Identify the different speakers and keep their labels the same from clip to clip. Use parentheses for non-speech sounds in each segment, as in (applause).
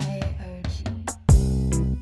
Speaker 1: S-A-O-G.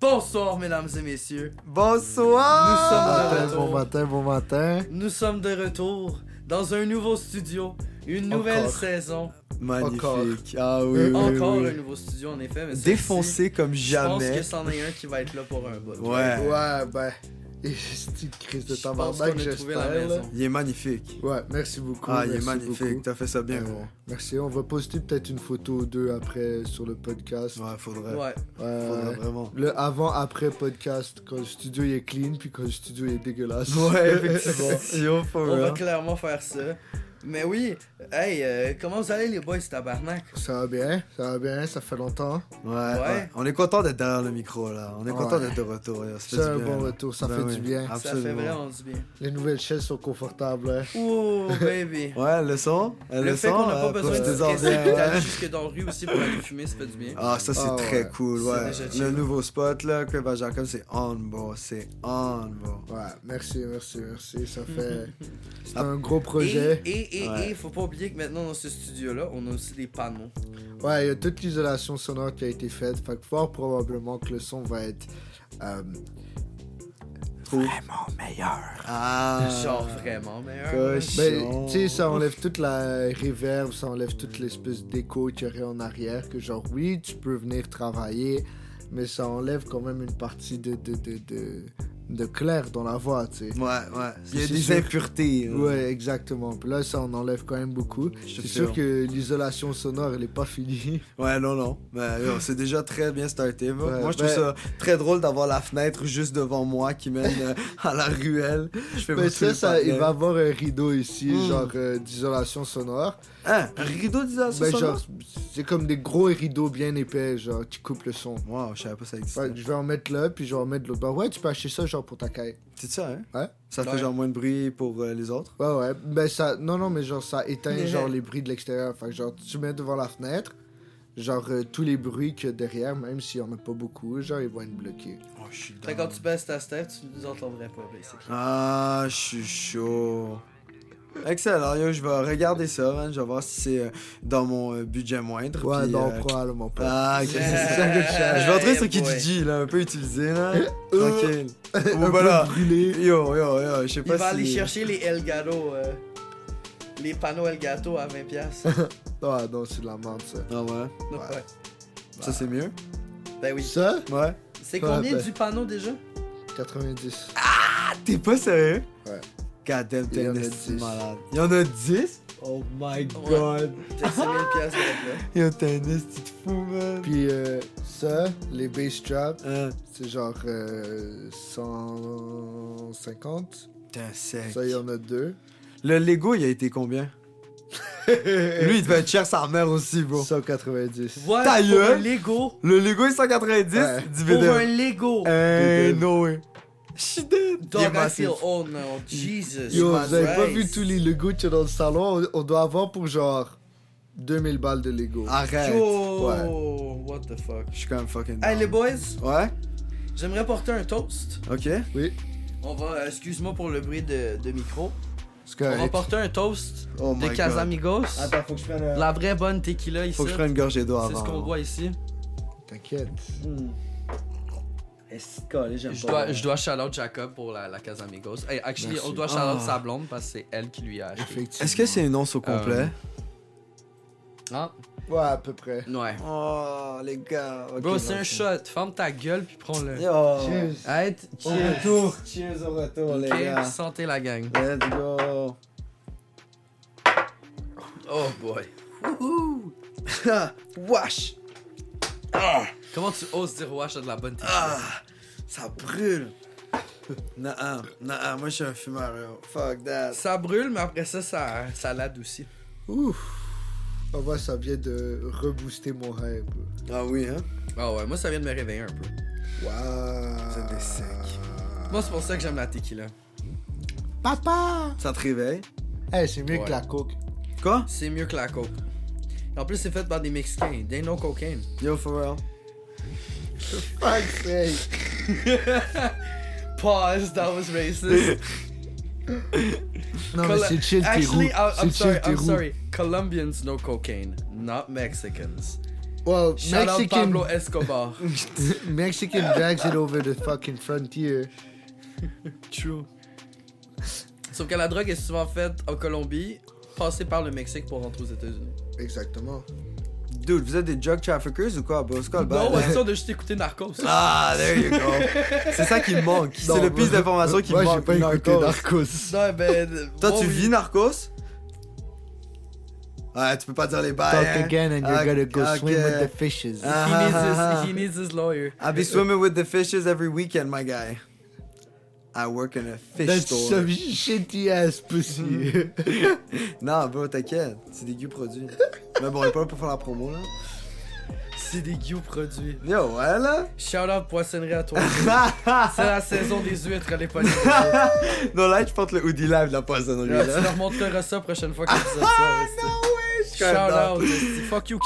Speaker 2: Bonsoir, mesdames et messieurs.
Speaker 3: Bonsoir! Ah,
Speaker 2: Nous sommes de retour.
Speaker 3: Bon matin, bon matin.
Speaker 2: Nous sommes de retour dans un nouveau studio, une nouvelle
Speaker 3: Encore.
Speaker 2: saison.
Speaker 4: Magnifique.
Speaker 3: Encore.
Speaker 4: Ah oui. oui,
Speaker 2: Euh, Encore
Speaker 4: oui,
Speaker 2: un
Speaker 4: oui.
Speaker 2: nouveau studio, en effet. Mais celui-ci,
Speaker 4: Défoncé comme
Speaker 2: Je pense
Speaker 4: jamais.
Speaker 2: que c'en est un qui va être là pour un bout.
Speaker 4: Ouais.
Speaker 3: Ouais, ben, (laughs) c'est une crise de
Speaker 2: Je pense qu'on
Speaker 3: tabarnak,
Speaker 2: a trouvé la
Speaker 3: j'espère. là.
Speaker 2: maison.
Speaker 4: Il est magnifique.
Speaker 3: Ouais, merci beaucoup.
Speaker 4: ah, il est
Speaker 3: merci
Speaker 4: magnifique.
Speaker 3: beaucoup.
Speaker 4: T'as fait ça bien,
Speaker 3: Euh,
Speaker 4: gros.
Speaker 3: Merci, on va poster peut-être une photo ou deux après sur le podcast.
Speaker 4: Ouais, faudrait.
Speaker 2: Ouais.
Speaker 3: Ouais,
Speaker 4: Faudrait
Speaker 3: ouais.
Speaker 4: vraiment.
Speaker 3: Le avant-après podcast, quand le studio il est clean, puis quand le studio il est dégueulasse. (laughs)
Speaker 4: (laughs) effectivement. Yo, for
Speaker 2: On va
Speaker 4: real.
Speaker 2: clairement faire ça. Mais oui, hey, euh, comment vous allez les boys, tabarnak?
Speaker 3: Ça va bien, ça va bien, ça fait longtemps.
Speaker 4: Ouais,
Speaker 2: Ouais.
Speaker 4: ouais. On est content d'être derrière le micro, là. On est content
Speaker 3: Ouais.
Speaker 4: d'être de retour. là. Ça
Speaker 3: C'est
Speaker 4: fait du
Speaker 3: un
Speaker 4: bien,
Speaker 3: bon
Speaker 4: là.
Speaker 3: retour, ça
Speaker 4: Ben
Speaker 3: fait
Speaker 4: oui.
Speaker 3: du bien.
Speaker 2: Ça fait
Speaker 4: Absolument.
Speaker 2: vraiment du bien.
Speaker 3: Les nouvelles chaises sont confortables. hein.
Speaker 2: Oh, baby.
Speaker 4: Ouais, le son.
Speaker 2: Le,
Speaker 4: le
Speaker 2: fait
Speaker 4: son,
Speaker 2: qu'on n'a pas
Speaker 4: euh,
Speaker 2: besoin de
Speaker 4: profitez-en
Speaker 2: se
Speaker 4: bien,
Speaker 2: casser
Speaker 4: ouais.
Speaker 2: d'aller jusque dans la rue aussi pour aller fumer, ça fait du bien.
Speaker 4: (laughs) Ah, ça c'est
Speaker 3: Ah,
Speaker 4: très
Speaker 3: ouais.
Speaker 4: cool,
Speaker 2: C'est
Speaker 4: ouais.
Speaker 2: déjà chill.
Speaker 4: Le nouveau spot là, que bah, Jacob, c'est on, bro. C'est on, bro.
Speaker 3: Ouais, merci, merci, merci. Ça fait. C'est un gros projet.
Speaker 2: Et, et, et,
Speaker 4: Ouais.
Speaker 2: et, faut pas oublier que maintenant dans ce studio-là, on a aussi des panneaux.
Speaker 3: Ouais, il y a toute l'isolation sonore qui a été faite. Fait que fort probablement que le son va être. euh,
Speaker 4: Vraiment meilleur. Ah.
Speaker 2: Genre vraiment euh, meilleur.
Speaker 4: Coche.
Speaker 3: ben,
Speaker 4: Chiant.
Speaker 3: tu sais, ça enlève toute la reverb, ça enlève toute l'espèce d'écho qu'il y aurait en arrière. Que genre, oui, tu peux venir travailler, mais ça enlève quand même une partie de, de, de, de, de clair dans la voix, tu sais.
Speaker 4: Ouais, ouais. Il y a
Speaker 3: C'est
Speaker 4: des
Speaker 3: sûr.
Speaker 4: impuretés. là.
Speaker 3: Ouais, exactement. Puis là, ça, on enlève quand même beaucoup.
Speaker 4: Mm. Je te
Speaker 3: C'est sûr
Speaker 4: jure.
Speaker 3: que l'isolation sonore, elle est pas finie.
Speaker 4: Ouais, non, non. Mais yo, c'est déjà très bien starté. va.
Speaker 3: Ouais,
Speaker 4: moi, je trouve
Speaker 3: ben-
Speaker 4: ça très drôle d'avoir la fenêtre juste devant moi qui mène euh, à la ruelle. Ben, Je fais
Speaker 3: Mais
Speaker 4: beaucoup
Speaker 3: ça,
Speaker 4: de
Speaker 3: ça,
Speaker 4: partenaires.
Speaker 3: il va avoir un rideau ici,
Speaker 4: Hmm.
Speaker 3: genre euh, d'isolation sonore.
Speaker 4: Hein, un rideau d'isolation
Speaker 3: Ben,
Speaker 4: sonore?
Speaker 3: genre, c'est comme des gros rideaux bien épais, genre, qui coupent le son.
Speaker 4: Wow, je savais pas ça existait.
Speaker 3: Ouais, je vais en mettre là, puis je vais en mettre l'autre bas. Ouais, tu peux acheter ça, genre, pour ta caille.
Speaker 4: C'est ça, hein?
Speaker 3: Ouais.
Speaker 4: Ça fait
Speaker 2: Ouais.
Speaker 4: genre moins de bruit pour euh, les autres.
Speaker 3: Ouais, ouais. Ben, ça... Non, non, mais genre, ça éteint,
Speaker 2: Mais-
Speaker 3: genre, les bruits de l'extérieur. Fait que, genre, tu mets devant la fenêtre, genre, euh, tous les bruits que derrière, même s'il y en a pas beaucoup, genre, ils vont être bloqués.
Speaker 4: Oh, je suis
Speaker 2: Fait que quand tu baisses ta step, tu nous entendrais pas, basically.
Speaker 4: Ah, je suis chaud. Excellent, yo, je vais regarder ça, man. Je vais voir si c'est euh, dans mon euh, budget moindre.
Speaker 3: Ouais,
Speaker 4: puis,
Speaker 3: non,
Speaker 4: euh,
Speaker 3: probablement pas.
Speaker 4: Ah, ok.
Speaker 2: Yeah.
Speaker 4: c'est ça que je cherche. Je vais entrer sur
Speaker 2: Yeah, boy.
Speaker 4: Kijiji, là, un peu utilisé, là.
Speaker 3: Euh,
Speaker 4: Tranquille.
Speaker 3: (laughs) un
Speaker 4: Bon,
Speaker 3: peu
Speaker 4: bah là.
Speaker 3: brûlé.
Speaker 4: Yo, yo, yo, je sais
Speaker 2: Il
Speaker 4: pas si.
Speaker 2: va aller chercher les Elgato, euh, les panneaux Elgato à 20$. piastres.
Speaker 3: Ah, non, c'est de la merde, ça.
Speaker 4: Ah ouais.
Speaker 2: Donc,
Speaker 3: Ouais.
Speaker 2: ouais.
Speaker 4: Ça, c'est mieux.
Speaker 2: Ben oui.
Speaker 3: Ça,
Speaker 4: Ouais.
Speaker 2: C'est
Speaker 3: Bah. Ouais,
Speaker 2: combien
Speaker 3: ben.
Speaker 2: du panneau déjà
Speaker 3: 90.
Speaker 4: Ah, t'es pas sérieux?
Speaker 3: Ouais.
Speaker 4: God damn,
Speaker 3: Il
Speaker 4: t'es
Speaker 3: y en
Speaker 4: un
Speaker 3: a
Speaker 4: esti de
Speaker 3: 10.
Speaker 4: malade. Il y en a 10? Oh my god.
Speaker 2: J'ai 5000$ piastres de là.
Speaker 4: Yo, t'es un esti de fou, man.
Speaker 3: Puis euh, ça, les bass traps,
Speaker 4: Hein,
Speaker 3: c'est genre euh, 150.
Speaker 4: T'es un sec.
Speaker 3: Ça, il y en a deux.
Speaker 4: Le Lego, il a
Speaker 3: (laughs)
Speaker 4: été combien? Lui, il devait être cher sa mère aussi, bro.
Speaker 3: 190.
Speaker 2: Voilà
Speaker 4: Ta
Speaker 2: pour un
Speaker 4: gueule.
Speaker 2: Lego.
Speaker 4: Le Lego est 190
Speaker 3: Ouais.
Speaker 2: Pour un
Speaker 4: divisé.
Speaker 2: Lego.
Speaker 3: Des
Speaker 4: Hey, no way. Je suis dead. Il est
Speaker 2: Dog, I
Speaker 4: massif.
Speaker 2: feel oh no, Jesus.
Speaker 3: Yo,
Speaker 2: Christ.
Speaker 3: vous avez pas vu tous les Lego qu'il y a dans le salon? On- On doit avoir pour genre 2000 balles de Lego.
Speaker 4: Arrête.
Speaker 2: Yo, what the fuck.
Speaker 4: Je suis quand même fucking.
Speaker 2: Hey les
Speaker 4: down.
Speaker 2: boys,
Speaker 4: Ouais?
Speaker 2: j'aimerais porter un toast.
Speaker 4: Ok.
Speaker 3: Oui,
Speaker 2: On va, euh, excuse-moi pour le bruit de, de micro.
Speaker 3: c'est
Speaker 2: On va
Speaker 3: correct.
Speaker 2: porter un toast
Speaker 4: Oh
Speaker 2: de
Speaker 4: my god.
Speaker 2: Casamigos.
Speaker 4: Attends, faut que je prenne. euh,
Speaker 2: La vraie bonne tequila ici.
Speaker 4: Faut que je prenne une gorgée d'eau avant.
Speaker 2: C'est ce qu'on voit ici.
Speaker 3: T'inquiète.
Speaker 4: Est-ce que j'aime
Speaker 2: Je dois, je dois shout out Jacob pour la, la Casamigos. Hey, actually,
Speaker 3: Merci.
Speaker 2: on doit shout out
Speaker 4: Ah.
Speaker 2: sa blonde parce que c'est elle qui lui a acheté.
Speaker 3: Effectivement.
Speaker 4: Est-ce que c'est une once au complet?
Speaker 2: Ah,
Speaker 3: Euh, Ouais, à peu près.
Speaker 2: ouais.
Speaker 4: Oh, les gars. ok,
Speaker 2: Bro, c'est un
Speaker 4: merci.
Speaker 2: shot. Ferme ta gueule puis prends-le.
Speaker 4: Yo.
Speaker 3: Cheers.
Speaker 2: Hey, t-
Speaker 4: Au
Speaker 2: cheers.
Speaker 4: retour. Cheers au retour, les
Speaker 2: Ok,
Speaker 4: gars.
Speaker 2: Santé la gang.
Speaker 4: Let's go.
Speaker 2: Oh boy.
Speaker 4: Ha, (laughs) Wash.
Speaker 2: Comment tu oses dire wesh à de la bonne tequila?
Speaker 4: Ah, ça brûle. (laughs) Nah, nah, moi je suis un fumeur. yo. Fuck that.
Speaker 2: Ça brûle, mais après ça, ça, ça l'adoucit.
Speaker 3: Ouf. Ah ouais, ça vient de rebooster mon rêve.
Speaker 4: Ah oui, hein?
Speaker 2: Ah ouais, moi ça vient de me réveiller un peu.
Speaker 3: Waouh.
Speaker 4: Vous êtes des secs. Ah.
Speaker 2: Moi c'est pour ça que j'aime la tequila.
Speaker 3: Papa!
Speaker 4: Ça te réveille.
Speaker 3: Eh, c'est mieux
Speaker 2: Ouais.
Speaker 3: que la coke.
Speaker 4: Quoi?
Speaker 2: C'est mieux que la coke. En plus c'est fait par des Mexicains, des no cocaine.
Speaker 4: Yo, for real.
Speaker 3: Fuck's sake.
Speaker 2: Pause, that was racist.
Speaker 3: (laughs) Non, mais
Speaker 2: Col-
Speaker 3: c'est chill, t'es
Speaker 2: Actually,
Speaker 3: roux.
Speaker 2: I- I'm
Speaker 3: C'est
Speaker 2: sorry,
Speaker 3: chill, t'es
Speaker 2: I'm
Speaker 3: roux.
Speaker 2: sorry. Colombians no cocaine, not Mexicans.
Speaker 3: Well,
Speaker 2: Shout out
Speaker 3: Mexican,
Speaker 2: Pablo Escobar.
Speaker 3: (laughs) Mexican drags it over the fucking frontier.
Speaker 4: True.
Speaker 2: Sauf que la drogue est souvent faite en Colombie, passée par le Mexique pour rentrer aux États-Unis.
Speaker 3: Exactement.
Speaker 4: Dude, vous êtes des drug traffickers ou quoi, bro? C'est quoi
Speaker 3: Bah,
Speaker 4: le
Speaker 2: Non,
Speaker 4: bail?
Speaker 2: question de juste écouter Narcos.
Speaker 4: (laughs) Ah, there you go. C'est ça qui me manque. C'est
Speaker 3: Non,
Speaker 4: le piste
Speaker 3: moi-
Speaker 4: d'information qui me
Speaker 3: Moi,
Speaker 4: manque.
Speaker 3: j'ai pas écouté
Speaker 4: Narcos.
Speaker 3: Narcos.
Speaker 2: Non, ben.
Speaker 4: Toi,
Speaker 2: bon,
Speaker 4: tu
Speaker 2: oui.
Speaker 4: vis Narcos? Ouais, tu peux pas dire les bails.
Speaker 3: Talk
Speaker 4: hein.
Speaker 3: again and you're
Speaker 4: Ah,
Speaker 3: gonna go
Speaker 4: ok.
Speaker 3: swim with the fishes.
Speaker 4: Ah.
Speaker 2: He needs, his, he needs his lawyer.
Speaker 4: I be swimming with the fishes every weekend, my guy. I work in a fish
Speaker 3: That's
Speaker 4: store.
Speaker 3: some shitty ass (laughs) pussy.
Speaker 4: Non, bro, t'inquiète. C'est des gueux produits. Mais bon, on est pas là pour faire la promo, là.
Speaker 2: C'est des guillots produits.
Speaker 4: Yo, ouais, là.
Speaker 2: Shout out poissonnerie à toi.
Speaker 4: (laughs)
Speaker 2: C'est la saison des huîtres, allez pas les
Speaker 4: non, là, je porte le hoodie live de la poissonnerie,
Speaker 2: Ah, Tu
Speaker 4: là. Ah,
Speaker 2: leur montreras ça prochaine fois que tu fais ça.
Speaker 4: suis
Speaker 2: Shout
Speaker 4: quand même
Speaker 2: out. esti. Fuck you.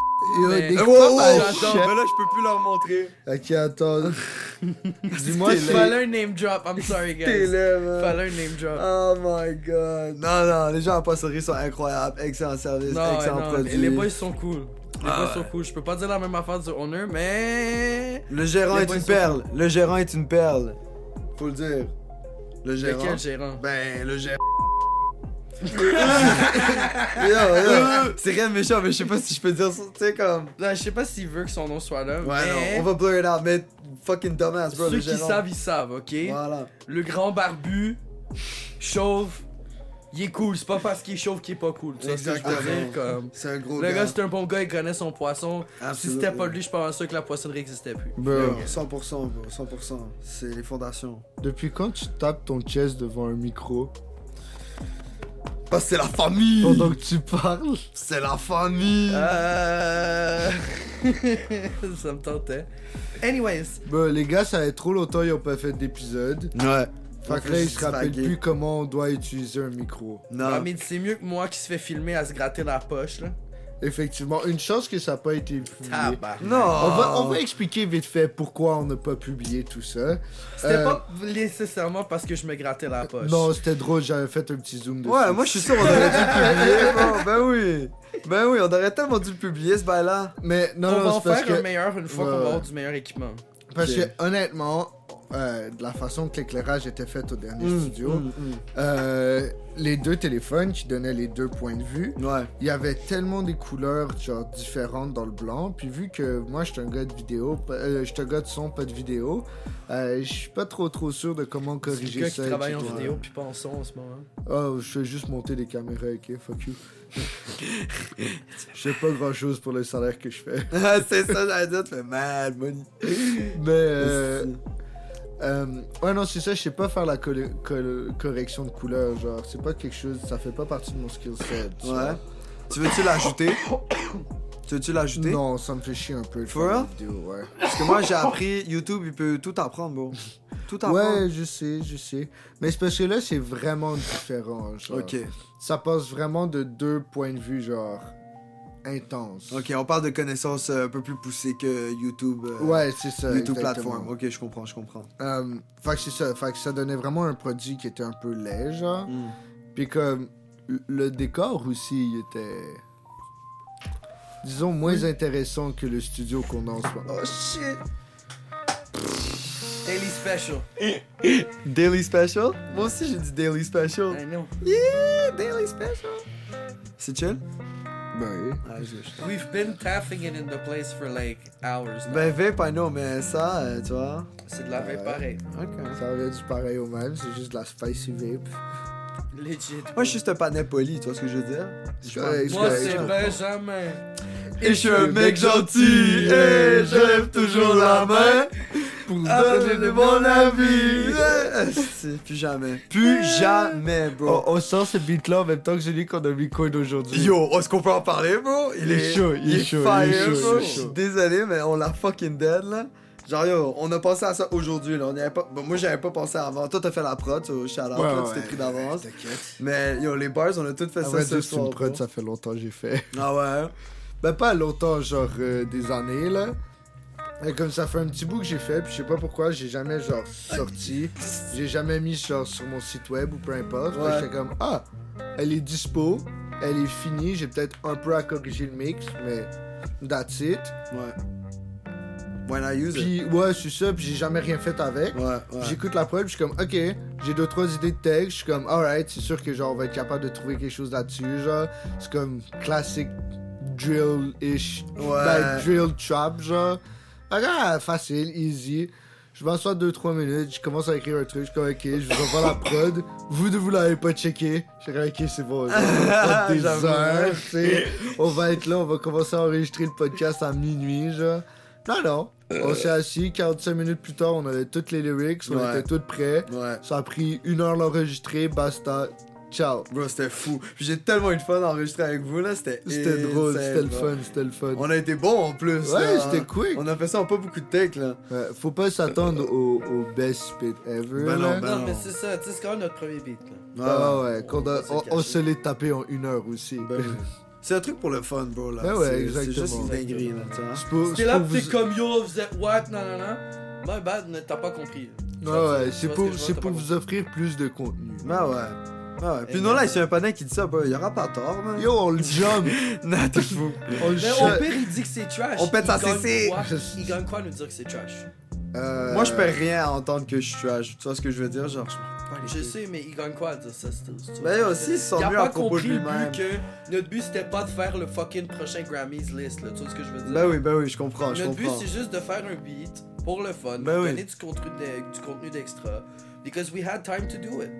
Speaker 3: Yo,
Speaker 2: Mais-
Speaker 3: des
Speaker 4: Wow,
Speaker 3: fois,
Speaker 4: wow,
Speaker 3: bah,
Speaker 4: wow.
Speaker 2: j'adore.
Speaker 4: Mais là, je peux plus leur montrer.
Speaker 3: Ok, attends. Dis-moi
Speaker 4: T'es
Speaker 3: si.
Speaker 4: laid.
Speaker 2: Fallait un name drop, I'm sorry
Speaker 4: T'es
Speaker 2: guys.
Speaker 4: là, man.
Speaker 2: Fallait un name drop.
Speaker 4: Oh my god. Non, non, les gens à Passerie sont incroyables. Excellent service,
Speaker 2: Non, ouais,
Speaker 4: excellent
Speaker 2: non,
Speaker 4: produit.
Speaker 2: mais les boys sont cool. Les
Speaker 4: Ah
Speaker 2: boys
Speaker 4: ouais.
Speaker 2: sont cool. Je peux pas dire la même affaire du owner, mais.
Speaker 4: Le gérant
Speaker 2: les
Speaker 4: est
Speaker 2: boys
Speaker 4: une
Speaker 2: sont
Speaker 4: perle. Le gérant est une perle. Faut le dire. Le gérant.
Speaker 2: Lequel gérant
Speaker 4: Ben,
Speaker 2: (laughs)
Speaker 4: le gérant. Yo, yo, (laughs) C'est rien de méchant, mais je sais pas si je peux dire ça. Tu sais, comme.
Speaker 2: Là, je sais pas s'il veut que son nom soit là.
Speaker 4: Ouais,
Speaker 2: mais
Speaker 4: non, on va blur it out, mais fucking dumbass, bro.
Speaker 2: Ceux
Speaker 4: le
Speaker 2: qui
Speaker 4: gérant.
Speaker 2: savent, ils savent, ok
Speaker 4: Voilà.
Speaker 2: Le grand barbu, chauve, il est cool. C'est pas parce qu'il est chauve qu'il est pas cool. Tu vois ce que je veux
Speaker 4: Exactement.
Speaker 2: dire comme...
Speaker 4: C'est un gros
Speaker 2: Le
Speaker 4: gars.
Speaker 2: gars, c'est un bon gars, il connaît son poisson. Si c'était pas lui, je suis pas sûr que la poissonnerie existait plus.
Speaker 3: Bro,
Speaker 4: Yo, 100%, bro, 100%. C'est les fondations.
Speaker 3: depuis quand tu tapes ton chest devant un (laughs) micro
Speaker 4: Parce que c'est la famille!
Speaker 2: Oh,
Speaker 3: pendant que tu parles
Speaker 4: C'est la famille!
Speaker 2: Ah. Euh... (laughs) ça me tentait. Anyways,
Speaker 3: Bon, les gars, ça fait trop longtemps qu'ils ont pas fait d'épisode.
Speaker 4: Ouais.
Speaker 3: Fait que là, ils se rappellent plus comment on doit utiliser un micro.
Speaker 4: Non.
Speaker 2: ah, mais c'est mieux que moi qui se fait filmer à se gratter la poche, là.
Speaker 3: Effectivement, une chance que ça n'a pas été publié.
Speaker 2: Tabarnak.
Speaker 4: Non.
Speaker 3: On va, on va expliquer vite fait pourquoi on n'a pas publié tout ça.
Speaker 2: C'était
Speaker 3: Euh,
Speaker 2: pas nécessairement parce que je me grattais la poche.
Speaker 3: Non, c'était drôle, j'avais fait un petit zoom dessus.
Speaker 4: Ouais, moi je suis sûr on aurait dû (laughs) le publier. bon, ben oui. Ben oui, on aurait tellement dû le publier ce bail-là.
Speaker 3: Mais non,
Speaker 2: on
Speaker 3: non,
Speaker 2: va en
Speaker 3: c'est parce
Speaker 2: faire un
Speaker 3: que,
Speaker 2: meilleur une fois
Speaker 3: Ouais,
Speaker 2: qu'on va
Speaker 3: ouais.
Speaker 2: avoir du meilleur équipement.
Speaker 3: parce
Speaker 4: Ok.
Speaker 3: que honnêtement, euh, de la façon que l'éclairage était fait au dernier studio,
Speaker 4: Mm,
Speaker 3: euh, les deux téléphones qui donnaient les deux points de vue,
Speaker 4: mm. Ouais.
Speaker 3: il y avait tellement des couleurs genre différentes dans le blanc. Puis vu que moi, je suis un gars de vidéo, pas- euh, je suis un gars de son, pas de vidéo, euh, je suis pas trop trop sûr de comment
Speaker 2: C'est le
Speaker 3: corriger
Speaker 2: gars
Speaker 3: ça.
Speaker 2: qui travaille en
Speaker 3: etc.
Speaker 2: vidéo puis pas en son en ce moment.
Speaker 3: Oh, je fais juste monter des caméras, ok, fuck you. (laughs) Je fais pas grand chose pour le salaire que je fais.
Speaker 4: (laughs) c'est ça, j'allais dire, tu fais mad money.
Speaker 3: Mais. euh, euh, ouais, non, c'est ça, je sais pas faire la col- col- correction de couleur. Genre, c'est pas quelque chose, ça fait pas partie de mon skill set. tu
Speaker 4: Ouais. Tu veux-tu (coughs) l'ajouter? tu veux-tu l'ajouter?
Speaker 3: vois. Non, ça me fait chier un peu de
Speaker 4: For
Speaker 3: faire
Speaker 4: real?
Speaker 3: des vidéos, ouais.
Speaker 4: Parce que moi j'ai appris, YouTube il peut tout apprendre, bro. Tout apprendre.
Speaker 3: Ouais, je sais, je sais. Mais ce parce que là, c'est vraiment différent. Genre.
Speaker 4: Ok.
Speaker 3: Ça passe vraiment de deux points de vue, genre, intenses.
Speaker 4: Ok, on parle de connaissances euh, un peu plus poussées que YouTube. euh,
Speaker 3: Ouais, c'est ça.
Speaker 4: YouTube
Speaker 3: exactement.
Speaker 4: plateforme. Ok, je comprends, je comprends.
Speaker 3: Euh, fait que c'est ça. Fait que ça donnait vraiment un produit qui était un peu léger. genre.
Speaker 4: Mm.
Speaker 3: Puis comme le décor aussi, il était. Disons moins intéressant que le studio qu'on a en soi.
Speaker 4: Oh shit!
Speaker 2: Daily Special.
Speaker 4: Daily Special? Moi aussi j'ai dit Daily Special.
Speaker 2: I know.
Speaker 4: Yeah, Daily Special. C'est chill?
Speaker 3: Ben,
Speaker 4: Ah, je
Speaker 2: We've been taffing it in the place for like hours. now.
Speaker 4: Ben, vape, I know, mais ça, euh, tu vois.
Speaker 2: C'est de la vape
Speaker 3: Ouais.
Speaker 2: pareil.
Speaker 4: Ok.
Speaker 3: ça revient du pareil au même, c'est juste de la spicy vape.
Speaker 2: Legit.
Speaker 4: Moi, je suis juste un panais poli, tu vois ce que je veux dire? Je suis
Speaker 3: Ouais,
Speaker 4: pas-
Speaker 2: Moi,
Speaker 3: je-
Speaker 2: c'est
Speaker 3: je-
Speaker 2: Benjamin.
Speaker 4: Et je suis un mec gentil, et je lève toujours la main
Speaker 3: Pour
Speaker 4: à donner mon avis.
Speaker 3: avis.
Speaker 4: Ah, (laughs) c'est- Plus jamais. Plus jamais, Oh,
Speaker 3: On,
Speaker 4: bro.
Speaker 3: on sent ce beat-là en même temps que j'ai dit qu'on a mis Coin aujourd'hui.
Speaker 4: Yo, est-ce qu'on peut en parler, bro?
Speaker 3: Il est chaud, il est chaud, il est
Speaker 4: fire,
Speaker 3: chaud,
Speaker 4: bro.
Speaker 3: il est
Speaker 4: Je suis
Speaker 3: chaud.
Speaker 4: désolé, mais on l'a fucking dead, là. Genre, yo, on a pensé à ça aujourd'hui, là. On y avait pas... bon, moi, j'avais pas pensé avant. Toi, t'as fait la prod, tu shout out,
Speaker 3: Ouais,
Speaker 4: là, tu
Speaker 3: ouais,
Speaker 4: t'es pris d'avance.
Speaker 3: T'inquiète.
Speaker 4: Mais yo, les bars, on a tout fait
Speaker 3: Ah
Speaker 4: ça
Speaker 3: ouais,
Speaker 4: ce
Speaker 3: juste
Speaker 4: soir.
Speaker 3: une prod,
Speaker 4: bro.
Speaker 3: ça fait longtemps que j'ai fait.
Speaker 4: Ah ouais.
Speaker 3: Ben, pas longtemps, genre euh, des années, là. Mais comme ça fait un petit bout que j'ai fait, puis je sais pas pourquoi, j'ai jamais genre sorti, j'ai jamais mis genre sur mon site web ou peu importe. Fait que
Speaker 4: Ouais.
Speaker 3: J'étais comme ah, elle est dispo, elle est finie, j'ai peut-être un peu à corriger le mix, mais that's it.
Speaker 4: Ouais. When I use it.
Speaker 3: Puis ouais, c'est ça, puis j'ai jamais rien fait avec.
Speaker 4: Ouais, ouais.
Speaker 3: J'écoute la preuve, je suis comme ok, j'ai deux trois idées de texte, je suis comme alright, c'est sûr que genre on va être capable de trouver quelque chose là-dessus, genre c'est comme classique drill-ish,
Speaker 4: Ouais.
Speaker 3: ben, drill trap genre. Fait que, ah, facile, easy. Je m'assois deux trois minutes, je commence à écrire un truc, je suis comme ok, je vous envoie la prod, vous ne vous l'avez pas checké, je suis comme ok c'est bon, genre, on
Speaker 4: (laughs)
Speaker 3: va faire des
Speaker 4: J'avoue.
Speaker 3: heures, tu sais, on va être là, on va commencer à enregistrer le podcast à minuit genre. Non, Ah, non.
Speaker 4: Euh.
Speaker 3: On s'est assis, 45 minutes plus tard, on avait toutes les lyrics, on
Speaker 4: Ouais.
Speaker 3: était toutes prêts.
Speaker 4: Ouais.
Speaker 3: Ça a pris une heure l'enregistrer, basta, ciao.
Speaker 4: Bro, c'était fou. Puis j'ai tellement eu de fun d'enregistrer avec vous, là. C'était
Speaker 3: C'était drôle,
Speaker 4: insane,
Speaker 3: c'était le
Speaker 4: bro.
Speaker 3: fun, c'était le fun.
Speaker 4: On hein. a été bon en plus.
Speaker 3: Ouais,
Speaker 4: là.
Speaker 3: c'était quick.
Speaker 4: On a fait ça en pas beaucoup de tech, là.
Speaker 3: Ouais, faut pas s'attendre au, au best spit ever.
Speaker 4: Ben
Speaker 3: là.
Speaker 4: non, ben
Speaker 2: Non,
Speaker 4: non.
Speaker 2: mais c'est ça, tu sais, c'est quand même notre premier beat. Là.
Speaker 3: Ah ouais, qu'on a-
Speaker 4: s'est
Speaker 3: on, on
Speaker 4: caché.
Speaker 3: se l'est tapé en une heure aussi. (laughs)
Speaker 4: Ben oui. C'est un truc pour le fun, bro, là.
Speaker 3: Ben ouais,
Speaker 4: C'est-
Speaker 3: exactement.
Speaker 4: C'est juste une dinguerie, là, tu vois.
Speaker 3: C'est pour-
Speaker 2: T'es
Speaker 3: c'est
Speaker 2: là,
Speaker 3: pour
Speaker 2: t'es
Speaker 3: vous-
Speaker 2: comme yo, vous êtes what, non, non, non. My bad, mais t'as pas compris. là. Tu
Speaker 3: Ouais,
Speaker 2: vois,
Speaker 3: ouais,
Speaker 2: tu vois ce
Speaker 3: c'est
Speaker 2: que
Speaker 3: pour,
Speaker 2: je vois,
Speaker 3: c'est
Speaker 2: t'as
Speaker 3: pour
Speaker 2: pas
Speaker 3: vous offrir plus de contenu.
Speaker 4: Ben ouais. Ben ouais. Puis
Speaker 2: Et
Speaker 4: non, là,
Speaker 2: ben-
Speaker 4: il y a un panel qui dit ça, bro. Il y aura pas tort, man.
Speaker 3: Yo, on le jump!
Speaker 4: (laughs)
Speaker 3: (laughs)
Speaker 4: Non, t'es fou.
Speaker 3: on le
Speaker 2: Mais
Speaker 3: jump.
Speaker 2: au pire, il dit que c'est trash.
Speaker 4: On pète
Speaker 2: Il
Speaker 4: sa
Speaker 2: gagne
Speaker 4: CC.
Speaker 2: quoi? Il gagne quoi à nous dire que c'est trash
Speaker 3: Euh,
Speaker 4: Moi, je perds rien à entendre que je suis trash. Tu vois ce que je veux dire? Genre, je m'en bats les
Speaker 2: Je
Speaker 4: couilles.
Speaker 2: sais, mais il gagne quoi à dire ça c'est- c'est-
Speaker 4: Ben yo, si, il
Speaker 2: Il
Speaker 4: sent
Speaker 2: a
Speaker 4: mieux à
Speaker 2: pas
Speaker 4: propos de
Speaker 2: compris le but
Speaker 4: lui-même.
Speaker 2: que notre but c'était pas de faire le fucking prochain Grammys list, là, tu vois ce que je veux dire
Speaker 4: Ben oui, ben oui, je comprends, je
Speaker 2: Notre but
Speaker 4: comprends.
Speaker 2: c'est juste de faire un beat pour le fun,
Speaker 4: Ben
Speaker 2: pour
Speaker 4: oui.
Speaker 2: donner du contenu de- du contenu d'extra, because we had time to do it.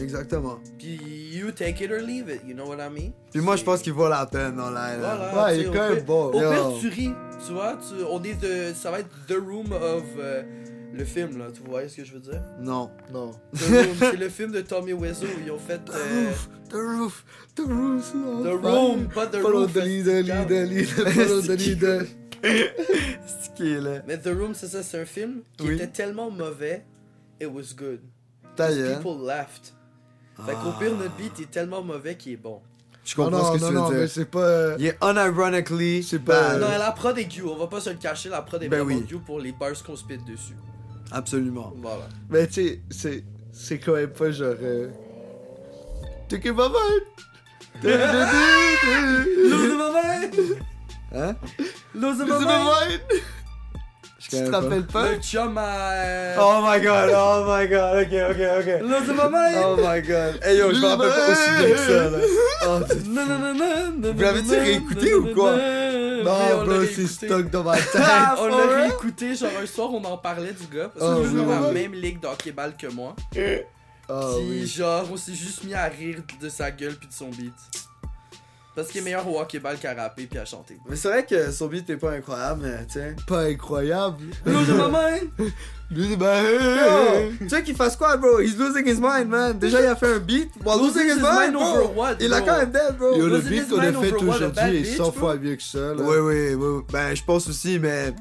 Speaker 4: Exactement.
Speaker 2: Puis you take it or leave it, you know what I mean
Speaker 4: Puis moi, je pense qu'il vaut la peine, en l'air.
Speaker 2: Voilà, tu
Speaker 3: Ouais, il est
Speaker 2: sais,
Speaker 3: quand
Speaker 2: au
Speaker 3: même
Speaker 2: pire-
Speaker 3: bon.
Speaker 2: Au pire,
Speaker 4: Yo.
Speaker 2: tu ris, tu vois, tu- on est de, ça va être the room of euh, le film là, tu vois ce que je veux dire
Speaker 4: Non.
Speaker 3: Non.
Speaker 4: (laughs)
Speaker 2: The Room, c'est le film de Tommy Wiseau, ils ont fait euh,
Speaker 3: The roof! The roof!
Speaker 2: The Room, pas The
Speaker 3: Follow
Speaker 2: Room.
Speaker 3: the leader,
Speaker 2: (laughs)
Speaker 3: leader, leader, follow the leader.
Speaker 4: C'est qui est là?
Speaker 2: Mais The Room, c'est ça, c'est un film qui
Speaker 4: Oui.
Speaker 2: était tellement mauvais, it was good.
Speaker 4: Ta gueule.
Speaker 2: People laughed. Fait qu'au
Speaker 4: Ah.
Speaker 2: pire, notre beat est tellement mauvais qu'il est bon.
Speaker 4: Je
Speaker 3: Non,
Speaker 4: comprends
Speaker 3: Ah non,
Speaker 4: ce que
Speaker 3: non,
Speaker 4: tu
Speaker 3: non,
Speaker 4: veux
Speaker 3: mais
Speaker 4: dire.
Speaker 3: c'est pas. euh,
Speaker 4: Il est unironically
Speaker 3: C'est pas-
Speaker 4: bad.
Speaker 2: Non, la prod est due, on va pas se le cacher, la prod est
Speaker 4: Ben
Speaker 2: vraiment
Speaker 4: oui.
Speaker 2: due pour les bars qu'on spit dessus.
Speaker 4: Absolument.
Speaker 2: Voilà.
Speaker 3: Mais tu sais, c'est, c'est quand même pas genre. Euh... T'es que maman! T'es
Speaker 2: Lose my mind!
Speaker 4: Hein?
Speaker 2: Lose my mind!
Speaker 3: maman!
Speaker 4: Je
Speaker 3: Tu te
Speaker 4: connais pas.
Speaker 3: rappelles pas?
Speaker 2: Le chum à...
Speaker 4: Oh my god, oh my god, ok, ok, ok.
Speaker 2: Lose my mind!
Speaker 4: Oh my god. Hey yo, je me rappelle pas aussi bien que ça là. Oh,
Speaker 3: (laughs)
Speaker 4: c'est-
Speaker 2: Non, non, non, non, non,
Speaker 4: Vous l'avez-tu
Speaker 2: non,
Speaker 4: réécouté
Speaker 2: non,
Speaker 4: ou quoi?
Speaker 2: Non, Oui,
Speaker 3: Non,
Speaker 2: on
Speaker 3: bro,
Speaker 2: l'a
Speaker 3: c'est
Speaker 2: réécouté.
Speaker 3: stock dans
Speaker 2: (laughs)
Speaker 3: ma tête.
Speaker 2: Ah, on
Speaker 4: for
Speaker 2: l'a
Speaker 4: real?
Speaker 2: réécouté, genre un soir on en parlait du gars, parce
Speaker 3: Oh,
Speaker 2: que je jouais
Speaker 3: oui,
Speaker 2: dans la
Speaker 3: oui.
Speaker 2: même ligue d'hockey-ball que moi.
Speaker 3: Ah
Speaker 2: puis
Speaker 3: oui.
Speaker 2: genre, on s'est juste mis à rire de sa gueule puis de son beat. Parce qu'il est meilleur au hockey-ball qu'à rapper puis à chanter.
Speaker 4: Mais c'est vrai que son beat est pas incroyable, mais tiens.
Speaker 3: Pas incroyable.
Speaker 2: Lose my mind!
Speaker 3: Lui, bah.
Speaker 4: Yo, tu sais qu'il fasse quoi, bro? He's losing his mind, man. Euh. Déjà, il a fait un beat. While losing his mind, bro.
Speaker 2: over what,
Speaker 4: Il a
Speaker 2: bro?
Speaker 4: quand même dead, bro.
Speaker 3: Yo, le
Speaker 2: Was it
Speaker 3: beat
Speaker 2: this
Speaker 3: qu'on a
Speaker 2: man over
Speaker 3: fait
Speaker 2: what, a bad
Speaker 3: aujourd'hui est
Speaker 2: bitch,
Speaker 3: 100
Speaker 2: bro?
Speaker 3: fois mieux que ça, là.
Speaker 4: Oui, oui, oui. Ben, je pense aussi, mais.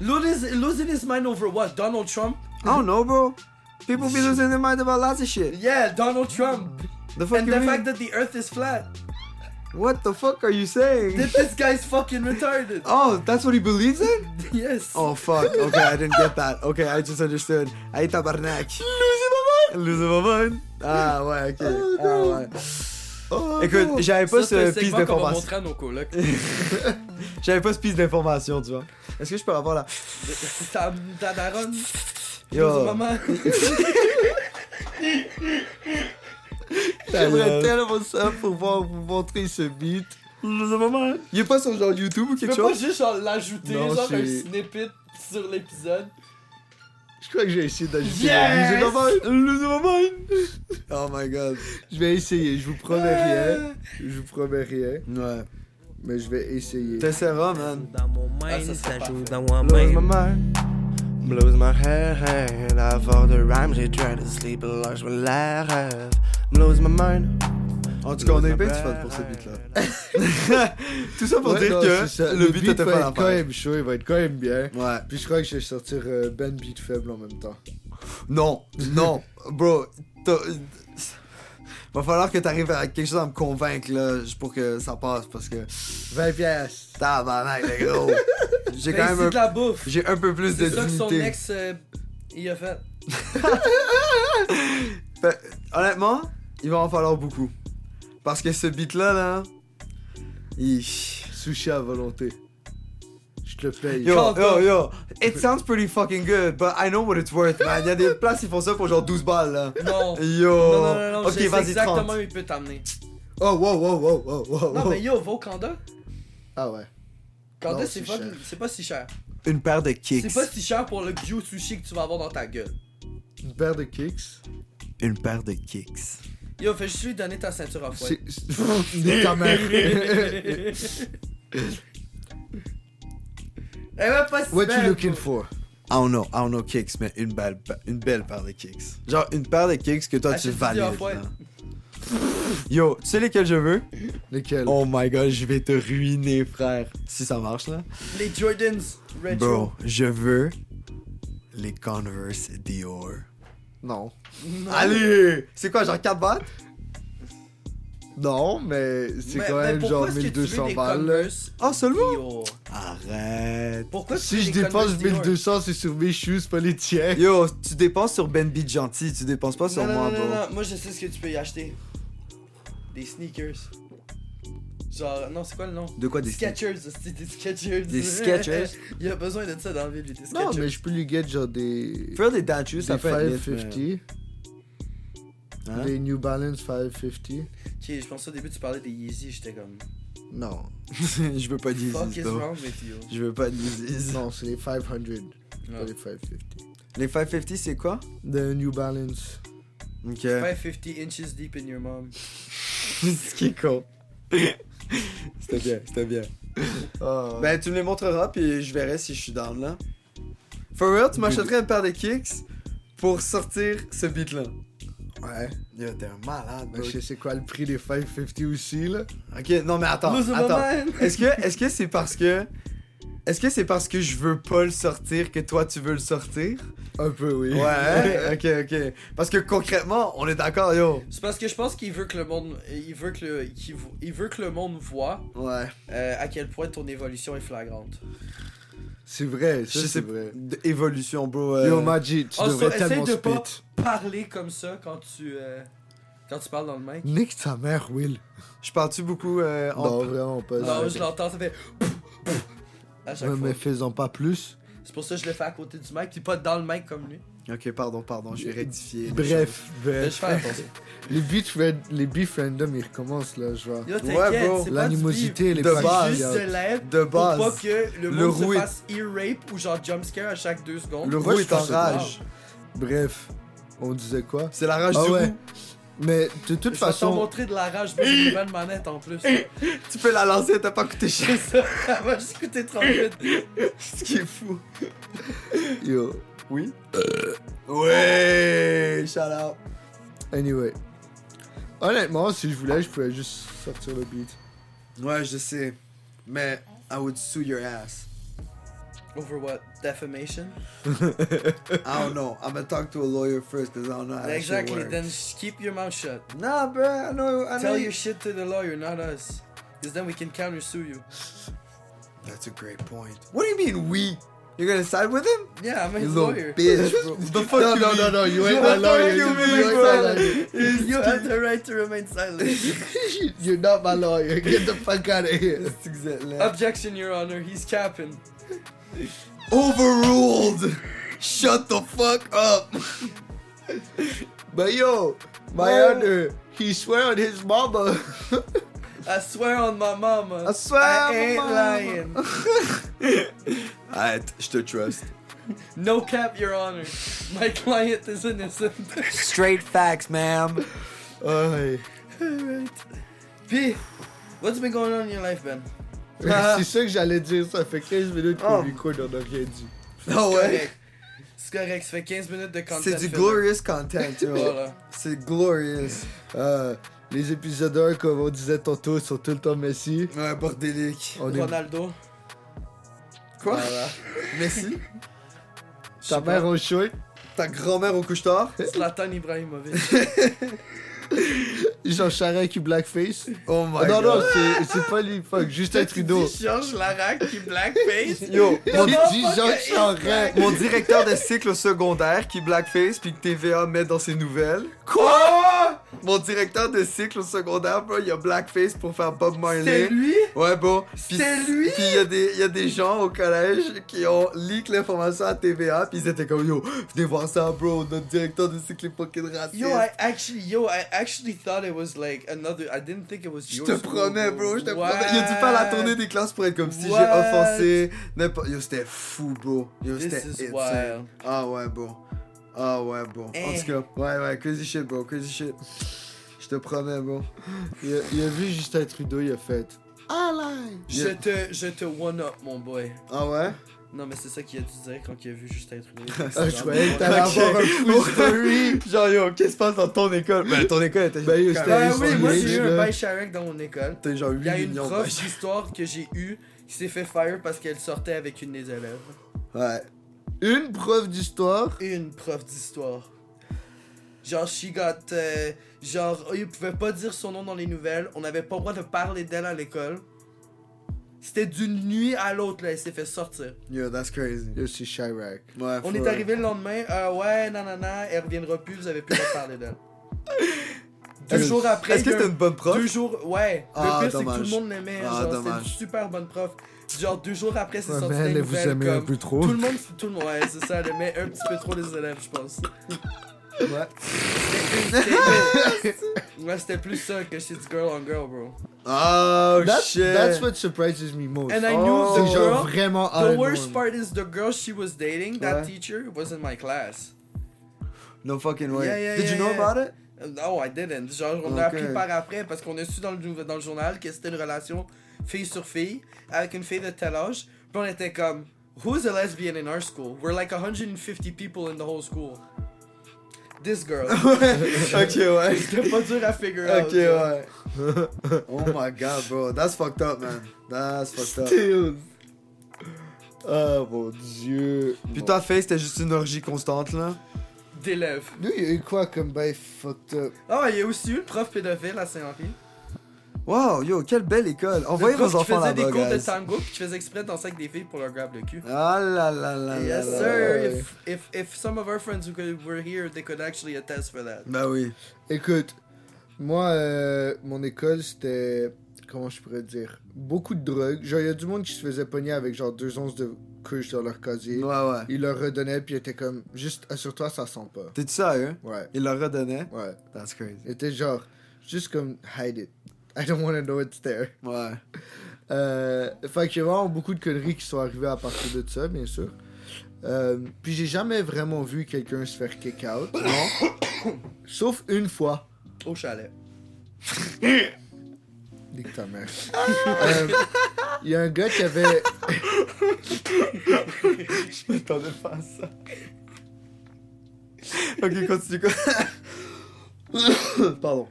Speaker 2: Losing, losing his mind over what? Donald Trump?
Speaker 4: I don't know, bro. People be losing their mind about lots of shit.
Speaker 2: Yeah, Donald Trump!
Speaker 4: The fuck
Speaker 2: And
Speaker 4: you
Speaker 2: the
Speaker 4: mean?
Speaker 2: fact that the earth is flat.
Speaker 4: What the fuck are you saying?
Speaker 2: That this guy's fucking retarded.
Speaker 4: (laughs) Oh, that's what he believes in?
Speaker 2: Yes.
Speaker 4: Oh, (laughs) fuck. Okay, I didn't get that. Okay, I just understood. Hey, tabarnak. Losing my mind. Losing my mind. Ah, ouais, ok.
Speaker 3: Oh,
Speaker 4: ah,
Speaker 3: non.
Speaker 4: ouais.
Speaker 3: Oh, non.
Speaker 4: Écoute, j'avais pas
Speaker 2: Ça, c'est un
Speaker 4: ce piece
Speaker 2: segment qu'on va
Speaker 4: d'information.
Speaker 2: montrer à nos colocs.
Speaker 4: (laughs) J'avais pas ce piece d'information, tu vois. Est-ce que je peux avoir la.
Speaker 2: Ta, ta daronne.
Speaker 4: Yo.
Speaker 2: Lose my mind.
Speaker 3: J'aimerais tellement ça pour voir- vous montrer ce beat.
Speaker 4: Losing my mind. Il est pas sur genre YouTube ou
Speaker 2: Tu
Speaker 4: quelque
Speaker 2: peux pas
Speaker 4: chose?
Speaker 2: juste genre, l'ajouter,
Speaker 3: Non,
Speaker 2: genre un
Speaker 3: c'est-
Speaker 2: snippet sur l'épisode.
Speaker 3: Je crois que j'ai essayé d'ajouter
Speaker 2: Yes!
Speaker 3: la musique. Non, non,
Speaker 4: Losing my mind. Oh my god.
Speaker 3: Je vais essayer, je vous promets rien.
Speaker 2: Ah,
Speaker 3: Je vous promets rien,
Speaker 4: Ouais.
Speaker 3: mais je vais essayer.
Speaker 4: T'essaieras, man.
Speaker 1: dans mon
Speaker 2: Ah,
Speaker 1: mind,
Speaker 2: ça, c'est
Speaker 1: ça
Speaker 2: parfait.
Speaker 1: joue dans mon
Speaker 4: Lose my
Speaker 1: mind.
Speaker 4: mind.
Speaker 5: Blows my head, head. I've all the rhymes, they try to sleep a large will laugh. Blows my mind.
Speaker 4: En tout cas, on a eu bien du fun pour
Speaker 3: (laughs)
Speaker 4: ce beat-là. Tout ça pour
Speaker 3: Ouais,
Speaker 4: dire
Speaker 3: non,
Speaker 4: que
Speaker 3: c'est ça.
Speaker 4: le beat était pas
Speaker 3: va
Speaker 4: la
Speaker 3: être quand même chaud, il va être quand même bien.
Speaker 4: Ouais.
Speaker 3: Puis je crois que je vais sortir euh, Ben Beat (laughs) Faible en même temps.
Speaker 4: Non, non, bro. t'as- Va falloir que t'arrives avec quelque chose à me convaincre, là, juste pour que ça passe, parce que.
Speaker 3: 20 pièces.
Speaker 4: Tabarnak,
Speaker 2: (laughs)
Speaker 4: le gros! J'ai
Speaker 2: Ben,
Speaker 4: quand même
Speaker 2: c'est
Speaker 4: un,
Speaker 2: de la bouffe.
Speaker 4: j'ai un peu plus de
Speaker 2: C'est ça que son
Speaker 4: dignité.
Speaker 2: ex, euh, il a fait.
Speaker 4: Fait- honnêtement, il va en falloir beaucoup. Parce que ce beat-là, là. il-
Speaker 3: Sushi à volonté. Je te le paye.
Speaker 4: Yo,
Speaker 2: Call
Speaker 4: yo,
Speaker 2: toi.
Speaker 4: yo, it sounds pretty fucking good, but I know what it's worth, man. Y'a des places qui font ça pour genre 12 balles, là.
Speaker 2: Non.
Speaker 4: Yo!
Speaker 2: Non, non, non, non,
Speaker 4: ok,
Speaker 2: je sais
Speaker 4: vas-y,
Speaker 2: exactement
Speaker 4: 30.
Speaker 2: où il peut t'amener.
Speaker 3: Oh, wow, wow, wow, wow, wow.
Speaker 2: Non,
Speaker 3: wow.
Speaker 2: mais yo, va au Kanda.
Speaker 3: Ah ouais.
Speaker 2: Kanda,
Speaker 3: Oh. Non,
Speaker 2: c'est
Speaker 3: c'est
Speaker 2: pas,
Speaker 3: cher.
Speaker 2: c'est pas si cher.
Speaker 4: Une paire de
Speaker 2: C'est
Speaker 4: kicks.
Speaker 2: pas si cher pour le gyu sushi que tu vas avoir dans ta gueule.
Speaker 3: Une paire de kicks.
Speaker 4: Une paire de kicks.
Speaker 2: Yo, fais juste lui donner ta ceinture à fouet.
Speaker 3: C'est- (laughs) c'est- Nique ta mère.
Speaker 2: (laughs) Elle va Eh, pas se
Speaker 3: (laughs) What you
Speaker 2: faire,
Speaker 3: looking
Speaker 2: quoi.
Speaker 3: for?
Speaker 4: I don't know, I don't know kicks, mais une belle, pa- une belle paire de kicks. Genre une paire de kicks que toi
Speaker 2: Achète-tu
Speaker 4: tu
Speaker 2: des
Speaker 4: valides.
Speaker 2: Off-White?
Speaker 4: là. Yo, tu sais lesquels je veux?
Speaker 3: Lesquels?
Speaker 4: Oh my god, je vais te ruiner, frère. Si ça marche là.
Speaker 2: Les Jordans Retro.
Speaker 4: Bro, je veux les Converse Dior.
Speaker 3: Non.
Speaker 2: Non.
Speaker 4: Allez! C'est quoi, genre 4 balles?
Speaker 3: Non, mais c'est
Speaker 2: Mais-
Speaker 3: quand
Speaker 2: mais
Speaker 3: même genre
Speaker 2: pourquoi est-ce que tu veux
Speaker 3: 1200
Speaker 2: des
Speaker 3: balles. là.
Speaker 2: Converse
Speaker 4: Ah, seulement?
Speaker 2: Dior?
Speaker 4: Arrête.
Speaker 2: Pourquoi tu
Speaker 3: Si
Speaker 2: veux
Speaker 3: je
Speaker 2: des Converse
Speaker 3: dépense
Speaker 2: Dior?
Speaker 3: 1200, c'est sur mes shoes, pas les tiens.
Speaker 4: Yo, tu dépenses sur Ben Beat Gentil, tu dépenses pas sur
Speaker 2: non, non,
Speaker 4: moi,
Speaker 2: non,
Speaker 4: bro.
Speaker 2: non, non, moi je sais ce que tu peux y acheter. Des sneakers. Genre, non, c'est quoi le nom?
Speaker 4: De quoi
Speaker 2: Des
Speaker 4: des
Speaker 2: Skechers, c'est des Skechers.
Speaker 4: Des Skechers?
Speaker 2: (laughs) Il a besoin de ça dans la vie, lui, des Skechers.
Speaker 3: Non, mais je peux lui get genre des.
Speaker 4: Faire des dance shoes,
Speaker 3: Des
Speaker 4: ça peut être lit,
Speaker 3: 550.
Speaker 4: mais- Hein?
Speaker 3: Des New Balance 550.
Speaker 2: Ok, je pensais au début tu parlais des Yeezy, j'étais comme.
Speaker 3: Non.
Speaker 4: (laughs) je veux pas de
Speaker 2: Fuck
Speaker 4: Yeezys,
Speaker 2: is
Speaker 4: bro.
Speaker 2: wrong with you?
Speaker 4: Je veux pas de Yeezys.
Speaker 3: Non, c'est les 500,
Speaker 2: Ouais.
Speaker 3: pas les 550.
Speaker 4: Les 550, c'est quoi?
Speaker 3: Des New Balance.
Speaker 4: Ok. (laughs)
Speaker 2: 550 inches deep in your mom.
Speaker 4: Ce qui est con. c'était bien, c'était bien.
Speaker 3: Oh.
Speaker 4: Ben, tu me les montreras, puis je verrai si je suis down, là. For real, tu m'achèterais une paire de kicks pour sortir ce beat-là.
Speaker 3: ouais.
Speaker 4: Yo, t'es un malade,
Speaker 3: Ben, je sais c'est quoi le prix des 550 aussi, là.
Speaker 4: Ok, non, mais attends,
Speaker 2: Lose
Speaker 4: attends.
Speaker 2: man!
Speaker 4: Est-ce que est-ce que c'est parce que est-ce que c'est parce que je veux pas le sortir que toi tu veux le sortir
Speaker 3: Un peu, oui.
Speaker 4: Ouais. hein? (laughs) ok, ok. Parce que concrètement, on est d'accord, yo.
Speaker 2: C'est parce que je pense qu'il veut que le monde. Il veut que le, qu'il vo- il veut que le monde voit
Speaker 4: Ouais.
Speaker 2: euh, à quel point ton évolution est flagrante.
Speaker 3: C'est vrai,
Speaker 4: Je
Speaker 3: ça,
Speaker 4: sais
Speaker 3: c'est
Speaker 4: pas.
Speaker 3: vrai.
Speaker 4: Évolution, bro. euh,
Speaker 3: Yo, Magic, tu
Speaker 2: Oh, ça,
Speaker 3: devrais
Speaker 2: essaye
Speaker 3: tellement
Speaker 2: de pas-
Speaker 3: spit.
Speaker 2: Parler comme ça quand tu. euh, quand tu parles dans le mic.
Speaker 3: Nique ta mère, Will.
Speaker 4: je parle-tu beaucoup euh, en-
Speaker 3: Non, vraiment pas.
Speaker 2: Non,
Speaker 3: Ouais,
Speaker 2: je l'entends, ça fait. À chaque fois.
Speaker 3: mais fais-en pas plus.
Speaker 2: C'est pour ça que je le fais à côté du mic, puis pas dans le mic comme lui.
Speaker 4: Ok, pardon, pardon, je vais rectifier.
Speaker 3: Bref,
Speaker 2: Mais
Speaker 3: bref.
Speaker 2: je fais attention.
Speaker 3: (laughs) Les beats, red- les beefs random, ils recommencent là, je vois.
Speaker 2: Yo,
Speaker 4: Ouais,
Speaker 2: t'inquiète,
Speaker 4: bro.
Speaker 2: c'est pas du beef.
Speaker 3: L'animosité, les
Speaker 4: de
Speaker 2: C'est
Speaker 4: base,
Speaker 2: juste
Speaker 3: regarde.
Speaker 2: de l'aide
Speaker 4: De
Speaker 2: pour pas
Speaker 4: base,
Speaker 2: que le,
Speaker 4: Le
Speaker 2: monde
Speaker 4: roux
Speaker 2: se
Speaker 4: est-
Speaker 2: fasse ear-rape ou genre jumpscare à chaque deux secondes.
Speaker 4: le
Speaker 3: Moi,
Speaker 4: roux
Speaker 3: je
Speaker 4: est en
Speaker 3: pense que-
Speaker 4: rage.
Speaker 3: Bref, on disait quoi
Speaker 4: C'est la rage
Speaker 3: Ah
Speaker 4: du
Speaker 3: ouais.
Speaker 4: roux.
Speaker 3: Mais de toute
Speaker 2: Je vais t'en
Speaker 3: façon,
Speaker 2: montrer de la rage, mais j'ai une bonne manette en (laughs) plus.
Speaker 4: Tu peux la lancer, t'as pas coûté cher.
Speaker 2: (laughs) C'est ça, elle va juste coûter 30 minutes.
Speaker 4: Ce qui est fou.
Speaker 3: yo.
Speaker 4: Oui. Ouais. Shout out.
Speaker 3: Anyway. Honnêtement, si je voulais, je pouvais juste sortir le beat.
Speaker 4: Ouais, je sais. Mais I would sue your ass.
Speaker 2: Over what? Defamation?
Speaker 4: I don't know. I'm gonna talk to a lawyer first because I don't know how that
Speaker 2: exactly,
Speaker 4: Ah, shit works.
Speaker 2: then sh- keep your mouth shut.
Speaker 4: Nah, bro. I know. I know.
Speaker 2: Tell
Speaker 4: You.
Speaker 2: your shit to the lawyer, not us. Because then we can counter-sue you.
Speaker 4: That's a great point. What do you mean we? You're gonna side with him?
Speaker 2: Yeah, I'm
Speaker 4: You
Speaker 2: his
Speaker 4: little
Speaker 2: lawyer.
Speaker 4: bitch, bro. the fuck
Speaker 3: non,
Speaker 4: you
Speaker 3: non,
Speaker 4: mean?
Speaker 3: non, non, you ain't
Speaker 4: What
Speaker 3: my
Speaker 4: the
Speaker 3: lawyer.
Speaker 4: fuck you
Speaker 3: You
Speaker 4: mean,
Speaker 3: ain't my
Speaker 4: bro?
Speaker 3: lawyer.
Speaker 2: (laughs) You have the right to (laughs) remain silent.
Speaker 3: You're not my lawyer. Get the fuck out of here.
Speaker 4: It's exactly-
Speaker 2: Objection, your honor, he's capping.
Speaker 4: Overruled. Shut the fuck up.
Speaker 3: But yo, my
Speaker 4: Ouais.
Speaker 3: honor, he swear on his mama.
Speaker 2: I swear on my mama.
Speaker 4: (laughs) I swear
Speaker 2: I
Speaker 4: on my
Speaker 2: ain't
Speaker 4: Ah, mama.
Speaker 2: lying.
Speaker 4: Alright, je te trust.
Speaker 2: No cap, your honor. My client is innocent.
Speaker 4: Straight facts, ma'am.
Speaker 3: Aïe.
Speaker 2: Alright. Puis, what's been going on in your life, Ben?
Speaker 3: (laughs) C'est ça que j'allais dire, ça fait 15 minutes qu'on
Speaker 4: Ah. Oh.
Speaker 3: record, on n'a rien dit.
Speaker 4: Ah ouais.
Speaker 2: Correct. C'est correct, ça fait 15 minutes de content.
Speaker 4: C'est du
Speaker 2: filler.
Speaker 4: glorious content, yo.
Speaker 2: Voilà.
Speaker 4: C'est glorious.
Speaker 3: Euh, les épisodes 1, comme on disait tantôt, sont tout le temps Messi.
Speaker 4: Ouais, bordélique.
Speaker 3: On est...
Speaker 2: Ronaldo.
Speaker 4: Quoi?
Speaker 2: Voilà.
Speaker 4: Merci.
Speaker 3: Ta mère au shoot.
Speaker 4: Ta grand-mère au couche-tard. (laughs)
Speaker 2: Zlatan Ibrahimovic.
Speaker 3: Jean Charest qui blackface.
Speaker 4: Oh my
Speaker 3: non,
Speaker 4: god.
Speaker 3: non, c'est- c'est pas lui, fuck, Justin Trudeau.
Speaker 2: Tu dis Georges Larac qui
Speaker 4: (laughs)
Speaker 2: blackface.
Speaker 4: Yo,
Speaker 3: J'ai
Speaker 4: mon,
Speaker 3: dit
Speaker 2: fuck,
Speaker 3: Jean
Speaker 2: il
Speaker 3: Charest.
Speaker 4: mon directeur de cycle au secondaire qui blackface puis que TVA met dans ses nouvelles.
Speaker 2: Quoi?
Speaker 4: Mon directeur de cycle au secondaire, bro, il a blackface pour faire Bob Marley.
Speaker 2: C'est lui?
Speaker 4: Ouais, bon. Puis-
Speaker 2: C'est lui?
Speaker 4: Puis il y, a des- il y a des gens au collège qui ont leak l'information à TVA, puis ils étaient comme yo, venez voir ça, bro, notre directeur de cycle est fucking raciste.
Speaker 2: Yo, I actually, yo, I actually thought it was like another. I didn't think it was.
Speaker 4: Je
Speaker 2: your
Speaker 4: te
Speaker 2: school,
Speaker 4: promets, bro, je te
Speaker 2: What?
Speaker 4: promets. Il a dû faire la tournée des classes pour être comme si j'ai
Speaker 2: What?
Speaker 4: offensé. n'importe- Yo, c'était fou, bro. Yo,
Speaker 2: This
Speaker 4: c'était
Speaker 2: is
Speaker 4: insane.
Speaker 2: wild.
Speaker 4: Ah ouais, bro. Ah ouais, bro. En
Speaker 2: Eh.
Speaker 4: tout cas, ouais, ouais, crazy shit, bro, crazy shit. Je te promets, bro.
Speaker 3: Il a, il a vu Justin Trudeau, il a fait. Alain!
Speaker 2: Je te, je te one up, mon boy.
Speaker 4: Ah ouais?
Speaker 2: Non, mais c'est ça qu'il a dû dire quand il a vu Justin Trudeau.
Speaker 3: Ah, je croyais que t'allais
Speaker 4: Ok.
Speaker 3: avoir un full story.
Speaker 4: Genre, yo, qu'est-ce qui se passe dans ton école? Ben, ton école était.
Speaker 3: Ben, yo, c'était
Speaker 2: Ben
Speaker 3: Ils
Speaker 2: oui,
Speaker 3: sont
Speaker 2: moi
Speaker 3: riches,
Speaker 2: j'ai eu un
Speaker 3: là.
Speaker 2: bail Sharek dans mon école.
Speaker 4: T'es genre 8
Speaker 2: Il y a une
Speaker 4: millions.
Speaker 2: prof d'histoire que j'ai eue qui s'est fait fire parce qu'elle sortait avec une des élèves.
Speaker 4: Ouais.
Speaker 3: Une preuve d'histoire.
Speaker 2: Une prof d'histoire. Genre, she got. euh, genre, ils pouvaient pas dire son nom dans les nouvelles. On n'avait pas le droit de parler d'elle à l'école. C'était d'une nuit à l'autre, là, elle s'est fait sortir.
Speaker 4: Yo, that's crazy.
Speaker 3: Yo, c'est Chirac.
Speaker 4: Ouais,
Speaker 2: On
Speaker 4: for
Speaker 2: est
Speaker 4: real.
Speaker 2: arrivé le lendemain. Euh, ouais, nanana, elle reviendra plus, vous avez plus le droit de parler
Speaker 4: (laughs)
Speaker 2: d'elle. Deux
Speaker 4: Dude.
Speaker 2: jours après.
Speaker 4: Est-ce que
Speaker 2: il y a
Speaker 4: c'était une bonne prof?
Speaker 2: Deux jours, ouais. Le
Speaker 4: Ah,
Speaker 2: pire, c'est que tout
Speaker 4: dommage.
Speaker 2: le monde l'aimait.
Speaker 4: Ah,
Speaker 2: genre, c'était une
Speaker 4: dommage.
Speaker 2: super bonne prof. Genre, deux jours après, c'est sorti
Speaker 3: mais
Speaker 2: des
Speaker 3: elle, vous
Speaker 2: nouvelles
Speaker 3: aimez un
Speaker 2: comme...
Speaker 3: peu trop.
Speaker 2: Tout le monde, tout le monde, ouais, c'est ça, elle aimait un petit peu trop les élèves, je
Speaker 4: (laughs)
Speaker 2: pense. (laughs)
Speaker 4: Ouais.
Speaker 2: C'était- ouais, c'était plus ça que shit's girl on girl, bro.
Speaker 4: Oh
Speaker 3: That-
Speaker 4: shit.
Speaker 3: that's what surprises me most.
Speaker 2: And I
Speaker 4: Oh.
Speaker 2: knew the
Speaker 3: c'est genre
Speaker 2: girl.
Speaker 3: vraiment out
Speaker 2: The
Speaker 3: of
Speaker 2: worst
Speaker 3: norm.
Speaker 2: part is the girl she was dating, that
Speaker 4: Ouais.
Speaker 2: teacher, was in my class.
Speaker 4: No fucking way.
Speaker 2: Yeah, yeah,
Speaker 4: Did you
Speaker 2: yeah,
Speaker 4: know
Speaker 2: yeah.
Speaker 4: about
Speaker 3: (laughs)
Speaker 4: it?
Speaker 2: No, Euh, oh, I didn't. Genre, on a
Speaker 4: Ok.
Speaker 2: appris par après parce qu'on a su dans le, nou- dans le journal que c'était une relation fille sur fille avec une fille de tel âge. Puis on était comme, Who's a lesbian in our school? We're like 150 people in the whole school. This girl.
Speaker 4: (laughs) (laughs) ok, ouais.
Speaker 2: c'était pas dur à figure out.
Speaker 4: Ok, ouais.
Speaker 3: (laughs)
Speaker 4: oh my god, bro. That's fucked up, man. That's fucked up.
Speaker 3: Dude.
Speaker 4: Ah,
Speaker 3: Oh mon dieu.
Speaker 4: Puis toi, Face, c'était juste une orgie constante, là.
Speaker 2: D'élèves.
Speaker 3: Nous, il y a eu quoi comme bail fucked up?
Speaker 2: Ah, il y a aussi eu le prof pédophile à Saint-Henri.
Speaker 4: Wow, yo, quelle belle école.
Speaker 2: Le
Speaker 4: Envoyez
Speaker 2: prof
Speaker 4: vos
Speaker 2: qui
Speaker 4: enfants
Speaker 2: faisait des
Speaker 4: là-bas,
Speaker 2: cours de
Speaker 4: guys.
Speaker 2: tango puis qui faisait exprès de danser avec des filles pour leur grab le cul.
Speaker 4: Ah là là là là.
Speaker 2: Yes,
Speaker 4: là
Speaker 2: sir.
Speaker 4: là.
Speaker 2: If, if, if some of our friends who could, were here, they could actually attest for that.
Speaker 4: Ben oui.
Speaker 3: Écoute, moi, euh, mon école, c'était. Comment je pourrais dire? Beaucoup de drogue. Genre, il y a du monde qui se faisait pogner avec genre deux onces de couche dans leur casier.
Speaker 4: Ouais, ouais.
Speaker 3: Il leur redonnait, puis il était comme, juste assure-toi, ça sent pas.
Speaker 4: T'es-tu sérieux?
Speaker 3: Ouais,
Speaker 4: Il leur redonnait.
Speaker 3: ouais.
Speaker 4: That's crazy.
Speaker 3: Il était genre, juste comme, hide it. (laughs) I don't want to know it's there.
Speaker 4: Ouais.
Speaker 3: Euh, fait qu'il y a vraiment beaucoup de conneries qui sont arrivées à partir de ça, bien sûr. Euh, puis j'ai jamais vraiment vu quelqu'un se faire kick out, (coughs) non? Sauf une fois.
Speaker 2: Au chalet.
Speaker 3: Nique ta mère. Euh, Il y a un gars qui avait.
Speaker 4: Je m'attendais pas à ça. ok, continue. quoi. Pardon.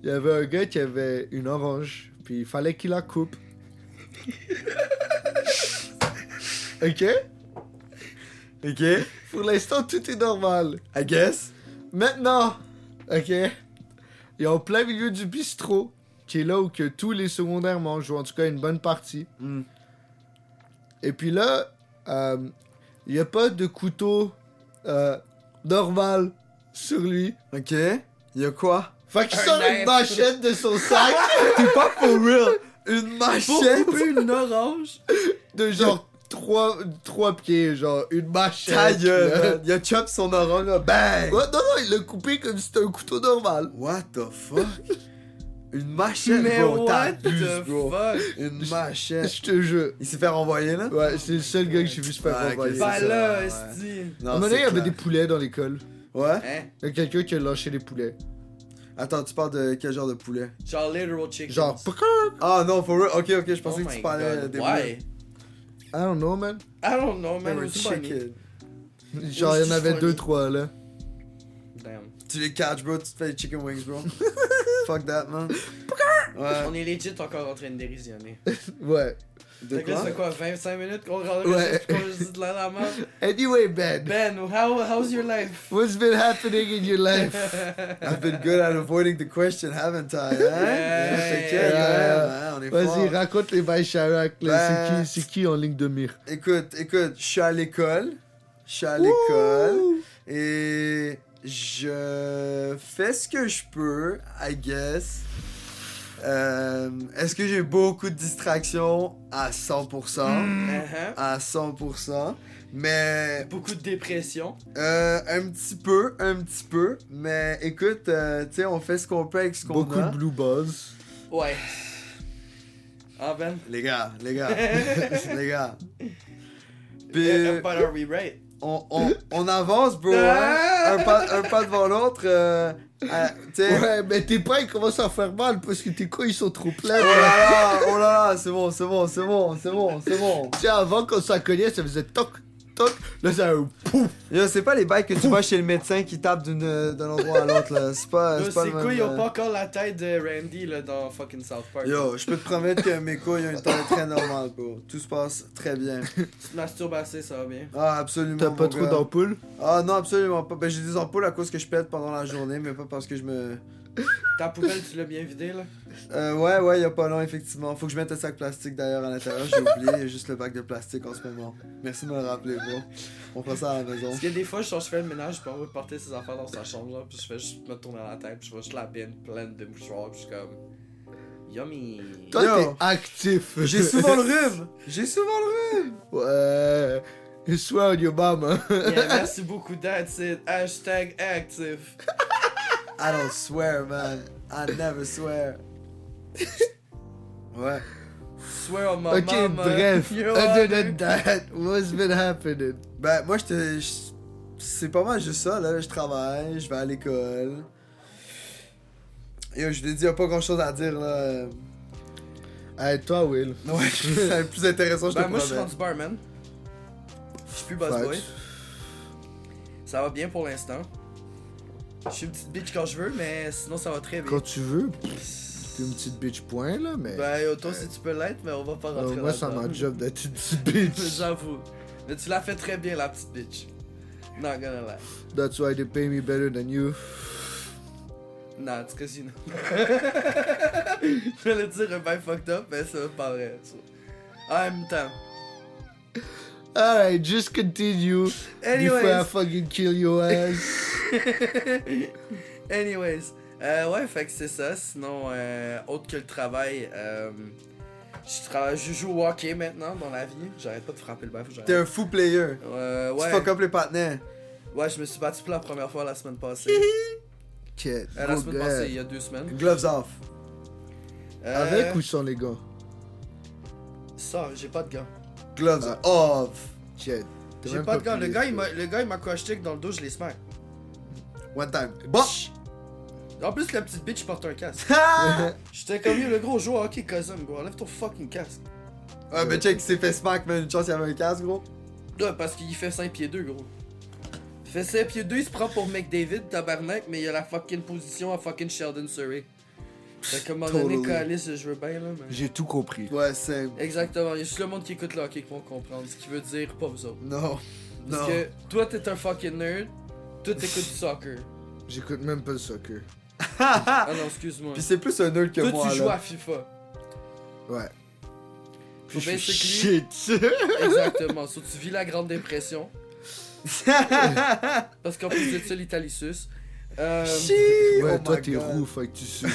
Speaker 3: Il y avait un gars qui avait une orange, puis il fallait qu'il la coupe. ok?
Speaker 4: Ok,
Speaker 3: Pour l'instant, tout est normal.
Speaker 4: I guess.
Speaker 3: Maintenant, ok? Il est en plein milieu du bistrot, qui est là où que tous les secondaires mangent, ou en tout cas une bonne partie.
Speaker 4: Hmm.
Speaker 3: Et puis là, euh, il n'y a pas de couteau euh, normal sur lui.
Speaker 4: Ok, y'a quoi?
Speaker 3: Fait qu'il
Speaker 2: Un
Speaker 3: sort une
Speaker 2: knife.
Speaker 3: machette de son sac
Speaker 4: (laughs) T'es pas for real! Une
Speaker 2: Pour
Speaker 4: machette!
Speaker 2: couper une orange.
Speaker 3: de genre 3, pieds, genre une machette.
Speaker 4: Ta gueule,
Speaker 3: là.
Speaker 4: man. Y'a chop son orange, là. bang!
Speaker 3: Ouais, non, non, il l'a coupé comme si c'était un couteau normal.
Speaker 4: What the fuck? Une machette,
Speaker 2: Mais
Speaker 4: bro!
Speaker 2: what
Speaker 4: T'abuses,
Speaker 2: the
Speaker 4: bro!
Speaker 2: fuck?
Speaker 4: Une machette!
Speaker 3: Je te jure.
Speaker 4: Il s'est fait renvoyer, là?
Speaker 3: Ouais, c'est le seul gars que j'ai vu se faire
Speaker 4: Ah, ok.
Speaker 3: renvoyer.
Speaker 4: (laughs) C'est
Speaker 2: Bah
Speaker 4: ça,
Speaker 2: là,
Speaker 4: ouais.
Speaker 2: esti.
Speaker 3: À un moment
Speaker 4: c'est
Speaker 3: donné, il y avait
Speaker 4: clair.
Speaker 3: des poulets dans l'école.
Speaker 4: Ouais?
Speaker 2: Hein?
Speaker 3: Il y a quelqu'un qui a lâché des poulets.
Speaker 4: Attends, tu parles de quel genre de poulet?
Speaker 2: Genre literal chicken. Oh
Speaker 3: Genre, pourquoi?
Speaker 4: Ah non, for real? Ok, ok, je pensais que tu parlais des
Speaker 2: Why?
Speaker 4: poulets.
Speaker 3: I don't know, man.
Speaker 2: I don't know, man.
Speaker 4: They
Speaker 2: It
Speaker 4: were
Speaker 2: was funny.
Speaker 4: chicken.
Speaker 3: Genre, il y en avait deux, trois, là.
Speaker 2: Damn.
Speaker 4: Tu les catch, bro, tu te fais les chicken wings, bro. Fuck that, man. Ouais.
Speaker 2: On est legit encore en train de dérisionner.
Speaker 3: Ouais.
Speaker 4: De
Speaker 2: Fait que là,
Speaker 4: quoi?
Speaker 2: ça fait quoi, 25 minutes qu'on rentre
Speaker 3: Ouais.
Speaker 2: qu'on dit de la la merde?
Speaker 3: Anyway, Ben,
Speaker 2: Ben, how, how's your
Speaker 4: (laughs)
Speaker 2: life?
Speaker 3: what's been happening in your life?
Speaker 4: I've been good at avoiding the question, haven't I? Hein?
Speaker 2: Yeah,
Speaker 4: C'est
Speaker 2: yeah,
Speaker 4: quel,
Speaker 3: yeah.
Speaker 4: hein? On est fort.
Speaker 3: Vas-y, raconte les bails Chirac, là.
Speaker 4: Ben-
Speaker 3: C'est qui, c'est qui en ligne de mire?
Speaker 4: Écoute, écoute, je suis à l'école. Je suis à l'école. Et je fais ce que je peux, I guess. Euh, Est-ce que j'ai beaucoup de distractions? À 100%.
Speaker 2: Uh-huh.
Speaker 4: À 100%. Mais
Speaker 2: Beaucoup de dépression.
Speaker 4: euh, un petit peu, un petit peu. Mais écoute, euh, tu sais, on fait ce qu'on peut avec ce qu'on a.
Speaker 3: Beaucoup de blue balls.
Speaker 2: Ouais. Ah, Ben?
Speaker 4: Les gars,
Speaker 3: (laughs)
Speaker 4: les gars, les gars. Puis
Speaker 2: Yeah, But are we right?
Speaker 4: on, on, on avance, bro. hein.
Speaker 3: (laughs)
Speaker 4: Un, pas, un pas devant l'autre. euh, à- tu sais.
Speaker 3: Ouais, mais tes pas, ils commencent à faire mal parce que tes couilles sont trop
Speaker 4: Oh
Speaker 3: pleines.
Speaker 4: là là, oh là là, c'est bon, c'est bon, c'est bon, c'est bon, c'est bon.
Speaker 3: Tu sais, avant, quand ça cognait, ça faisait toc, toc. Là, ça. Pouf!
Speaker 4: Yo, c'est pas les bails que tu vas chez le médecin qui tape d'une- d'un endroit à l'autre, là. C'est pas,
Speaker 2: Là,
Speaker 4: c'est pas
Speaker 2: Ses
Speaker 4: le même.
Speaker 2: couilles ont
Speaker 4: euh.
Speaker 2: pas encore la tête de Randy là, dans fucking South Park.
Speaker 4: Yo, je peux te promettre que mes couilles ont une taille très normale, bro. Tout se passe très bien.
Speaker 2: Tu te masturbes assez, ça va bien.
Speaker 4: Ah, absolument.
Speaker 3: T'as
Speaker 4: mon
Speaker 3: pas trop
Speaker 4: gars.
Speaker 3: d'ampoules?
Speaker 4: Ah, non, absolument pas. Ben, j'ai des ampoules à cause que je pète pendant la journée, mais pas parce que je me.
Speaker 3: (laughs)
Speaker 2: Ta poubelle, tu l'as bien vidée, là?
Speaker 4: Euh, ouais, ouais, y a pas long, effectivement. Faut que je mette un sac plastique d'ailleurs à l'intérieur. J'ai oublié, y a juste le bac de plastique en ce moment. Merci de me le rappeler, bro. On fera ça à la maison.
Speaker 2: Parce que des fois, je, je fais le ménage, puis on va porter ses affaires dans sa chambre, là, puis je fais juste me tourner la tête, puis je vois juste la benne pleine de mouchoirs, puis je suis comme... Yummy!
Speaker 3: Toi,
Speaker 4: Yo.
Speaker 3: t'es actif.
Speaker 4: J'ai souvent le rhume! J'ai souvent le rhume!
Speaker 3: (laughs) Ouais. Et soin your mom, (laughs) hein.
Speaker 2: Yeah, merci beaucoup, that's it. Hashtag actif.
Speaker 4: I don't swear, man. I never swear. Ouais.
Speaker 2: Swear on my
Speaker 3: Ok,
Speaker 2: mama. (laughs)
Speaker 3: bref. Euh,
Speaker 2: Yo,
Speaker 3: Other
Speaker 2: honey.
Speaker 3: than that, what's been happening?
Speaker 4: Ben, moi, je te. je- C'est pas mal juste ça, là. Je travaille, je vais à l'école. Yo, je te dis, y a pas grand chose à dire, là.
Speaker 3: Hey, toi, Will.
Speaker 4: Ouais, (laughs) c'est plus intéressant, je te
Speaker 2: Ben, moi, je suis
Speaker 4: promets.
Speaker 2: rendu barman. Je suis plus busboy.
Speaker 4: Facts.
Speaker 2: Ça va bien pour l'instant. Je suis une petite bitch quand je veux, mais sinon, ça va très bien.
Speaker 3: Quand tu veux, t'es une petite bitch point, là, mais.
Speaker 2: Ben, yo, toi, si tu peux l'être, mais on va pas
Speaker 3: Euh,
Speaker 2: rentrer
Speaker 3: moi, ça
Speaker 2: là-dedans.
Speaker 3: m'a job d'être une
Speaker 2: (laughs)
Speaker 3: petite bitch.
Speaker 2: J'avoue. Mais tu l'as fait très bien, la petite bitch. Not gonna lie.
Speaker 3: That's why they pay me better than you.
Speaker 2: Nah, it's cause you know. (laughs) Je vais le dire un bail fucked up, mais c'est pas vrai. ça. En même temps.
Speaker 3: Alright, just continue. Before I
Speaker 2: Anyways.
Speaker 3: fucking kill
Speaker 2: (laughs)
Speaker 3: your ass.
Speaker 2: Anyways, euh, ouais, fait que c'est ça. Sinon, euh, autre que le travail, euh, je, travaille, je joue au hockey maintenant dans la vie. J'arrête pas de frapper le bal. faut que
Speaker 4: T'es
Speaker 2: j'arrête.
Speaker 4: un fou player.
Speaker 2: Euh,
Speaker 4: Tu
Speaker 2: ouais.
Speaker 4: fuck up les partenaires.
Speaker 2: ouais, je me suis battu pour la première fois la semaine passée.
Speaker 3: Okay,
Speaker 2: Euh, la
Speaker 3: go
Speaker 2: semaine passée, il
Speaker 3: there.
Speaker 2: y a deux semaines.
Speaker 4: Gloves off.
Speaker 2: Euh,
Speaker 3: Avec ou sans les gars?
Speaker 2: Ça, j'ai pas de gars.
Speaker 4: Gloves off.
Speaker 3: Tiens. t'as
Speaker 2: J'ai
Speaker 3: même
Speaker 2: pas de gars. Le
Speaker 3: pu
Speaker 2: gars,
Speaker 3: les-
Speaker 2: il m'a, le gars, il m'a crotcheté dans le dos, je l'ai smack.
Speaker 4: One time. Bon.
Speaker 2: En plus, la petite bitch porte un casque.
Speaker 4: (laughs) (laughs) Ah,
Speaker 2: J'étais comme yo, le gros joue au hockey, cousin, gros. Enlève ton fucking casque.
Speaker 4: Ouais, mais check, il s'est fait smack, man. Une chance, il y avait un casque, gros.
Speaker 2: Ouais, parce qu'il fait 5 pieds 2, gros. Il fait 5 pieds 2, il se prend pour McDavid, tabarnak, mais il a la fucking position à fucking Sheldon Surrey. Fait que, à un moment donné,
Speaker 4: Totally.
Speaker 2: Calis, je veux bien, là, mais...
Speaker 3: J'ai tout compris.
Speaker 4: Ouais, c'est.
Speaker 2: Exactement, il y a juste le monde qui écoute le hockey qui vont comprendre ce qui veut dire, pas vous autres.
Speaker 4: Non.
Speaker 2: Parce
Speaker 4: Non.
Speaker 2: que, toi, t'es un fucking nerd, toi, t'écoutes du soccer.
Speaker 3: J'écoute même pas le soccer.
Speaker 2: Ah non, excuse-moi.
Speaker 4: Puis c'est plus un nerd que
Speaker 2: Toi,
Speaker 4: moi,
Speaker 2: tu joues
Speaker 4: là. (laughs)
Speaker 2: à FIFA.
Speaker 3: Ouais.
Speaker 2: Faut
Speaker 3: Je suis
Speaker 2: basically... (laughs)
Speaker 3: shit.
Speaker 2: Exactement, so, tu vis la Grande Dépression. Parce qu'en plus de ça, l'Italie suce. Euh...
Speaker 4: Chiii,
Speaker 3: Ouais,
Speaker 4: oh
Speaker 3: toi
Speaker 4: my
Speaker 3: t'es
Speaker 4: God. (laughs)
Speaker 3: roux, fait que tu suis.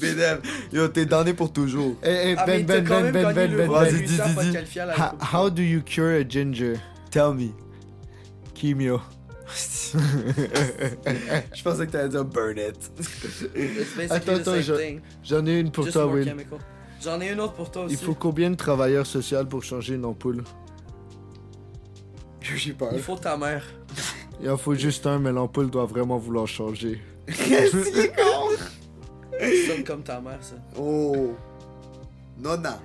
Speaker 4: Bédel. Yo, t'es damné pour toujours.
Speaker 3: Eh, eh,
Speaker 2: Ah, Ah, mais
Speaker 3: ben,
Speaker 2: t'as
Speaker 3: ben,
Speaker 2: quand
Speaker 3: ben,
Speaker 2: même
Speaker 3: ben,
Speaker 2: gagné
Speaker 3: ben,
Speaker 2: le
Speaker 3: ben,
Speaker 2: World
Speaker 4: Vas-y,
Speaker 2: Series
Speaker 4: dis,
Speaker 2: sans
Speaker 4: dis,
Speaker 2: pas te
Speaker 4: dis.
Speaker 2: qualifier à la
Speaker 3: Ha-
Speaker 2: Coupe.
Speaker 3: How do you cure a ginger?
Speaker 4: Tell me. (laughs)
Speaker 3: Chemio.
Speaker 4: Je pensais que t'allais dire burn it. (laughs)
Speaker 2: It's basically
Speaker 3: Attends,
Speaker 2: the
Speaker 3: attends,
Speaker 2: same
Speaker 3: je-
Speaker 2: thing,
Speaker 3: J'en ai une pour
Speaker 2: just
Speaker 3: toi,
Speaker 2: more
Speaker 3: Will.
Speaker 2: chemical. J'en ai une autre pour toi aussi.
Speaker 3: Il faut combien de travailleurs sociaux pour changer une ampoule
Speaker 4: J'ai peur.
Speaker 2: Il faut ta
Speaker 3: (laughs)
Speaker 2: mère.
Speaker 3: Il en faut juste un, mais l'ampoule doit vraiment vouloir changer.
Speaker 2: Tu sonnes comme ta mère, ça.
Speaker 4: Oh. Nonna.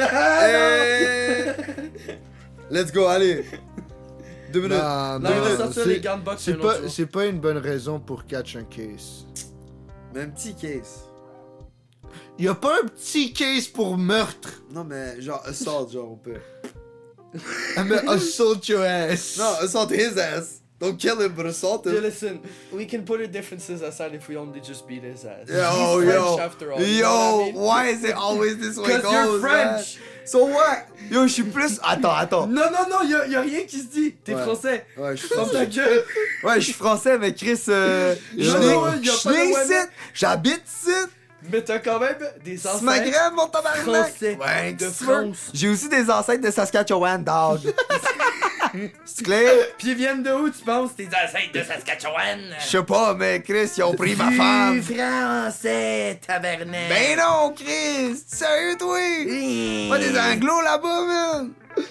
Speaker 2: Ah,
Speaker 4: Eh. Let's go, allez. Deux minutes.
Speaker 2: Là, on
Speaker 3: Non,
Speaker 2: va sortir
Speaker 3: non, Ah, ben, c'est-
Speaker 2: les gants de boxe
Speaker 3: c'est
Speaker 2: un autre
Speaker 3: pas,
Speaker 2: jour.
Speaker 3: c'est pas une bonne raison pour catch un case.
Speaker 4: Mais un petit case.
Speaker 3: Y a pas un petit case pour meurtre.
Speaker 4: Non, mais genre, assault, genre, on peut.
Speaker 3: Ah, mais
Speaker 2: (laughs)
Speaker 3: assault your ass.
Speaker 4: Non,
Speaker 2: euh,
Speaker 4: assault his ass. Don't kill him, but assault
Speaker 2: Yo,
Speaker 4: him.
Speaker 2: listen, we can put our differences aside if we only just beat his ass.
Speaker 4: Yo,
Speaker 2: He's
Speaker 4: yo.
Speaker 2: French after all.
Speaker 4: Yo,
Speaker 2: you know what
Speaker 3: oh
Speaker 2: I mean?
Speaker 4: why is it always this way?
Speaker 2: Because you're
Speaker 4: goes, man?
Speaker 2: French.
Speaker 4: So what? Yo, je suis plus. Attends, attends.
Speaker 2: Non, non, non, y'a y a rien qui se dit. T'es
Speaker 4: Ouais.
Speaker 2: français.
Speaker 4: Ouais, je suis
Speaker 2: Comme
Speaker 4: français.
Speaker 2: ta gueule.
Speaker 4: Ouais, je suis français, mais Chris,
Speaker 2: (laughs)
Speaker 4: euh, je
Speaker 3: Non,
Speaker 4: n'ai-
Speaker 3: non,
Speaker 2: ouais, y a
Speaker 4: je
Speaker 2: pas de
Speaker 4: n'ai
Speaker 2: ouais,
Speaker 4: ici, j'habite ici,
Speaker 2: Mais t'as quand même des
Speaker 4: c'est
Speaker 2: ancêtres.
Speaker 4: ma grève, mon tabarnak.
Speaker 2: français
Speaker 4: Ouais,
Speaker 2: de
Speaker 4: qu'est-ce que tu veux?
Speaker 2: France.
Speaker 4: J'ai aussi des ancêtres de
Speaker 3: (laughs)
Speaker 4: Saskatchewan, dog. C'est clair?
Speaker 2: Puis ils viennent de où, tu penses? Tes ancêtres de Saskatchewan.
Speaker 4: Je sais pas, mais Chris, ils ont pris ma femme.
Speaker 2: français, tabernacle.
Speaker 4: Ben non, Chris! Sérieux, toi? Pas des anglos là-bas, man!
Speaker 2: Ben,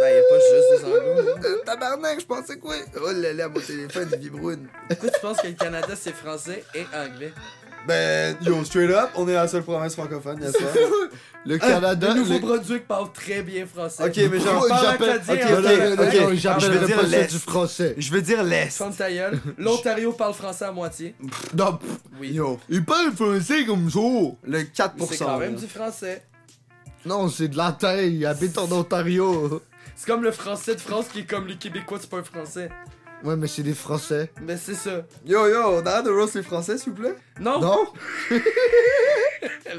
Speaker 2: y a pas juste des anglos. hein.
Speaker 4: (laughs) Tabarnak, je pensais quoi? Oh là là, mon téléphone, il vibrune.
Speaker 2: Pourquoi tu penses que le Canada, c'est français et anglais?
Speaker 4: Ben, yo, straight up, on est la seule province francophone, y'a
Speaker 2: (laughs)
Speaker 4: ça.
Speaker 3: Le Canada.
Speaker 2: le
Speaker 3: le-
Speaker 2: Nouveau-Brunswick parle très bien français.
Speaker 4: Ok, mais genre,
Speaker 3: Pourquoi
Speaker 2: parle
Speaker 3: j'appelle-
Speaker 2: acadien,
Speaker 3: Non,
Speaker 4: ok,
Speaker 3: non, non,
Speaker 4: ok,
Speaker 3: non,
Speaker 4: je veux
Speaker 3: j'appellerais
Speaker 4: dire
Speaker 3: pas ça
Speaker 4: l'Est.
Speaker 3: du français.
Speaker 4: Je veux dire l'Est.
Speaker 2: Ferme ta gueule. L'Ontario parle français à moitié.
Speaker 3: Non, pff,
Speaker 2: Oui.
Speaker 4: Yo,
Speaker 3: il parle français comme ça.
Speaker 4: le 4%.
Speaker 2: C'est quand même
Speaker 4: là.
Speaker 2: du français.
Speaker 3: Non, c'est de latin. Il habite en Ontario.
Speaker 2: C'est comme le français de France qui est comme les Québécois, c'est pas un français.
Speaker 3: Ouais, mais c'est des français.
Speaker 2: Mais c'est ça.
Speaker 4: Yo, yo, on arrête de roast les Français, s'il vous plaît? (laughs)
Speaker 2: Non?
Speaker 3: Non?
Speaker 2: (laughs)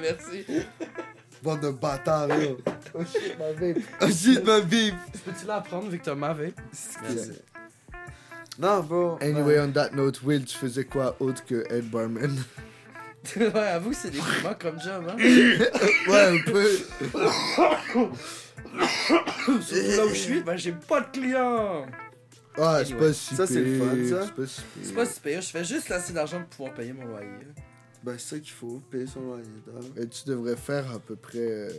Speaker 2: Merci.
Speaker 4: Bande de bâtards, yo. (laughs) Oh shit, ma vie.
Speaker 2: Peux-tu l'apprendre, Victor Mavé?
Speaker 3: euh,
Speaker 2: Merci.
Speaker 4: Non, bon.
Speaker 3: Anyway, on that note, Will, tu faisais quoi autre que head barman? (laughs)
Speaker 2: (laughs) ouais, avoue, c'est des moments comme job,
Speaker 3: (coughs)
Speaker 2: hein? (coughs)
Speaker 3: ouais, un peu.
Speaker 2: Surtout là où je suis, ben j'ai pas de clients!
Speaker 3: Ah, c'est pas si
Speaker 4: Ça, c'est le fun,
Speaker 3: pire,
Speaker 4: ça.
Speaker 3: C'est pas si
Speaker 2: C'est
Speaker 3: pire.
Speaker 2: pas si pire, je fais juste assez d'argent pour pouvoir payer mon loyer.
Speaker 4: Ben, c'est ça qu'il faut, payer son loyer, dog.
Speaker 3: Mais tu devrais faire à peu près. euh,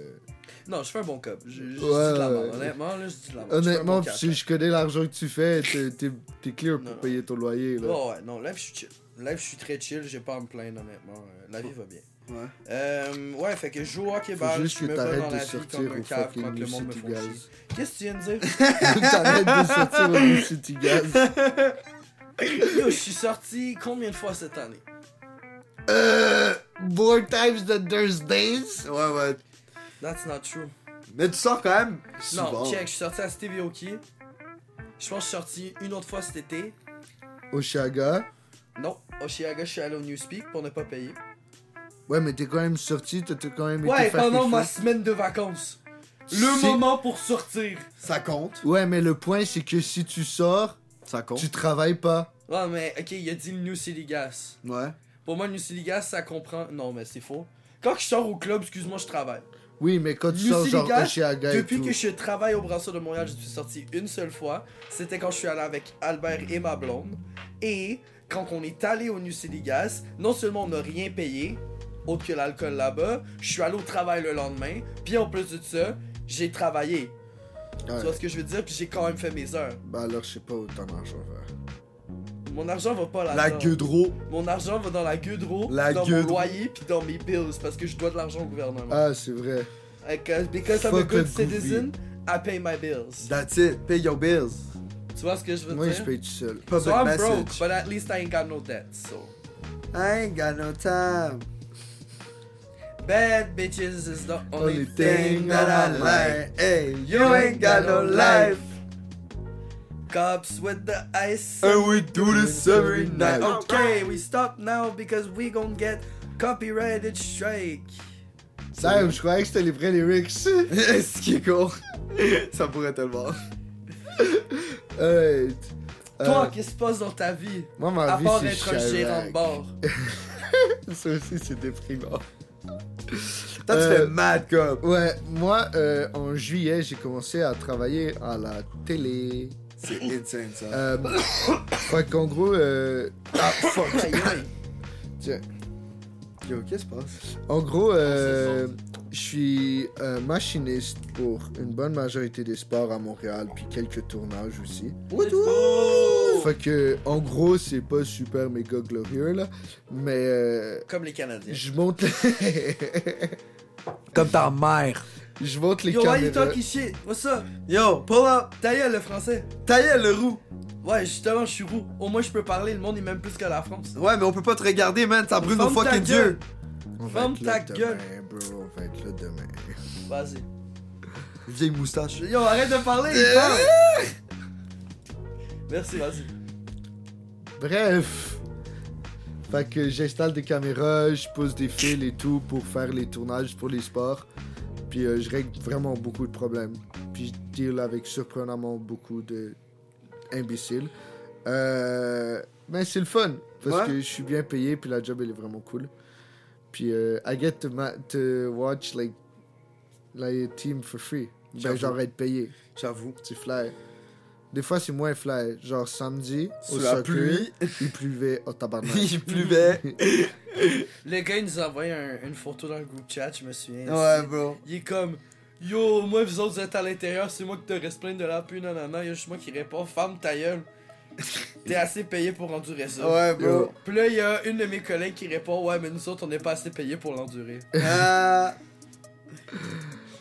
Speaker 2: Non, je fais un bon cop. Je, je dis
Speaker 3: Ouais,
Speaker 2: de la merde.
Speaker 3: ouais.
Speaker 2: Honnêtement, là, je dis de la merde.
Speaker 3: Honnêtement,
Speaker 2: je fais un
Speaker 3: si
Speaker 2: bon
Speaker 3: je connais l'argent que tu fais, t'es- t'es t'es clear pour
Speaker 2: Non, non.
Speaker 3: payer ton loyer.
Speaker 2: cash.
Speaker 3: Là.
Speaker 2: Oh, ouais, non, là, je suis chill. Là, je suis très chill, j'ai pas à me plaindre, honnêtement. Euh, La vie va bien.
Speaker 4: Ouais.
Speaker 2: Euh, ouais, fait que je joue au hockey
Speaker 3: Faut
Speaker 2: ball,
Speaker 3: juste
Speaker 2: je
Speaker 3: que
Speaker 2: me bats dans
Speaker 3: t'arrêtes de
Speaker 2: la vie comme
Speaker 3: sortir
Speaker 2: un
Speaker 3: au
Speaker 2: cave quand
Speaker 3: fucking
Speaker 2: que le
Speaker 3: New
Speaker 2: monde me
Speaker 3: City
Speaker 2: font chier.
Speaker 3: Gas.
Speaker 2: Qu'est-ce que tu viens de dire? (coughs)
Speaker 3: (laughs) T'arrêtes de sortir au New City Gas.
Speaker 2: Yo, je suis sorti combien de fois cette année?
Speaker 3: Euh. More times than there's days?
Speaker 4: Ouais, ouais.
Speaker 2: That's not true.
Speaker 4: Mais tu sors quand même
Speaker 2: Non,
Speaker 4: souvent.
Speaker 2: check, je suis sorti à Stevie Aoki. Je pense que je suis sorti une autre fois cet été.
Speaker 3: Oshaga.
Speaker 2: Non, Oshiaga, je suis allé au Newspeak pour ne pas payer.
Speaker 3: Ouais, mais t'es quand même sorti, t'as t'as quand même
Speaker 2: Ouais,
Speaker 3: été faire
Speaker 2: pendant
Speaker 3: quelque
Speaker 2: ma
Speaker 3: chose.
Speaker 2: semaine de vacances. Le
Speaker 3: C'est-
Speaker 2: moment pour sortir.
Speaker 4: Ça compte.
Speaker 3: Ouais, mais le point, c'est que si tu sors,
Speaker 4: Ça compte.
Speaker 3: tu travailles pas.
Speaker 2: Ouais, mais ok, il a dit le New City Gas.
Speaker 4: Ouais.
Speaker 2: Pour moi, le New City Gas, ça comprend. Non, mais c'est faux. Quand je sors au club, excuse-moi, je travaille.
Speaker 3: Oui, mais quand tu
Speaker 2: New
Speaker 3: sors
Speaker 2: City
Speaker 3: genre
Speaker 2: Gas,
Speaker 3: Oshaga et
Speaker 2: Depuis
Speaker 3: Ben, tout.
Speaker 2: que je travaille au Brasseur de Montréal, je suis sorti une seule fois. C'était quand je suis allé avec Albert et ma blonde. Et quand on est allé au New City Gas, non seulement on n'a rien payé, autre que l'alcool là-bas, je suis allé au travail le lendemain. Puis en plus de ça, j'ai travaillé.
Speaker 3: Ouais.
Speaker 2: Tu vois ce que je veux dire? Puis j'ai quand même fait mes heures.
Speaker 3: Bah alors, je sais pas où ton argent va.
Speaker 2: Mon argent va pas là-dedans.
Speaker 4: La gueule de roue.
Speaker 2: Mon argent va dans la gueudreau,
Speaker 4: La
Speaker 2: dans mon
Speaker 4: gueudreau.
Speaker 2: loyer, puis dans mes bills, parce que je dois de l'argent au gouvernement.
Speaker 3: Ah, c'est vrai.
Speaker 2: Like, uh, because I'm a
Speaker 3: Fuck
Speaker 2: good
Speaker 3: le goofy.
Speaker 2: citizen, I pay my bills.
Speaker 4: That's it. Pay your bills.
Speaker 2: Tu vois ce que je veux
Speaker 3: Moi,
Speaker 2: dire?
Speaker 3: je paye tout seul.
Speaker 4: Public
Speaker 2: So I'm broke,
Speaker 4: message.
Speaker 2: but at least I ain't got no debt, so.
Speaker 4: I ain't got no time.
Speaker 2: Bad bitches is the only,
Speaker 3: Only
Speaker 2: thing that I like.
Speaker 4: Hey, you ain't got no life.
Speaker 2: Cups with the ice.
Speaker 4: And we do this every night.
Speaker 2: Okay, we stop now because we gonna get copyrighted strike.
Speaker 3: Sam, je croyais que c'était les vrais lyrics. (laughs)
Speaker 4: (laughs) Ce qui est con. (laughs) Ça pourrait tellement.
Speaker 3: Euh,
Speaker 2: Toi,
Speaker 3: euh,
Speaker 2: qu'est-ce qui se passe dans ta vie?
Speaker 3: moi, ma
Speaker 2: À
Speaker 3: vie,
Speaker 2: part
Speaker 3: c'est
Speaker 2: être un gérant de
Speaker 3: Chirac.
Speaker 2: bord.
Speaker 3: Ça aussi, c'est déprimant.
Speaker 4: Toi, tu
Speaker 3: Euh,
Speaker 4: fais mad cop.
Speaker 3: Ouais, moi, euh, en juillet, j'ai commencé à travailler à la télé.
Speaker 4: C'est insane ça.
Speaker 3: Euh, (coughs) fait qu'en gros, euh, ah, fuck.
Speaker 2: Aïe, aïe.
Speaker 3: Tiens.
Speaker 4: Yo, qu'est-ce qui se passe?
Speaker 3: En gros, euh, je suis euh, machiniste pour une bonne majorité des sports à Montréal, puis quelques tournages aussi.
Speaker 2: Let's go!
Speaker 3: Fait que, en gros, c'est pas super méga glorieux, là. Mais euh,
Speaker 2: Comme les Canadiens.
Speaker 3: je monte,
Speaker 4: Comme ta mère.
Speaker 3: (laughs) je monte les
Speaker 2: Yo, why you
Speaker 3: caméras.
Speaker 2: talking shit? What's up?
Speaker 4: Yo, pull up.
Speaker 2: Ta gueule, le français.
Speaker 4: Ta gueule, le roux.
Speaker 2: Ouais, justement, je suis roux. Au moins, je peux parler. Le monde est même plus que la France.
Speaker 4: Ouais, mais on peut pas te regarder, man. Ça brûle nos
Speaker 2: Ferme ta
Speaker 4: fucking
Speaker 2: gueule.
Speaker 4: yeux.
Speaker 3: On
Speaker 2: Ferme
Speaker 3: être là
Speaker 2: ta
Speaker 3: demain, bro. On va être là demain.
Speaker 2: Vas-y.
Speaker 4: Vieille moustache.
Speaker 2: Yo, arrête de parler, il parle. Merci, vas-y.
Speaker 3: Bref. Fait que j'installe des caméras, je pose des fils et tout pour faire les tournages pour les sports. Puis euh, je règle vraiment beaucoup de problèmes. Puis je deal avec surprenamment beaucoup de imbéciles. Euh, mais c'est le fun parce
Speaker 4: Ouais.
Speaker 3: que je suis bien payé puis la job elle est vraiment cool. Puis euh, I get to, ma- to watch like la team for free. Ben,
Speaker 4: J'avoue.
Speaker 3: genre être payé,
Speaker 4: J'avoue.
Speaker 3: c'est fly. Des fois c'est moins fly, genre samedi
Speaker 4: Sous
Speaker 3: au
Speaker 4: la
Speaker 3: soccer,
Speaker 4: pluie,
Speaker 3: il pleuvait au (laughs) tabarnak.
Speaker 4: il pleuvait.
Speaker 2: Le gars, il nous a envoyé un- une photo dans le groupe chat, je me souviens.
Speaker 4: Ouais, bro.
Speaker 2: Il est comme Yo, moi, vous autres, vous êtes à l'intérieur, c'est moi qui te reste plein de la pluie, nanana. Il y a juste moi qui réponds Femme ta gueule. T'es assez payé pour endurer ça.
Speaker 4: Ouais, bro.
Speaker 3: Yo.
Speaker 2: Puis là, il y a une de mes collègues qui répond Ouais, mais nous autres, on n'est pas assez payé pour l'endurer.
Speaker 4: Ah.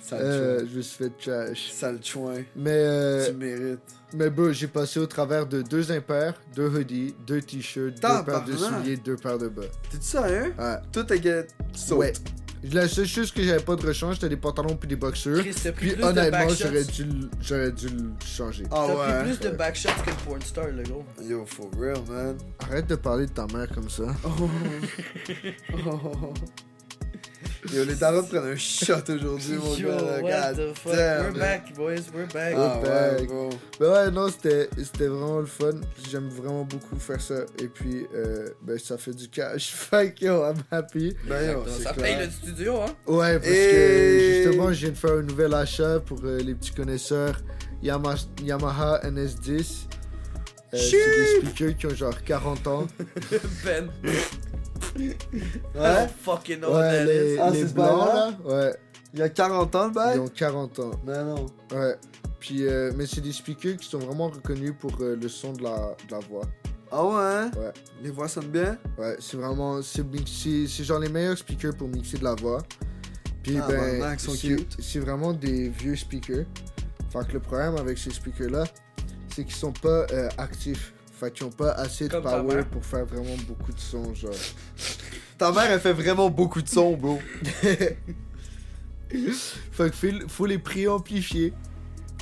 Speaker 4: Sale
Speaker 3: Euh,
Speaker 4: chouin.
Speaker 3: je me suis fait trash.
Speaker 4: Sale chouin.
Speaker 3: Mais, euh,
Speaker 4: Tu mérites.
Speaker 3: mais bon, j'ai passé au travers de deux impairs, deux hoodies, deux t-shirts, deux paires de
Speaker 4: Tabarnak.
Speaker 3: souliers, deux paires de bas.
Speaker 4: T'es-tu sérieux?
Speaker 3: Ouais.
Speaker 4: Toi, t'as gagné. Saute.
Speaker 3: Ouais. La seule chose que j'avais pas de rechange, c'était des pantalons puis des boxers.
Speaker 2: Chris, t'as pris
Speaker 3: Puis
Speaker 2: plus de
Speaker 3: honnêtement,
Speaker 2: backshots.
Speaker 3: j'aurais dû, le- j'aurais dû le changer.
Speaker 4: Ah
Speaker 2: T'as
Speaker 4: ouais.
Speaker 2: pris plus de
Speaker 3: Ouais.
Speaker 2: backshots que le pornstar, le gros.
Speaker 4: Yo, for real, man.
Speaker 3: Arrête de parler de ta mère comme ça.
Speaker 4: (laughs) Yo, les darons prennent un shot aujourd'hui, mon
Speaker 2: Yo,
Speaker 4: gars.
Speaker 2: what
Speaker 4: Regarde.
Speaker 2: the fuck?
Speaker 4: damn,
Speaker 2: We're
Speaker 4: man.
Speaker 2: back, boys, we're back.
Speaker 4: Ah ouais,
Speaker 3: back.
Speaker 4: bro.
Speaker 3: Mais ouais, non, c'était c'était vraiment le fun. Puis J'aime vraiment beaucoup faire ça. Et puis, euh, ben, ça fait du cash. (laughs) Fait que, yo, I'm happy.
Speaker 4: Ben yo,
Speaker 2: ça
Speaker 4: c'est
Speaker 2: paye
Speaker 4: clair.
Speaker 2: le studio,
Speaker 4: (laughs)
Speaker 2: hein?
Speaker 3: Ouais, parce
Speaker 4: Et-
Speaker 3: que justement, je viens de faire un nouvel achat pour euh, les petits connaisseurs Yama- Yamaha NS10. Euh, c'est des speakers qui ont genre 40 ans.
Speaker 2: Ben, I
Speaker 4: Ouais?
Speaker 2: don't fucking know what
Speaker 3: Ouais,
Speaker 2: that
Speaker 3: les,
Speaker 2: is.
Speaker 4: Ah,
Speaker 3: les
Speaker 4: c'est ce
Speaker 3: blancs
Speaker 4: bail-là
Speaker 3: là, ouais,
Speaker 4: Il y a 40 ans, le
Speaker 3: ils
Speaker 4: bail?
Speaker 3: ont 40 ans.
Speaker 4: Non, non.
Speaker 3: Ouais. Puis, euh, mais c'est des speakers qui sont vraiment reconnus pour euh, le son de la, de la voix.
Speaker 4: Ah ouais, hein?
Speaker 3: Ouais.
Speaker 4: Les voix sonnent bien?
Speaker 3: Ouais, c'est vraiment, c'est mixé- c'est genre les meilleurs speakers pour mixer de la voix. Puis
Speaker 4: Ah,
Speaker 3: ben,
Speaker 4: vraiment, ils sont
Speaker 3: c'est-
Speaker 4: cute.
Speaker 3: c'est vraiment des vieux speakers. Fait que le problème avec ces speakers là, c'est qu'ils sont pas euh, actifs. Fait qu'ils ont pas assez de
Speaker 2: Comme ta
Speaker 3: power
Speaker 2: mère.
Speaker 3: pour faire vraiment beaucoup de son,
Speaker 4: (laughs)
Speaker 3: genre.
Speaker 4: Ta mère, elle fait vraiment beaucoup de sons, bro.
Speaker 3: (laughs) fait que faut- faut les préamplifier.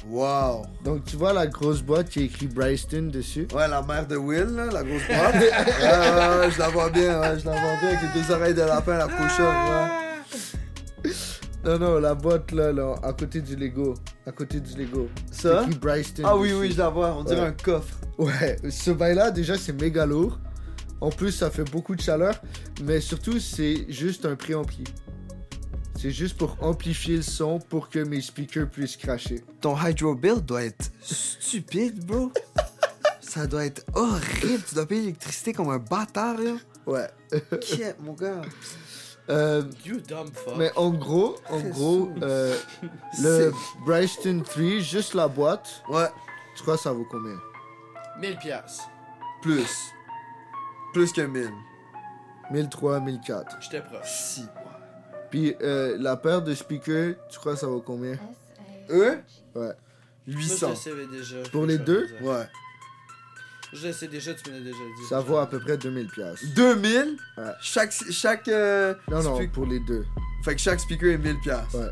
Speaker 4: Wow.
Speaker 3: Donc tu vois la grosse boîte qui est écrit Bryston dessus.
Speaker 4: Ouais, la mère de Will, là, la grosse boîte. ouais, ouais, ouais, je la vois bien, ouais, je la vois bien avec les deux oreilles de lapin, la cochonne, ouais.
Speaker 3: Non non la boîte là, là à côté du Lego, à côté du Lego. C'est
Speaker 4: Ça?
Speaker 3: écrit Bryston.
Speaker 4: Ah oui,
Speaker 3: dessus.
Speaker 4: oui, je la vois, on dirait
Speaker 3: Ouais.
Speaker 4: un coffre.
Speaker 3: Ouais, ce bail-là, déjà, c'est méga lourd. En plus, ça fait beaucoup de chaleur. Mais surtout, c'est juste un préampli. C'est juste pour amplifier le son pour que mes speakers puissent cracher.
Speaker 4: Ton hydro bill doit être stupide, bro. Ça doit être horrible, tu dois payer l'électricité comme un bâtard, là.
Speaker 3: Ouais.
Speaker 4: Qu'est, mon gars?
Speaker 3: Euh,
Speaker 2: You dumb fuck.
Speaker 3: mais en gros, en
Speaker 4: Très
Speaker 3: gros,
Speaker 4: sourd. (laughs)
Speaker 3: euh, le Bryston 3, juste la boîte,
Speaker 4: Ouais,
Speaker 3: tu crois ça vaut combien
Speaker 2: 1000 piastres.
Speaker 4: plus. Plus que 1000.
Speaker 3: 1003, 1004.
Speaker 2: J'étais proche.
Speaker 4: Si.
Speaker 3: Puis euh, la paire de speakers, tu crois ça vaut combien
Speaker 4: Eux?
Speaker 3: Ouais.
Speaker 2: Moi,
Speaker 4: 800.
Speaker 2: je le savais déjà.
Speaker 3: Pour les
Speaker 2: Je
Speaker 3: deux?
Speaker 2: savais déjà.
Speaker 4: Ouais.
Speaker 2: Je le sais déjà, tu me l'as déjà dit.
Speaker 3: Ça vaut à peu près 2000 pièces.
Speaker 4: 2000?
Speaker 3: Ouais.
Speaker 4: Chaque. chaque euh,
Speaker 3: Non, non,
Speaker 4: speak-
Speaker 3: pour les deux.
Speaker 4: Fait que chaque speaker est 1000$. piastres.
Speaker 3: Ouais.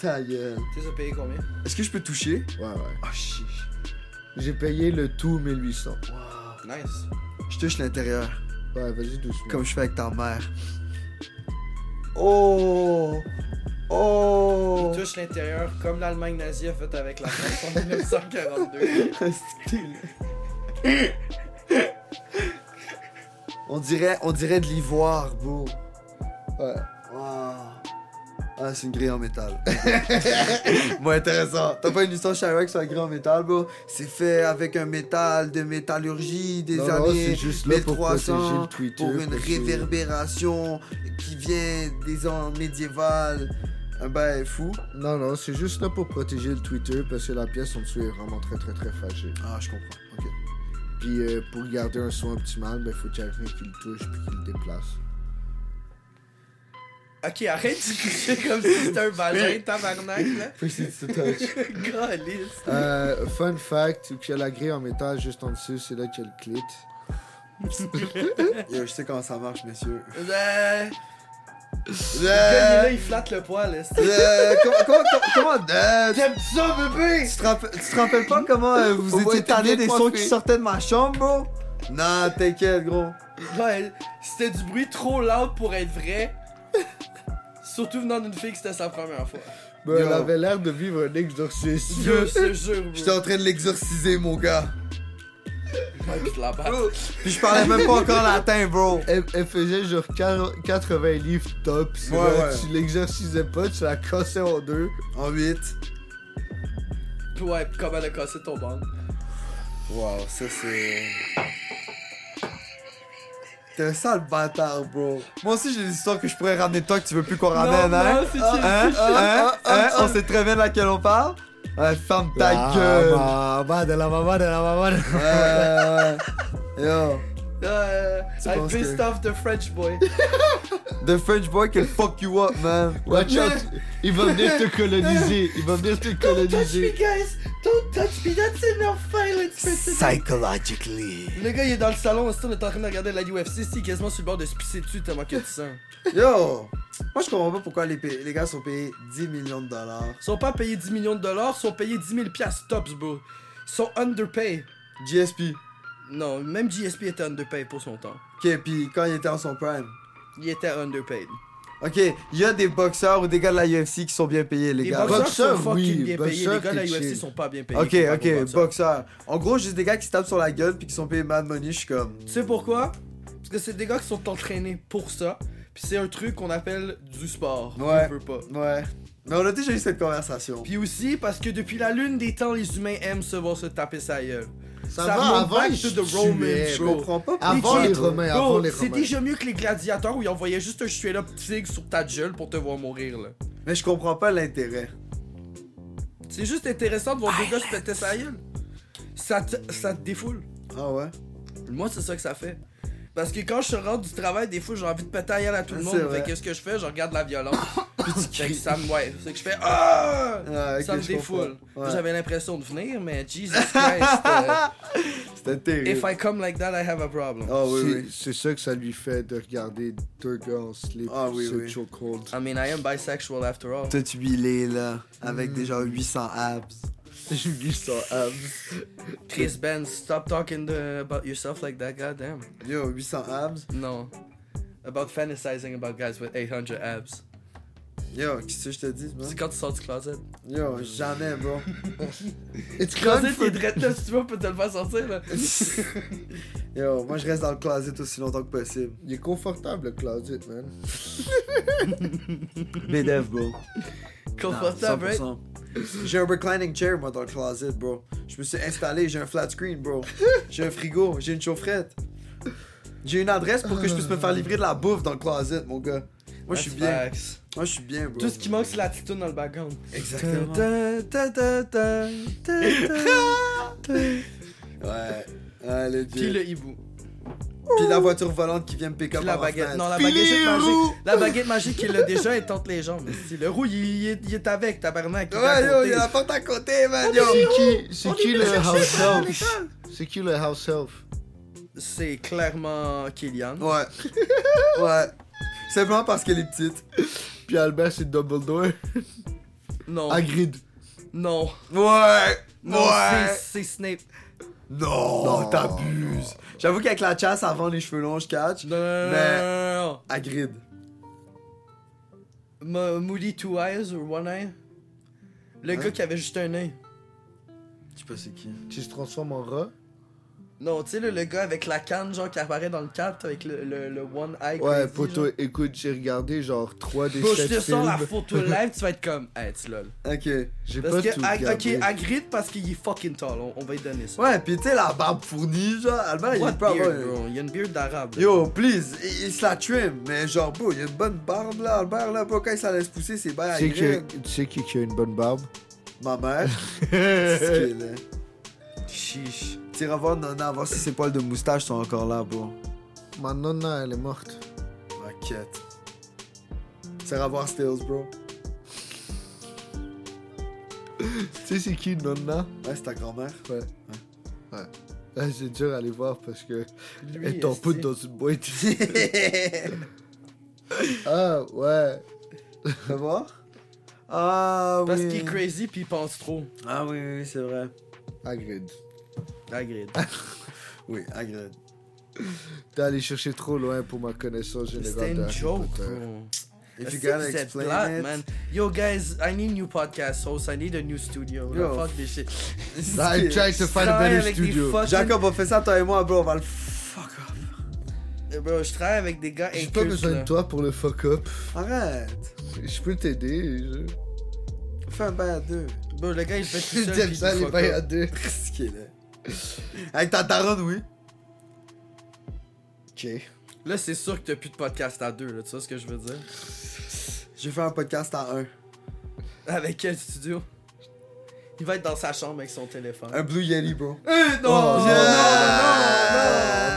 Speaker 4: Ta gueule.
Speaker 2: Tu les as payé combien
Speaker 4: Est-ce que je peux toucher?
Speaker 3: Ouais, ouais.
Speaker 4: Ah, chiche.
Speaker 3: J'ai payé le tout 1800.
Speaker 4: Wow.
Speaker 2: Nice.
Speaker 4: Je touche l'intérieur,
Speaker 3: Ouais, vas-y doucement.
Speaker 4: comme je fais avec ta mère. Oh! Oh!
Speaker 2: Il touche l'intérieur comme l'Allemagne nazie a fait avec la France en 1942.
Speaker 4: (laughs) on dirait, on dirait de l'ivoire, bro.
Speaker 3: Ouais.
Speaker 4: Wow. Ah, c'est une grille
Speaker 3: (laughs)
Speaker 4: en métal. Moi, intéressant. T'as pas une histoire Shirek sur la grille en métal, bro? C'est fait avec un métal de métallurgie des
Speaker 3: Non, non,
Speaker 4: années
Speaker 3: c'est juste là pour
Speaker 4: 1300
Speaker 3: protéger le Twitter,
Speaker 4: pour une
Speaker 3: parce que-
Speaker 4: réverbération qui vient des ans médiévales. Ah, Un bail fou.
Speaker 3: Non, non, c'est juste là pour protéger le Twitter parce que la pièce en dessous est vraiment très, très, très fâchée.
Speaker 4: Ah, je comprends. (laughs) Ok.
Speaker 3: Puis euh, pour garder un son optimal, ben faut qu'il y ait quelqu'un qui le touche puis qui le déplace.
Speaker 2: ok, arrête de toucher comme si c'était un vagin, tabarnak, (laughs) là. Galice.
Speaker 3: (laughs) Euh, fun fact, où qu'il y a la grille en métal juste en dessous, c'est là qu'il y a le clit.
Speaker 4: (laughs) Yo, je sais comment ça marche, messieurs.
Speaker 2: Euh, Le gars, il est là,
Speaker 4: Euh,
Speaker 2: il flatte le poil, est-ce que-
Speaker 4: euh, Comment. Comment. comment- comment- euh,
Speaker 2: T'aimes ça, bébé?
Speaker 4: Tu te, rappelles, tu te rappelles pas comment euh, vous
Speaker 3: Ouais,
Speaker 4: étiez
Speaker 3: t'es
Speaker 4: tanné
Speaker 3: bien
Speaker 4: des sons
Speaker 3: coiffé.
Speaker 4: qui sortaient de ma chambre, bro? Non, t'inquiète, gros.
Speaker 2: Ouais, c'était du bruit trop loud pour être vrai. Surtout venant d'une fille que c'était sa première fois.
Speaker 3: Ben,
Speaker 4: Yo.
Speaker 3: elle avait l'air de vivre un exorcisme.
Speaker 2: Je te jure, bro.
Speaker 4: J'étais en train de l'exorciser, mon gars.
Speaker 2: Ouais, pis de la batte.
Speaker 4: Puis je parlais même pas encore latin, bro.
Speaker 3: Elle, elle faisait genre 40 80 livres tops.
Speaker 4: Ouais,
Speaker 3: là,
Speaker 4: ouais.
Speaker 3: Tu l'exercisais pas, tu la cassais en deux.
Speaker 4: En 8.
Speaker 2: Pis ouais, pis comment elle a cassé ton banc.
Speaker 4: Wow, ça c'est. T'es un sale bâtard, bro. Moi aussi, j'ai des histoires que je pourrais ramener de toi que tu veux plus qu'on ramène,
Speaker 2: non, Ah,
Speaker 4: hein?
Speaker 2: c'est
Speaker 4: hein?
Speaker 2: chill,
Speaker 4: Hein?
Speaker 2: c'est
Speaker 4: Hein?
Speaker 3: Ah, ah,
Speaker 4: On sait très bien de laquelle on parle? Ouais, ferme ta
Speaker 3: La
Speaker 4: gueule!
Speaker 3: Ah, bah. maman de la maman de la maman. de-
Speaker 4: Ouais, ouais, ouais. Yo.
Speaker 2: Euh,
Speaker 4: Tu
Speaker 2: I
Speaker 4: penses
Speaker 2: pissed
Speaker 4: que-
Speaker 2: off the French boy.
Speaker 4: The French boy can fuck you up, man.
Speaker 3: Watch out, il va venir te coloniser. Il va venir te
Speaker 2: Don't touch me,
Speaker 3: coloniser.
Speaker 2: guys! Don't touch me, that's enough violence for today.
Speaker 5: Psychologically.
Speaker 2: Le gars, il est dans le salon, on est en train de regarder la UFC, c'est quasiment sur le bord de se pisser dessus tellement que tu sens.
Speaker 4: Yo! Moi, je comprends pas pourquoi les, pa- les gars sont payés 10 millions de dollars.
Speaker 2: Ils sont pas payés 10 millions de dollars, ils sont payés 10 000 piastres tops, bro. Ils sont underpay.
Speaker 4: GSP.
Speaker 2: Non, même GSP était underpay pour son temps.
Speaker 4: Ok, puis quand il était en son prime.
Speaker 2: Il était underpaid.
Speaker 4: Ok, il y a des boxeurs ou des gars de la UFC qui sont bien payés, les,
Speaker 2: Les
Speaker 4: gars.
Speaker 2: boxeurs
Speaker 3: boxeurs,
Speaker 2: sont fucking
Speaker 3: oui,
Speaker 2: bien payés.
Speaker 3: boxeurs,
Speaker 2: Les gars de la
Speaker 3: t'es
Speaker 2: UFC
Speaker 3: chill.
Speaker 2: sont pas bien payés.
Speaker 4: Ok,
Speaker 2: comparé aux
Speaker 4: ok,
Speaker 2: boxeurs.
Speaker 4: boxeurs. En gros, juste des gars qui se tapent sur la gueule puis qui sont payés mad money, je suis comme.
Speaker 2: Tu sais pourquoi Parce que c'est des gars qui sont entraînés pour ça. Puis c'est un truc qu'on appelle du sport.
Speaker 4: Ouais.
Speaker 2: On peut pas.
Speaker 4: Ouais. Mais on a déjà eu cette conversation.
Speaker 2: Puis aussi parce que depuis la lune des temps, les humains aiment se voir se taper sa gueule.
Speaker 3: Ça,
Speaker 2: Ça
Speaker 3: va,
Speaker 2: remonte
Speaker 3: avant
Speaker 2: back
Speaker 3: ils
Speaker 2: to
Speaker 3: se
Speaker 2: the Roman,
Speaker 3: tuaient,
Speaker 4: Je
Speaker 2: bro.
Speaker 3: bro.
Speaker 4: comprends pas.
Speaker 3: Avant
Speaker 4: pourquoi,
Speaker 3: les
Speaker 4: toi.
Speaker 3: Romains, avant
Speaker 2: Bro,
Speaker 3: les
Speaker 2: c'est
Speaker 3: Romains.
Speaker 2: déjà mieux que les gladiateurs où ils envoyaient juste un straight up tig sur ta gueule pour te voir mourir là.
Speaker 4: Mais je comprends pas l'intérêt.
Speaker 2: C'est juste intéressant de voir des gars se péter sa gueule. Ça te, ça te défoule.
Speaker 4: Ah ouais?
Speaker 2: Moi, c'est ça que ça fait. Parce que quand je rentre du travail, des fois, j'ai envie de péter la gueule à tout le
Speaker 4: C'est
Speaker 2: monde.
Speaker 4: vrai.
Speaker 2: Fait qu'est-ce que je fais Je regarde la violence.
Speaker 4: (coughs)
Speaker 2: Puis tu cries. Ça me, ouais, c'est que je fais ah
Speaker 4: Ah, ok,
Speaker 2: Ça me
Speaker 4: je comprends.
Speaker 2: défoule.
Speaker 4: Ouais.
Speaker 2: J'avais l'impression de venir, mais Jesus Christ.
Speaker 4: (laughs)
Speaker 2: euh,
Speaker 4: C'était terrible.
Speaker 2: if I come like that, I have a problem.
Speaker 4: Ah oui,
Speaker 3: C'est-
Speaker 4: oui.
Speaker 3: C'est ça que ça lui fait de regarder deux gars en slip.
Speaker 4: Ah oui,
Speaker 3: se
Speaker 4: oui.
Speaker 3: chokehold.
Speaker 2: I mean, I am bisexual after all.
Speaker 4: Toi, tu huilé, là,
Speaker 3: Mm.
Speaker 4: avec déjà 800
Speaker 3: (laughs)
Speaker 4: abs.
Speaker 3: J'ai vu ça. abs.
Speaker 2: Chris Benz, stop talking the- about yourself like that, goddamn.
Speaker 4: Yo, 800 abs.
Speaker 2: No. About fantasizing about guys with 800 abs.
Speaker 4: Yo, qu'est-ce que je te dis, man?
Speaker 2: C'est quand tu sors du closet.
Speaker 4: Yo, jamais, bro.
Speaker 3: It's
Speaker 2: Closet,
Speaker 3: comfort-
Speaker 2: t'es drette là, si tu veux, on peut te le faire sortir, là.
Speaker 4: (laughs) Yo, moi, je reste dans le closet aussi longtemps que possible.
Speaker 3: Il est confortable, le closet, man.
Speaker 4: BDF, bro.
Speaker 2: Confortable, right?
Speaker 4: J'ai un reclining chair, moi, dans le closet, bro. Je me suis installé, j'ai un flat screen, bro. J'ai un frigo, j'ai une chaufferette. J'ai une adresse pour que je puisse me faire livrer de la bouffe dans le closet, mon gars. Moi, je suis
Speaker 2: That's
Speaker 4: bien.
Speaker 2: facts.
Speaker 4: Moi, je suis bien, bro.
Speaker 2: Tout ce qui manque, c'est l'attitude dans le background.
Speaker 4: Exactement. (laughs) Ouais. Ouais, legit.
Speaker 2: Puis le hibou.
Speaker 4: Puis la voiture volante qui vient me pick
Speaker 2: Puis
Speaker 4: up
Speaker 2: la
Speaker 4: en
Speaker 2: baguette.
Speaker 4: rentrant.
Speaker 2: Non, la
Speaker 3: Puis les
Speaker 2: baguette magique.
Speaker 3: roues.
Speaker 2: La baguette magique, il l'a déjà, elle tente les jambes. Si, Le roux, il, il est- il est avec, tabarnak. il est à
Speaker 4: Ouais, yo,
Speaker 2: côté.
Speaker 4: il y a la porte à côté, man, yo.
Speaker 3: C'est qui, c'est
Speaker 2: On
Speaker 3: qui
Speaker 2: est
Speaker 3: le
Speaker 2: déjà
Speaker 3: house
Speaker 2: chez
Speaker 3: elf C'est qui le house elf
Speaker 2: C'est clairement Kylian.
Speaker 4: Ouais. Ouais. Simplement parce qu'elle est petite.
Speaker 3: Puis Albert, c'est Dumbledore.
Speaker 2: Non.
Speaker 4: Ah,
Speaker 3: Hagrid.
Speaker 2: Non.
Speaker 4: Ouais.
Speaker 2: Non,
Speaker 4: ouais.
Speaker 2: c'est- c'est Snape.
Speaker 4: Non,
Speaker 3: Non.
Speaker 4: t'abuses. J'avoue qu'avec la chasse avant les cheveux longs, je catch.
Speaker 2: Non, non, non,
Speaker 4: Mais-
Speaker 2: non, non, non.
Speaker 4: Hagrid.
Speaker 2: Mo- Moody Two Eyes ou One Eye. Le
Speaker 4: Hein?
Speaker 2: gars qui avait juste un œil.
Speaker 4: Je sais pas c'est qui.
Speaker 3: Qui se transforme en rat.
Speaker 2: Non, tu sais, le, le gars avec la canne, genre, qui apparaît dans le cadre avec le, le, le One Eye.
Speaker 3: Ouais,
Speaker 2: crazy,
Speaker 3: poto,
Speaker 2: genre.
Speaker 3: écoute, j'ai regardé genre 3 des
Speaker 2: Bro, je
Speaker 3: 7
Speaker 2: te sors la
Speaker 3: films.
Speaker 4: (laughs)
Speaker 2: photo live, tu vas être comme, hey, tu lol.
Speaker 4: Ok.
Speaker 3: J'ai
Speaker 2: Parce
Speaker 3: pas
Speaker 2: que,
Speaker 3: tout
Speaker 2: Ag-
Speaker 3: regardé.
Speaker 2: ok, Hagrid, parce qu'il est fucking tall, on, on va lui donner ça.
Speaker 4: Ouais, pis tu sais, la barbe fournie, genre, Albert,
Speaker 2: What
Speaker 4: il peut avoir.
Speaker 2: beard,
Speaker 4: une-
Speaker 2: bro? Il y a une beard d'arabe. là.
Speaker 4: Yo, please, il, il se la trim, mais genre, bro, il a une bonne barbe là, Albert, là, bro, quand il se la laisse pousser, c'est bien
Speaker 3: Tu sais
Speaker 4: Hagrid.
Speaker 3: que- tu sais qui qui a une bonne (laughs) barbe
Speaker 4: Ma mère, c'est là.
Speaker 2: Chiche.
Speaker 4: Tire voir Nona, voir si ses poils de moustache sont encore là, bro.
Speaker 3: Ma nonna, elle est morte.
Speaker 4: T'inquiète. Tire voir Stills, bro.
Speaker 3: Tu sais c'est qui nonna
Speaker 4: Ouais, c'est ta grand-mère.
Speaker 3: Ouais. Ouais. Là, c'est dur à aller voir parce que
Speaker 2: Lui, (laughs)
Speaker 3: elle t'en
Speaker 2: esti.
Speaker 3: poudre dans une boîte. Ah, ouais.
Speaker 4: Fais voir. Ah oui.
Speaker 2: Parce qu'il est crazy puis il pense trop.
Speaker 4: Ah oui, oui, oui, c'est vrai.
Speaker 3: Hagrid.
Speaker 2: Agreed.
Speaker 4: Oui, Hagrid.
Speaker 3: T'es allé chercher trop loin pour ma connaissance
Speaker 2: C'était
Speaker 3: générale. de
Speaker 2: une
Speaker 3: Harry
Speaker 2: joke,
Speaker 3: Potter.
Speaker 2: bro.
Speaker 4: If you
Speaker 2: That's
Speaker 4: gotta
Speaker 2: it, that's
Speaker 4: explain
Speaker 2: black,
Speaker 4: it.
Speaker 2: man. Yo, guys, I need new podcast hosts. I need a new studio.
Speaker 4: Yo.
Speaker 2: Fuck this shit.
Speaker 3: I tried to find a
Speaker 2: Travaille
Speaker 3: better
Speaker 2: avec des
Speaker 3: studio.
Speaker 2: fucking-
Speaker 4: Jacob, on fait ça toi et moi, bro, on va le fuck up.
Speaker 2: Eh, Bro, je travaille avec des gars
Speaker 3: J'ai pas
Speaker 2: incultes,
Speaker 3: besoin
Speaker 2: là.
Speaker 3: de toi pour le fuck up.
Speaker 4: Arrête.
Speaker 3: Je peux t'aider. je-
Speaker 4: Fais un bain à deux.
Speaker 2: Bro, le gars, il fait tout
Speaker 3: (laughs) Je
Speaker 2: seul.
Speaker 3: t'aime
Speaker 2: puis
Speaker 3: ça,
Speaker 2: il
Speaker 3: les
Speaker 2: fuck
Speaker 3: bails à
Speaker 2: up.
Speaker 3: deux.
Speaker 4: Qu'est-ce qu'il est Avec ta daronne, oui.
Speaker 3: Ok.
Speaker 2: Là, c'est sûr que t'as plus de podcast à deux, là. Tu vois ce que je veux dire? (laughs)
Speaker 4: J'ai fait un podcast à un.
Speaker 2: Avec quel studio? Il va être dans sa chambre avec son téléphone.
Speaker 4: Un Blue Yelly, bro.
Speaker 2: Eh, non, non,
Speaker 3: yeah.
Speaker 2: non, non,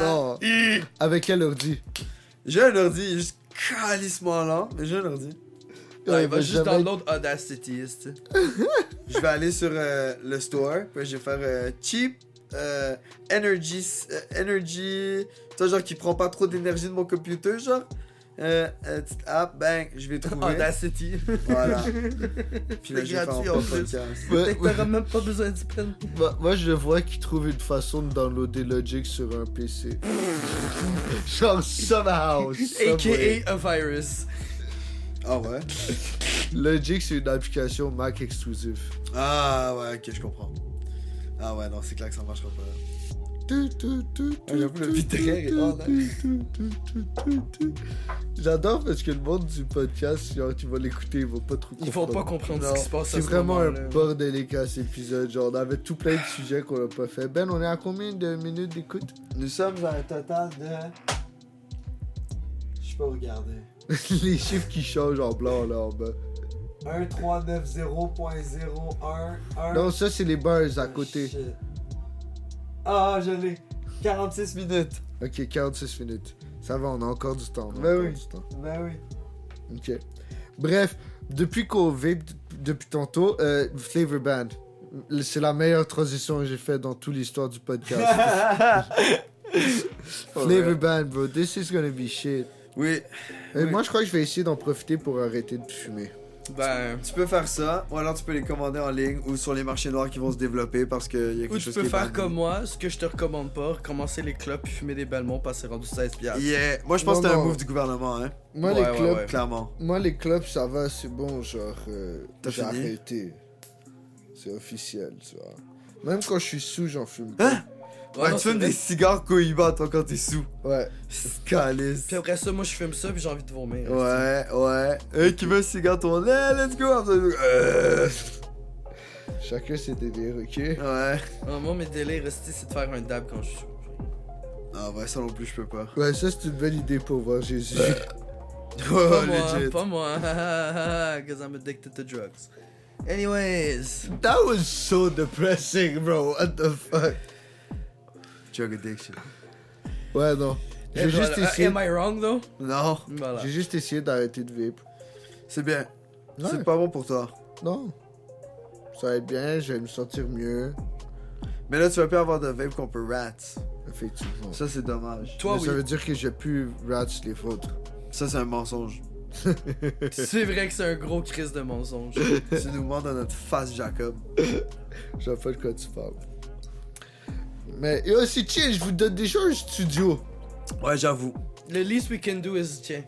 Speaker 2: non.
Speaker 3: Ah, non, Avec quel ordi
Speaker 4: J'ai un ordi, il est juste calissement lent, mais j'ai un ordi.
Speaker 2: Non, il
Speaker 3: Ouais,
Speaker 2: va
Speaker 3: mais
Speaker 2: juste
Speaker 3: jamais-
Speaker 2: dans l'autre Audacity, tu
Speaker 4: Je vais aller sur euh, le store, puis je vais faire euh, cheap euh, energy, euh, energy, tu vois, genre qui prend pas trop d'énergie de mon computer, genre. Euh, euh, petite app, bang, je vais trouver.
Speaker 2: Audacity.
Speaker 4: voilà. Puis là,
Speaker 2: C'est
Speaker 4: je vais faire
Speaker 2: gratuit,
Speaker 4: un
Speaker 2: en plus.
Speaker 4: podcast.
Speaker 2: (laughs)
Speaker 3: Ouais,
Speaker 2: Fait que
Speaker 3: ouais.
Speaker 2: t'auras même pas besoin du pen.
Speaker 3: Bah, moi, je vois qu'il trouve une façon de downloader Logic sur un
Speaker 2: (laughs)
Speaker 3: PC. Genre, somehow, someway.
Speaker 2: AKA a virus.
Speaker 4: Ah ouais?
Speaker 3: Logic, c'est une application Mac exclusive.
Speaker 4: Ah ouais, ok, je comprends. Ah ouais, non, c'est clair que ça marchera pas.
Speaker 3: Tu, tu, tu, tu,
Speaker 4: Ah, j'avoue, le
Speaker 3: tu,
Speaker 4: vitraire
Speaker 3: tu,
Speaker 4: est hein. hors, là.
Speaker 3: tu, tu, tu, tu, tu, tu. J'adore parce que le monde du podcast, genre, tu vas l'écouter, ils vont pas trop comprendre.
Speaker 2: Ils vont pas comprendre ce qui se passe à
Speaker 3: C'est
Speaker 2: ce
Speaker 3: vraiment un
Speaker 2: moment-là.
Speaker 3: bordélique à cet épisode. Genre, on avait tout plein de sujets qu'on a pas fait. Ben, on est à combien de minutes d'écoute
Speaker 4: Nous sommes à un total de. Je peux regarder.
Speaker 3: (laughs) Les chiffres qui changent en blanc, là, en bas.
Speaker 4: 1390.01.
Speaker 3: Non, ça, c'est les bars à côté.
Speaker 4: Ah, je l'ai. 46 minutes.
Speaker 3: Ok, 46 minutes. Ça va, on a encore du temps. on a
Speaker 4: Ben
Speaker 3: encore
Speaker 4: oui.
Speaker 3: du temps.
Speaker 4: Ben oui.
Speaker 3: Ok. Bref, depuis qu'on vape d- depuis tantôt, euh, Flavor Band. C'est la meilleure transition que j'ai faite dans toute l'histoire du podcast.
Speaker 4: (laughs)
Speaker 3: Flavor Band, bro, this is gonna be shit.
Speaker 4: (laughs) oui,
Speaker 3: Et
Speaker 4: Oui.
Speaker 3: Moi, je crois que je vais essayer d'en profiter pour arrêter de fumer.
Speaker 2: Ben.
Speaker 4: tu peux faire ça, ou alors tu peux les commander en ligne ou sur les marchés noirs qui vont se développer parce qu'il y a quelque
Speaker 2: Ou tu
Speaker 4: chose
Speaker 2: peux
Speaker 4: qui est
Speaker 2: faire
Speaker 4: banni.
Speaker 2: comme moi, ce que je te recommande pas, commencer les clubs puis fumer des Belmont parce que c'est rendu 16 piastres.
Speaker 4: Yeah. Moi, je pense
Speaker 3: Non,
Speaker 4: que c'est un
Speaker 3: non.
Speaker 4: move du gouvernement, hein.
Speaker 3: Moi,
Speaker 2: Ouais,
Speaker 3: les
Speaker 2: ouais,
Speaker 3: clubs,
Speaker 2: ouais.
Speaker 4: Clairement.
Speaker 3: moi, les clubs, ça va, c'est bon, genre, euh,
Speaker 4: T'as
Speaker 3: j'ai
Speaker 4: fini
Speaker 3: arrêté. C'est officiel, tu vois. Même quand je suis sous, j'en fume. pas.
Speaker 4: Hein?
Speaker 2: Ouais,
Speaker 4: Ouais,
Speaker 2: non,
Speaker 4: tu
Speaker 2: c'est
Speaker 4: fumes
Speaker 2: vrai.
Speaker 4: des cigares cohibats, toi, quand t'es sous.
Speaker 3: Ouais.
Speaker 4: Calice.
Speaker 2: Puis après ça, moi je fume ça puis j'ai envie de vomir.
Speaker 4: Ouais, ouais. Hey, qui veut un cigare tourné? Eh, Let's go! Euh,
Speaker 3: Chacun ses délires, ok?
Speaker 4: Ouais.
Speaker 2: Ah, moi, mes délais restés, c'est de faire un dab quand je suis.
Speaker 4: Ah, ouais, ça non plus, je peux pas.
Speaker 3: Ouais, ça c'est une bonne idée pour voir Jésus.
Speaker 4: Oh,
Speaker 2: (laughs) Pas moi,
Speaker 4: legit.
Speaker 2: pas moi. (laughs) Cause I'm addicted to drugs. Anyways.
Speaker 3: That was so depressing, bro. What the fuck?
Speaker 4: Drug addiction.
Speaker 3: Ouais, non.
Speaker 2: Eh,
Speaker 3: J'ai juste,
Speaker 2: voilà. Ah,
Speaker 3: essayé...
Speaker 2: Am I wrong though?
Speaker 4: Non,
Speaker 2: Voilà.
Speaker 3: j'ai juste essayé d'arrêter de vivre.
Speaker 4: c'est bien.
Speaker 3: Non,
Speaker 4: C'est pas bon pour toi.
Speaker 3: non. Ça va être bien, je vais me sentir mieux.
Speaker 4: Mais là, tu vas plus avoir de vape qu'on peut rat.
Speaker 3: Effectivement.
Speaker 4: Ça, c'est dommage.
Speaker 2: Toi,
Speaker 3: Mais ça veut
Speaker 2: oui.
Speaker 3: dire que j'ai pu rats les vôtres.
Speaker 4: Ça, c'est un
Speaker 2: (laughs)
Speaker 4: mensonge.
Speaker 2: C'est vrai que c'est un gros crise de mensonge.
Speaker 4: tu nous mens dans notre face, Jacob.
Speaker 3: Je vois pas de quoi tu parles. Mais yo, c'est chill, je vous donne déjà un studio.
Speaker 4: Ouais, j'avoue.
Speaker 2: Le least we can do is tiens.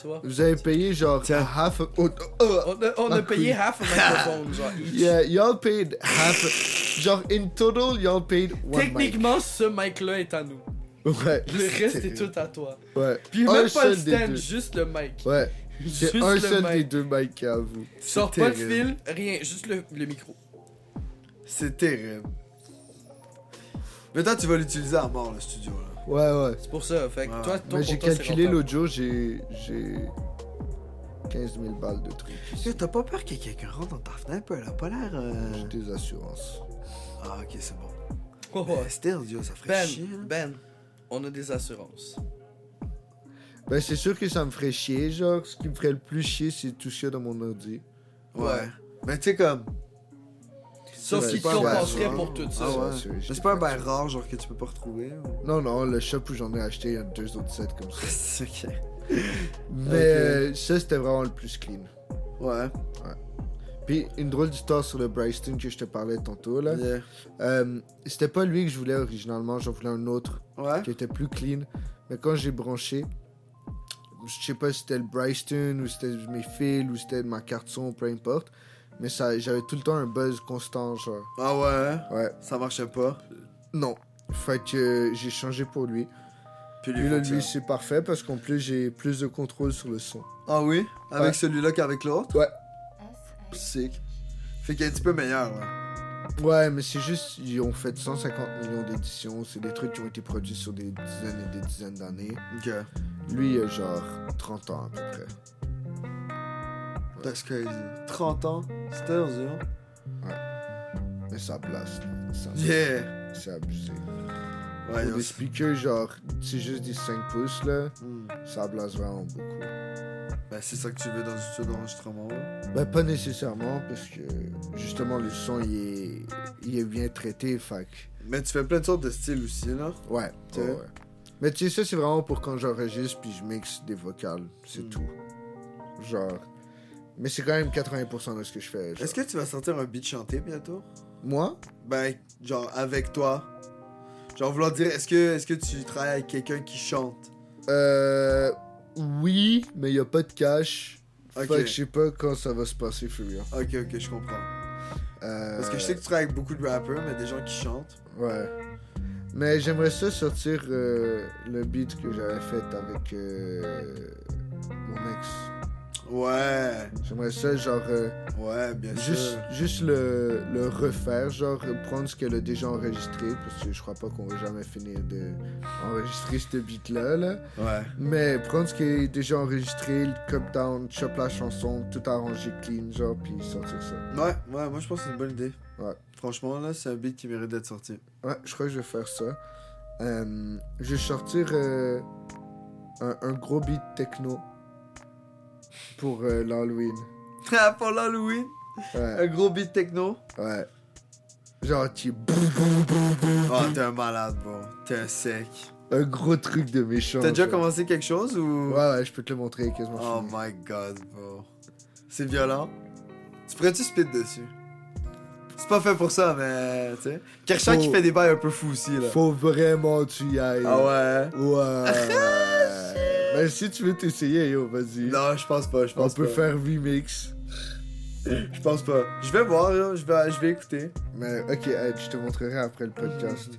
Speaker 2: Tu vois?
Speaker 3: Vous avez payé genre
Speaker 4: Tiens.
Speaker 3: half a... oh, oh,
Speaker 2: On a, on a
Speaker 3: Ah,
Speaker 2: payé
Speaker 3: cool.
Speaker 2: half a microphone, genre. each.
Speaker 3: Yeah, y'all paid half... genre, in total, y'all paid one mic.
Speaker 2: Techniquement, ce mic-là est à nous.
Speaker 3: Ouais.
Speaker 2: Le reste est tout à toi.
Speaker 3: Ouais.
Speaker 2: Puis
Speaker 3: un
Speaker 2: même pas le
Speaker 3: seul des
Speaker 2: stand,
Speaker 3: deux.
Speaker 2: juste le mic.
Speaker 3: Ouais.
Speaker 2: (laughs) Juste
Speaker 3: C'est un
Speaker 2: le
Speaker 3: seul
Speaker 2: mic.
Speaker 3: des deux mics à vous.
Speaker 2: Sors
Speaker 4: C'est
Speaker 2: pas de fil,
Speaker 4: terrible.
Speaker 2: rien, juste le, le micro.
Speaker 4: C'est terrible. Mais toi, tu vas l'utiliser à mort, le studio, là.
Speaker 3: Ouais, ouais.
Speaker 2: C'est pour ça. Fait que
Speaker 4: Ouais.
Speaker 2: toi, toi
Speaker 3: Ah. Mais
Speaker 2: pour
Speaker 3: j'ai
Speaker 2: toi, c'est
Speaker 3: calculé
Speaker 2: rentable.
Speaker 3: l'autre jour, j'ai. J'ai. 15 000 balles de trucs.
Speaker 4: Yo, T'as pas peur que quelqu'un rentre dans ta fenêtre, elle a pas l'air. euh,
Speaker 3: J'ai des assurances.
Speaker 4: Ah, ok, c'est bon.
Speaker 2: Oh,
Speaker 4: Oh,
Speaker 2: oh.
Speaker 4: still, yo, ça ferait
Speaker 2: Ben,
Speaker 4: chier, là.
Speaker 2: Ben, on a des assurances.
Speaker 3: Ben, c'est sûr que ça me ferait chier, genre. Ce qui me ferait le plus chier, c'est tout ça dans mon ordi.
Speaker 4: Ben, Ouais. Mais tu sais, comme.
Speaker 2: Sauf
Speaker 3: Ouais,
Speaker 2: qu'ils
Speaker 3: c'est pas
Speaker 2: compenseraient
Speaker 4: vrai.
Speaker 2: pour tout ça.
Speaker 4: Ah ouais.
Speaker 3: c'est-
Speaker 4: Mais
Speaker 3: j'ai
Speaker 4: C'est pas un
Speaker 3: pas
Speaker 4: bail rare, genre que tu peux pas retrouver. ou-
Speaker 3: Non, non, le shop où j'en ai acheté, il y a deux autres sets comme ça.
Speaker 4: (laughs) C'est ok.
Speaker 3: Mais
Speaker 4: Ok.
Speaker 3: euh, ça, c'était vraiment le plus clean.
Speaker 4: Ouais.
Speaker 3: Puis une drôle d'histoire sur le Bryston que je te parlais tantôt, là.
Speaker 4: Yeah.
Speaker 3: Euh, c'était pas lui que je voulais originalement, j'en voulais un autre
Speaker 4: Ouais.
Speaker 3: qui était plus clean. Mais quand j'ai branché, je sais pas si c'était le Bryston ou c'était mes fils ou c'était ma carte son, peu importe. Mais ça, j'avais tout le temps un buzz constant, genre.
Speaker 4: Ah ouais. hein?
Speaker 3: Ouais.
Speaker 4: Ça marchait pas.
Speaker 3: Non. Fait que euh, j'ai changé pour lui.
Speaker 4: Puis lui,
Speaker 3: Lui, là,
Speaker 4: faut que
Speaker 3: lui,
Speaker 4: ça-
Speaker 3: c'est parfait parce qu'en plus, j'ai plus de contrôle sur le son.
Speaker 4: Ah oui. Avec
Speaker 3: Ouais.
Speaker 4: celui-là qu'avec l'autre.
Speaker 3: Ouais.
Speaker 4: Sick. Fait qu'il est un petit peu meilleur. Là.
Speaker 3: Ouais, mais c'est juste, ils ont fait 150 millions d'éditions. C'est des trucs qui ont été produits sur des dizaines et des dizaines d'années.
Speaker 4: Ok.
Speaker 3: Lui, il a genre 30 ans à peu près.
Speaker 4: That's crazy. 30 ans. C'était dur.
Speaker 3: Mais ça place. Ça,
Speaker 4: Yeah.
Speaker 3: C'est abusé.
Speaker 4: Ouais.
Speaker 3: Pour
Speaker 4: yo,
Speaker 3: des
Speaker 4: c'est-
Speaker 3: speakers, genre, c'est juste des 5 pouces, là.
Speaker 4: Hmm.
Speaker 3: Ça blase vraiment beaucoup.
Speaker 4: Ben c'est ça que tu veux dans une studio d'enregistrement. ouais.
Speaker 3: Ben, pas nécessairement, parce que justement, le son, il est, il est bien traité, fac.
Speaker 4: Mais tu fais plein de sortes de styles aussi là.
Speaker 3: Ouais,
Speaker 4: Ouais.
Speaker 3: ouais, ouais. Mais tu sais, ça, c'est vraiment pour quand j'enregistre puis je mixe des vocales. C'est
Speaker 4: Mm.
Speaker 3: tout. Genre. Mais c'est quand même 80% de ce que je fais. genre.
Speaker 4: Est-ce que tu vas sortir un beat chanté bientôt?
Speaker 3: Moi
Speaker 4: Ben, genre, avec toi. Genre, vouloir dire, est-ce que, est que tu travailles avec quelqu'un qui chante?
Speaker 3: Euh. Oui, mais il a pas de cash.
Speaker 4: Ok.
Speaker 3: Fait que je sais pas quand ça va se passer, Furia.
Speaker 4: Ok, ok, je comprends.
Speaker 3: Euh,
Speaker 4: Parce que je sais que tu travailles avec beaucoup de rappeurs, mais des gens qui chantent.
Speaker 3: Ouais. Mais j'aimerais ça sortir euh, le beat que j'avais fait avec euh, mon ex.
Speaker 4: Ouais,
Speaker 3: J'aimerais ça, genre. euh,
Speaker 4: ouais, bien
Speaker 3: Juste,
Speaker 4: sûr.
Speaker 3: juste le, le refaire, genre prendre ce qu'elle a déjà enregistré, parce que je crois pas qu'on va jamais finir de enregistrer ce beat-là. là.
Speaker 4: Ouais.
Speaker 3: Mais prendre ce qui est déjà enregistré, le cup down, chop la chanson, tout arranger clean, genre, puis sortir ça.
Speaker 4: Ouais, ouais, moi je pense que c'est une bonne idée.
Speaker 3: Ouais.
Speaker 4: Franchement, là, c'est un beat qui mérite d'être sorti.
Speaker 3: Ouais, je crois que je vais faire ça. Euh, je vais sortir euh, un, un gros beat techno pour euh, l'Halloween.
Speaker 4: (laughs) Ah, pour l'Halloween,
Speaker 3: Ouais,
Speaker 4: un gros beat techno.
Speaker 3: ouais. Genre, tu
Speaker 4: Oh, t'es un malade, bro. T'es un sec.
Speaker 3: un gros truc de méchant.
Speaker 4: T'as déjà
Speaker 3: genre.
Speaker 4: commencé quelque chose ou.
Speaker 3: Ouais, ouais, je peux te le montrer quasiment.
Speaker 4: Oh
Speaker 3: fini.
Speaker 4: my god, bro. C'est violent. Tu pourrais-tu spit dessus? C'est pas fait pour ça, mais. Tu sais. Kershaw qui
Speaker 3: Faut-
Speaker 4: fait des bails un peu fous aussi, là.
Speaker 3: Faut vraiment que tu y ailles.
Speaker 4: Ah ouais? (laughs)
Speaker 3: Ouais. Mais si tu veux t'essayer, yo, vas-y.
Speaker 4: Non, je pense pas, je
Speaker 3: On
Speaker 4: pense
Speaker 3: peut
Speaker 4: pas.
Speaker 3: faire remix.
Speaker 4: Je pense pas. Je vais voir, là. Je vais, je vais écouter.
Speaker 3: Mais ok, hey, je te montrerai après le podcast.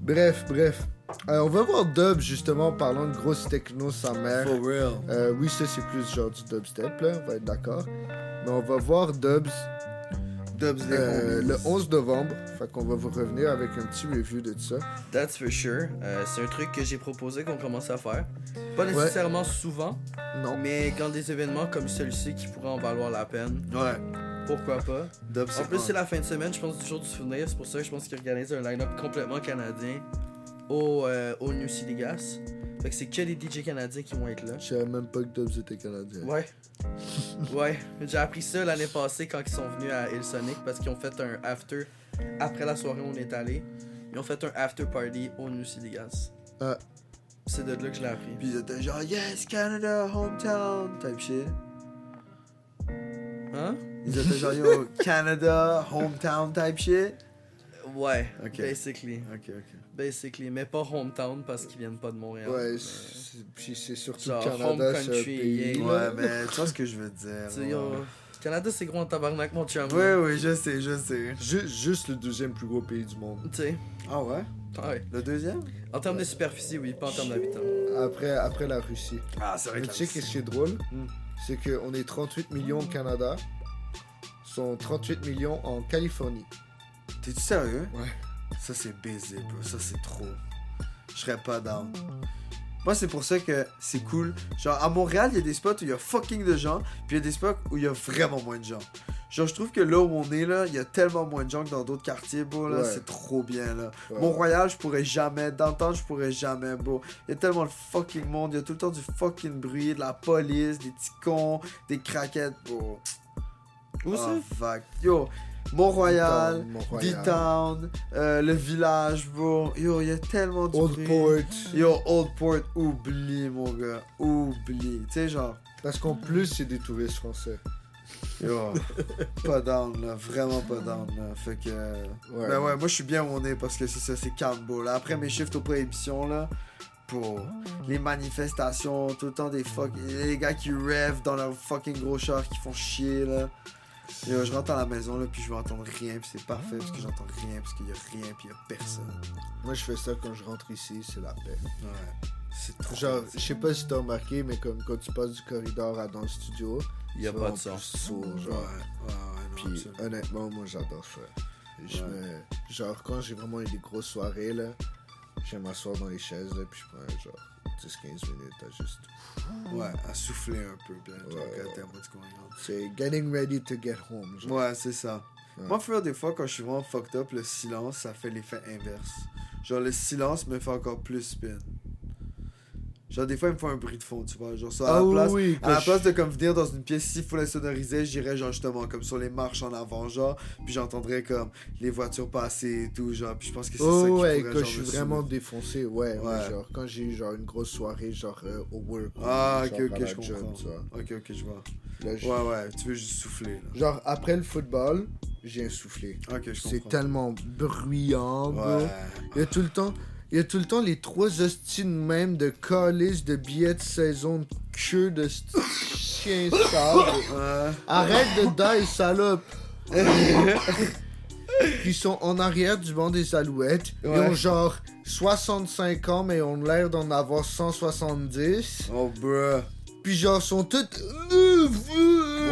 Speaker 3: Bref, bref. Euh, on va voir Dub justement, parlant de grosse techno, sa mère.
Speaker 4: For real.
Speaker 3: Euh, oui, ça c'est plus genre du dubstep, là, on va être d'accord. Mais on va voir Dubs
Speaker 4: Dubs les
Speaker 3: euh,
Speaker 4: combis.
Speaker 3: le 11 novembre. Fait qu'on va vous revenir avec un petit review de ça.
Speaker 2: That's for sure. Euh, c'est un truc que j'ai proposé qu'on commence à faire. Pas nécessairement souvent,
Speaker 3: Non.
Speaker 2: mais quand des événements comme celui-ci qui pourraient en valoir la peine,
Speaker 4: Ouais.
Speaker 2: pourquoi pas.
Speaker 4: Dubs
Speaker 2: En plus, c'est
Speaker 4: c'est
Speaker 2: la fin de semaine, je pense, du jour du souvenir. C'est pour ça que je pense qu'ils organisent un line-up complètement canadien au, euh, au New City Gas. Fait que c'est que les DJ canadiens qui vont être là.
Speaker 3: Je savais même pas que Dubs était canadien.
Speaker 2: Ouais. (laughs) ouais. J'ai appris ça l'année passée quand ils sont venus à Hillsonic parce qu'ils ont fait un after. Après la soirée où on est allé, ils ont fait un after party au New City Gas.
Speaker 3: Ah.
Speaker 2: C'est de là que je l'ai appris.
Speaker 4: Puis ils étaient genre, yes, Canada, hometown, type shit.
Speaker 2: Hein?
Speaker 4: Ils étaient genre, yo, Canada, hometown, type shit.
Speaker 2: Ouais.
Speaker 4: Ok.
Speaker 2: Basically.
Speaker 4: Ok, ok.
Speaker 2: Basically. Mais pas hometown parce qu'ils viennent pas de Montréal.
Speaker 3: Ouais,
Speaker 2: Mais-
Speaker 3: c'est- puis c'est surtout
Speaker 2: Genre,
Speaker 3: le Canada,
Speaker 2: home
Speaker 3: c'est un
Speaker 2: country,
Speaker 3: pays.
Speaker 2: yeah.
Speaker 4: Ouais, mais tu vois ce que je veux dire.
Speaker 2: (laughs) Tu sais,
Speaker 4: ouais.
Speaker 2: yo, Canada, c'est gros en tabarnak, mon chum.
Speaker 4: Oui, oui, je sais, je sais.
Speaker 3: Ju- juste le deuxième plus gros pays du monde.
Speaker 2: Tu sais.
Speaker 4: Ah ouais?
Speaker 2: Ouais.
Speaker 4: Le deuxième?
Speaker 2: En termes de superficie, oui, pas en termes d'habitants.
Speaker 3: Après, après la Russie.
Speaker 4: Ah, c'est
Speaker 3: Mais tu sais qu'est-ce qui est drôle
Speaker 4: Hmm.
Speaker 3: C'est qu'on est 38 millions au Canada, sont 38 millions en Californie.
Speaker 4: T'es-tu sérieux?
Speaker 3: Ouais.
Speaker 4: Ça, c'est baiser, bro. Ça, c'est trop. Je serais pas down. Moi, c'est pour ça que c'est cool. Genre, à Montréal, il y a des spots où il y a fucking de gens, puis il y a des spots où il y a vraiment moins de gens. Genre, je trouve que là où on est, là, il y a tellement moins de gens que dans d'autres quartiers, bro. Là,
Speaker 3: Ouais.
Speaker 4: c'est trop bien, là.
Speaker 3: Ouais.
Speaker 4: Mont-Royal, je pourrais jamais. Downtown, je pourrais jamais, bro. Il y a tellement de fucking monde. Il y a tout le temps du fucking bruit, de la police, des petits cons, des craquettes, bro.
Speaker 2: Où
Speaker 4: Ah, fuck. Yo, Mont-Royal,
Speaker 3: Mont-Royal.
Speaker 4: D-Town, euh, le village, bro. Yo, il y a tellement de
Speaker 3: Old
Speaker 4: bruit.
Speaker 3: Port.
Speaker 4: Yo, Old Port, oublie, mon gars. Oublie. Tu sais, genre,
Speaker 3: Parce qu'en plus, c'est des touristes français. (laughs)
Speaker 4: yo, pas down, là. Vraiment pas down, là. Fait que.
Speaker 3: Ouais.
Speaker 4: Ben ouais, moi, je suis bien où on est parce que c'est ça, c'est calme, bro. Là, après mes shifts aux prohibitions, là. Pour
Speaker 3: Ah.
Speaker 4: les manifestations, tout le temps des fuck. Les gars qui rêvent dans leur fucking gros char, qui font chier, là. Yo, je rentre à la maison, là, puis je vais entendre rien, puis c'est parfait, parce que j'entends rien, parce qu'il y a rien, puis il y a personne.
Speaker 3: Moi, je fais ça quand je rentre ici, c'est la paix.
Speaker 4: Ouais. C'est trop.
Speaker 3: Genre, je sais pas si t'as remarqué, mais comme quand tu passes du corridor à dans le studio,
Speaker 2: Il y a
Speaker 3: c'est
Speaker 2: pas de
Speaker 3: vraiment
Speaker 2: son.
Speaker 3: plus sourd,
Speaker 4: Ouais, ouais,
Speaker 3: genre.
Speaker 4: ouais, non,
Speaker 3: Puis
Speaker 4: absolument.
Speaker 3: honnêtement, moi, j'adore ça. Je
Speaker 4: Ouais.
Speaker 3: me- Genre, quand j'ai vraiment eu des grosses soirées, là, j'aime m'asseoir dans les chaises, là, puis je prends genre 10-15 minutes à juste.
Speaker 4: Ouais, à souffler un peu, bien.
Speaker 3: Ouais,
Speaker 4: genre,
Speaker 3: ouais.
Speaker 4: quand t'es en mode confiance.
Speaker 3: C'est getting ready to get home. Genre.
Speaker 4: Ouais, c'est ça.
Speaker 3: Ouais.
Speaker 4: Moi, frère, des fois, quand je suis vraiment fucked up, le silence, ça fait l'effet inverse. Genre, le silence me fait encore plus spin. Genre, des fois, il me fait un bruit de fond, tu vois. Genre, ça, à
Speaker 3: Ah
Speaker 4: la
Speaker 3: oui,
Speaker 4: place,
Speaker 3: oui,
Speaker 4: à la
Speaker 3: quand je-
Speaker 4: place de comme venir dans une pièce, s'il faut la sonoriser, j'irais, genre, justement, comme sur les marches en avant, genre, puis j'entendrais comme les voitures passer et tout, genre, puis je pense que c'est ça qui
Speaker 3: Oh ouais,
Speaker 4: pourrait,
Speaker 3: quand je
Speaker 4: genre,
Speaker 3: suis
Speaker 4: me
Speaker 3: vraiment
Speaker 4: saouler.
Speaker 3: défoncé, ouais,
Speaker 4: Ouais.
Speaker 3: mais genre quand j'ai eu genre une grosse soirée genre euh, au work. ou
Speaker 4: Ah,
Speaker 3: genre
Speaker 4: ok,
Speaker 3: à
Speaker 4: ok,
Speaker 3: la
Speaker 4: je
Speaker 3: job,
Speaker 4: comprends.
Speaker 3: tu vois.
Speaker 4: Ok, ok, je vois.
Speaker 3: Là, je-
Speaker 4: Ouais, ouais, tu veux juste souffler, là.
Speaker 3: Genre après le football, j'ai un soufflé.
Speaker 4: Ok, je comprends.
Speaker 3: C'est tellement bruyant, bro.
Speaker 4: Ouais.
Speaker 3: Il y a tout le temps, il y a tout le temps les trois hosties de même de calice, de billets de saison, de queue de sti- chien sale.
Speaker 4: Ouais.
Speaker 3: Arrête de die, salope. Ils sont en arrière du banc des Alouettes. Ils
Speaker 4: Ouais.
Speaker 3: ont genre 65 ans, mais ont l'air d'en avoir 170.
Speaker 4: Oh, bruh.
Speaker 3: Puis genre, sont toutes...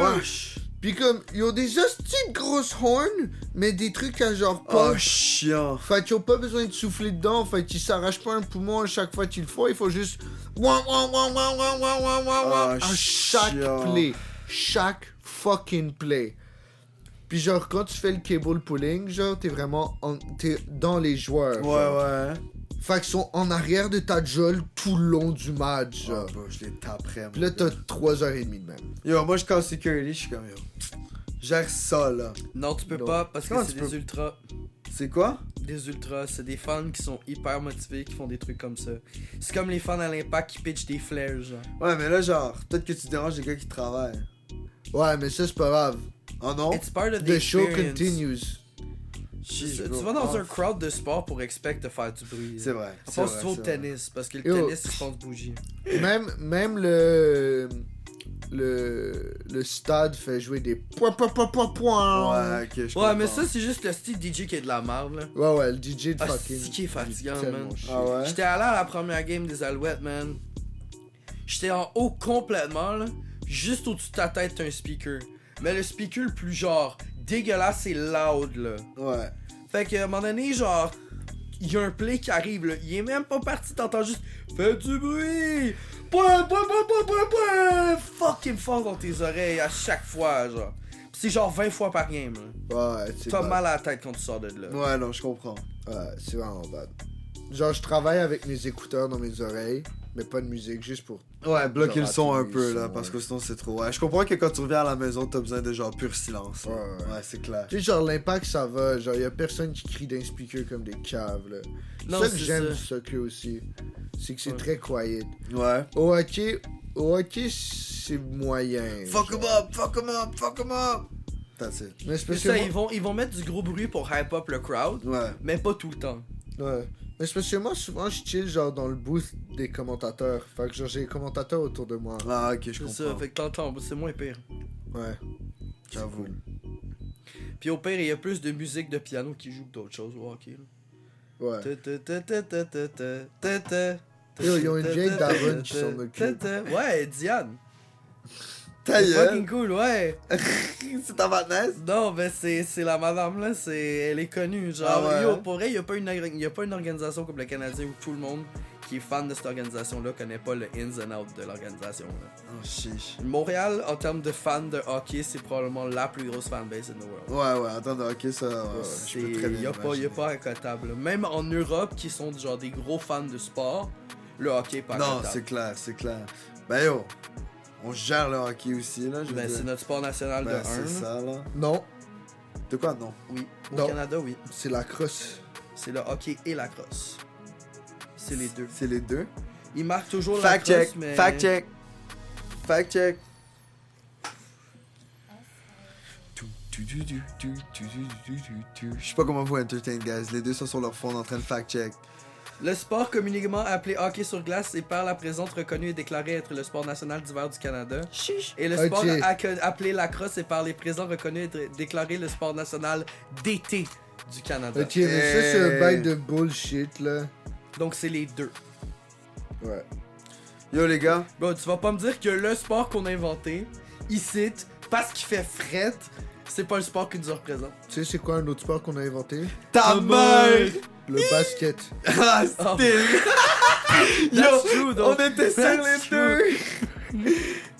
Speaker 4: Wesh.
Speaker 3: Puis comme, ils ont des hosties de grosses horns, mais des trucs à genre
Speaker 4: Oh,
Speaker 3: punch.
Speaker 4: chiant.
Speaker 3: Fait qu'ils ont pas besoin de souffler dedans, fait qu'ils s'arrachent pas un poumon à chaque fois qu'ils le font, il faut juste... Ouin, ouin, ouin, ouin, ouin, ouin, ouin, ouin, ouin,
Speaker 4: Ah,
Speaker 3: à chaque
Speaker 4: chiant.
Speaker 3: play. Chaque fucking play. Puis genre, quand tu fais le cable pulling, genre, t'es vraiment en- t'es dans les joueurs.
Speaker 4: Ouais,
Speaker 3: genre.
Speaker 4: ouais.
Speaker 3: Fait qu'ils sont en arrière de ta jolle tout le long du match,
Speaker 4: Ah,
Speaker 3: genre.
Speaker 4: bah, je les taperais.
Speaker 3: Puis
Speaker 4: mon
Speaker 3: là, t'as
Speaker 4: gars.
Speaker 3: 3h30 de même.
Speaker 4: Yo, moi, je call security, je suis comme yo. Gère ça, là.
Speaker 2: Non, tu peux
Speaker 3: Non.
Speaker 2: pas parce que
Speaker 4: Comment
Speaker 2: c'est
Speaker 4: tu
Speaker 2: des
Speaker 4: peux-
Speaker 2: ultras.
Speaker 4: C'est quoi
Speaker 2: Des ultras, c'est des fans qui sont hyper motivés, qui font des trucs comme ça. C'est comme les fans à l'impact qui pitchent des flares, genre.
Speaker 4: Ouais, mais là, genre, peut-être que tu déranges les gars qui travaillent.
Speaker 3: Ouais, mais ça, c'est pas grave.
Speaker 4: Oh non
Speaker 2: It's part of the,
Speaker 3: The show
Speaker 2: experience.
Speaker 3: continues.
Speaker 2: Tu,
Speaker 4: Jeez,
Speaker 2: tu
Speaker 4: bro.
Speaker 2: vas dans
Speaker 4: Ah,
Speaker 2: un crowd de sport pour expect de faire du bruit.
Speaker 4: C'est vrai.
Speaker 2: Je
Speaker 4: c'est
Speaker 2: pense
Speaker 4: vrai,
Speaker 2: trop au
Speaker 4: c'est
Speaker 2: tennis, parce que le
Speaker 3: Yo.
Speaker 2: tennis, je pense bougie.
Speaker 3: Même, même le, le. Le stade fait jouer des point, point, point, point, point.
Speaker 4: vrai. Ouais, ok, je
Speaker 2: Ouais,
Speaker 4: comprends.
Speaker 2: mais ça, c'est juste le style DJ qui est de la marde, là.
Speaker 3: Ouais, ouais, le DJ de
Speaker 2: Ah,
Speaker 3: fucking.
Speaker 2: c'est qui est fatigant,
Speaker 3: il est tellement
Speaker 2: man.
Speaker 3: chiant.
Speaker 4: Ah ouais
Speaker 2: J'étais allé à la première game des Alouettes, man. J'étais en haut complètement, là. Juste au-dessus de ta tête, t'as un speaker. Mais le speaker le plus, genre, dégueulasse et loud, là.
Speaker 4: Ouais.
Speaker 2: Fait que, à un moment donné, genre, il y a un play qui arrive, là. Il est même pas parti, t'entends juste Fais du bruit! Point, point, point, point, point, point! Fucking fort dans tes oreilles à chaque fois, genre. Pis c'est genre 20 fois par game, là.
Speaker 3: Ouais, c'est
Speaker 2: T'as
Speaker 3: bad.
Speaker 2: mal à la tête quand tu sors de là.
Speaker 4: Ouais, non, je comprends.
Speaker 3: Ouais, c'est vraiment bad. Genre, je travaille avec mes écouteurs dans mes oreilles, mais pas de musique, juste pour.
Speaker 4: Ouais, bloquer le
Speaker 3: Genre,
Speaker 4: son un
Speaker 3: atténuer
Speaker 4: peu,
Speaker 3: le
Speaker 4: là,
Speaker 3: son,
Speaker 4: parce
Speaker 3: ouais.
Speaker 4: que sinon, c'est trop. Ouais, je comprends que quand tu reviens à la maison, t'as besoin de genre pur silence. là.
Speaker 3: Ouais, ouais.
Speaker 4: Ouais, c'est clair.
Speaker 3: Tu sais, genre, l'impact, ça va. Genre, y a personne qui crie d'un speaker comme des caves, là.
Speaker 2: Non,
Speaker 3: ça que
Speaker 2: c'est
Speaker 3: j'aime
Speaker 2: ça.
Speaker 3: du soccer aussi. C'est que c'est
Speaker 2: Ouais.
Speaker 3: très quiet.
Speaker 4: Ouais.
Speaker 3: Au hockey, au hockey c'est moyen.
Speaker 4: Fuck
Speaker 3: genre.
Speaker 4: em up, fuck em up, fuck em up. That's it.
Speaker 3: Mais c'est
Speaker 2: C'est
Speaker 3: parce que
Speaker 2: ça,
Speaker 3: moi-
Speaker 2: ils vont, ils vont mettre du gros bruit pour hype up le crowd,
Speaker 4: Ouais.
Speaker 2: mais pas tout le temps.
Speaker 3: Ouais. Mais c'est parce que moi, souvent, je chill genre dans le booth des commentateurs. Fait que genre, j'ai des commentateurs autour de moi.
Speaker 4: Ah, ok, je
Speaker 2: C'est
Speaker 4: comprends.
Speaker 2: ça, fait que t'entends, c'est moins pire.
Speaker 3: Ouais.
Speaker 4: J'avoue.
Speaker 2: Puis au pire, il y a plus de musique de piano qui joue que d'autres choses au hockey.
Speaker 3: Ouais. Yo,
Speaker 2: Ils
Speaker 3: ils ont une vieille daronne qui s'en occupe.
Speaker 2: Ouais, Diane.
Speaker 4: Ta
Speaker 2: C'est
Speaker 4: gueule.
Speaker 2: Fucking cool, ouais.
Speaker 4: (laughs) C'est ta madness?
Speaker 2: Non, mais c'est c'est la madame là, c'est elle est connue. Genre,
Speaker 4: Ah ouais?
Speaker 2: yo, pour vrai, il n'y a, pas une agri- y a pas une organisation comme le Canadien où tout le monde qui est fan de cette organisation-là connaît pas le ins and out de l'organisation. là.
Speaker 4: Oh, chiche.
Speaker 2: Montréal, en termes de fans de hockey, c'est probablement la plus grosse fanbase in the world.
Speaker 4: Ouais, ouais, attends, ok, ça, ouais, ouais, je peux très bien.
Speaker 2: Y'a pas, y a
Speaker 4: imaginer.
Speaker 2: pas un cotable. Même en Europe, qui sont genre des gros fans de sport, le hockey est pas
Speaker 4: Non,
Speaker 2: cotable.
Speaker 4: c'est clair, c'est clair. Ben yo, on gère le hockey aussi, là, je veux
Speaker 2: Ben,
Speaker 4: dire.
Speaker 2: c'est notre sport national
Speaker 4: Ben,
Speaker 2: de 1.
Speaker 4: c'est ça, là.
Speaker 3: Non.
Speaker 4: De quoi non
Speaker 2: Oui. Au
Speaker 3: Non.
Speaker 2: Canada, oui.
Speaker 3: C'est la crosse.
Speaker 2: C'est le hockey et la crosse. C'est les deux.
Speaker 4: C'est les deux.
Speaker 2: Ils marquent toujours la
Speaker 4: Fact
Speaker 2: crosse,
Speaker 4: check.
Speaker 2: mais...
Speaker 4: Fact check. Fact check. Je sais pas comment vous entertain, guys. Les deux sont sur leur phone en train de fact check.
Speaker 2: Le sport communément appelé hockey sur glace est par la présente reconnu et déclaré être le sport national d'hiver du Canada. Et le sport
Speaker 3: Ok.
Speaker 2: acc- appelé la crosse est par les présents reconnu et dr- déclaré le sport national d'été du Canada.
Speaker 3: Ok, mais ça, c'est un bail de bullshit, là.
Speaker 2: Donc c'est les deux.
Speaker 3: Ouais.
Speaker 4: Yo les gars,
Speaker 2: Bro, tu vas pas me dire que le sport qu'on a inventé, ici, parce qu'il fait fret, c'est pas le sport qui nous représente.
Speaker 3: Tu sais, c'est quoi un autre sport qu'on a inventé
Speaker 2: Ah,
Speaker 4: ta mère!
Speaker 3: Le basket.
Speaker 4: Ah,
Speaker 2: Oh.
Speaker 4: c'était- Yo,
Speaker 2: That's true,
Speaker 4: on
Speaker 2: though.
Speaker 4: était sur les
Speaker 2: That's
Speaker 4: deux!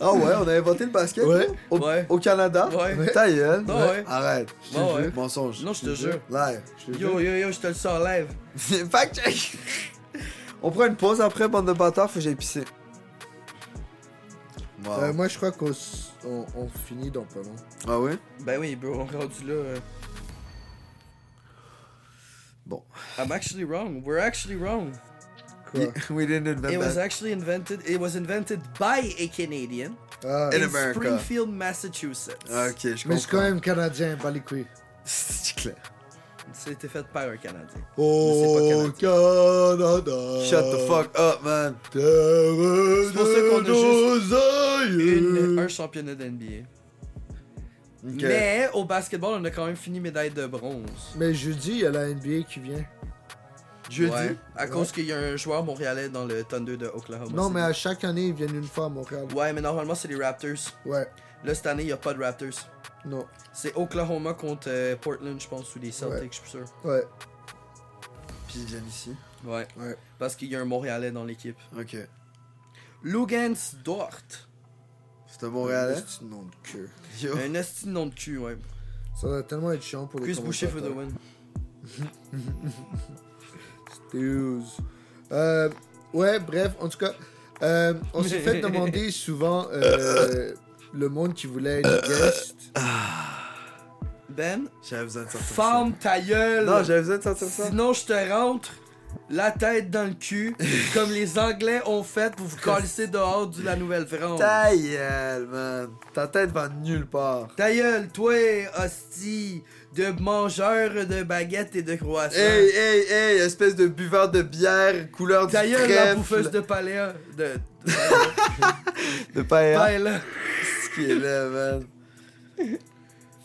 Speaker 4: Ah ouais, on a inventé le basket?
Speaker 3: Ouais.
Speaker 4: là? Au,
Speaker 2: Ouais.
Speaker 4: au Canada?
Speaker 2: Ouais.
Speaker 4: Ta gueule.
Speaker 2: Ouais, ouais.
Speaker 4: Arrête. Je te
Speaker 2: Ouais,
Speaker 4: jure.
Speaker 2: ouais.
Speaker 4: Mensonge.
Speaker 2: Non, je te jure.
Speaker 4: Live.
Speaker 3: Je te
Speaker 2: Yo,
Speaker 3: jure.
Speaker 2: yo, yo, je te le sors live.
Speaker 4: Fact check! On prend une pause après, bande de bâtards, faut que j'aille pisser. Wow.
Speaker 3: Euh, moi, je crois qu'on s- on, on finit dans pas long.
Speaker 4: Ah ouais?
Speaker 2: Ben oui, bro, on est rendu là. euh.
Speaker 4: Bon.
Speaker 2: I'm actually wrong. We're actually wrong.
Speaker 3: Quoi
Speaker 4: We didn't
Speaker 2: It
Speaker 4: invent
Speaker 2: was
Speaker 4: that.
Speaker 2: actually invented. It was invented by a Canadian
Speaker 3: Ah,
Speaker 4: In
Speaker 2: in
Speaker 4: America.
Speaker 2: Springfield, Massachusetts.
Speaker 4: Ok, je comprends.
Speaker 3: Mais c'est quand même canadien, pas les couilles.
Speaker 4: (laughs) C'est clair.
Speaker 2: C'était fait par un Canadien.
Speaker 3: Oh,
Speaker 2: Mais
Speaker 3: Canada.
Speaker 4: Shut the fuck up, man.
Speaker 3: Terre de
Speaker 2: C'est pour ça qu'on a
Speaker 3: nos
Speaker 2: Une-
Speaker 3: aïeux.
Speaker 2: un championnat d'NBA.
Speaker 4: Ok.
Speaker 2: Mais au basketball, on a quand même fini médaille de bronze.
Speaker 3: Mais jeudi, il y a la NBA qui vient.
Speaker 4: Jeudi?
Speaker 2: Ouais, à cause qu'il y a un joueur montréalais dans le Thunder de Oklahoma.
Speaker 3: Non,
Speaker 2: City.
Speaker 3: mais à chaque année, ils viennent une fois à Montréal.
Speaker 2: Ouais, mais normalement, c'est les Raptors.
Speaker 3: Ouais,
Speaker 2: Là, cette année, il n'y a pas de Raptors.
Speaker 3: non.
Speaker 2: C'est Oklahoma contre euh, Portland, je pense, ou les Celtics,
Speaker 3: Ouais.
Speaker 2: je suis sûr.
Speaker 3: Ouais,
Speaker 4: Puis ils viennent ici.
Speaker 2: Ouais.
Speaker 3: Ouais.
Speaker 2: Parce qu'il y a un Montréalais dans l'équipe.
Speaker 4: Ok.
Speaker 2: Lugans Dort.
Speaker 4: C'est un Montréalais?
Speaker 3: Un petit nom de queue.
Speaker 4: Yo.
Speaker 2: Un esti de nom de cul, ouais.
Speaker 3: Ça va tellement être chiant pour les
Speaker 2: Chris Boucher for the
Speaker 3: commentateurs.
Speaker 2: win.
Speaker 3: Excuse. Euh, ouais, bref, en tout cas, euh, on s'est
Speaker 2: (laughs)
Speaker 3: fait demander souvent euh, le monde qui voulait être guest.
Speaker 2: Ben,
Speaker 4: J'avais besoin de sortir ça.
Speaker 2: ferme ta gueule.
Speaker 4: Non, j'avais besoin de sortir ça.
Speaker 2: Sinon, je te rentre la tête dans le
Speaker 4: (laughs)
Speaker 2: cul, comme les Anglais ont fait pour vous colisser dehors de la Nouvelle-France.
Speaker 4: Ta gueule, man. Ta tête va nulle part.
Speaker 2: Ta gueule, toi, hostie, de mangeur de baguettes et de croissants.
Speaker 4: Hey, hey, hey, espèce de buveur de bière, couleur
Speaker 2: Ta
Speaker 4: du
Speaker 2: gueule, la
Speaker 4: trèfle.
Speaker 2: bouffeuse de paléa. De, de
Speaker 4: De paella.
Speaker 2: paella.
Speaker 4: Qu'est-ce qui est là, man?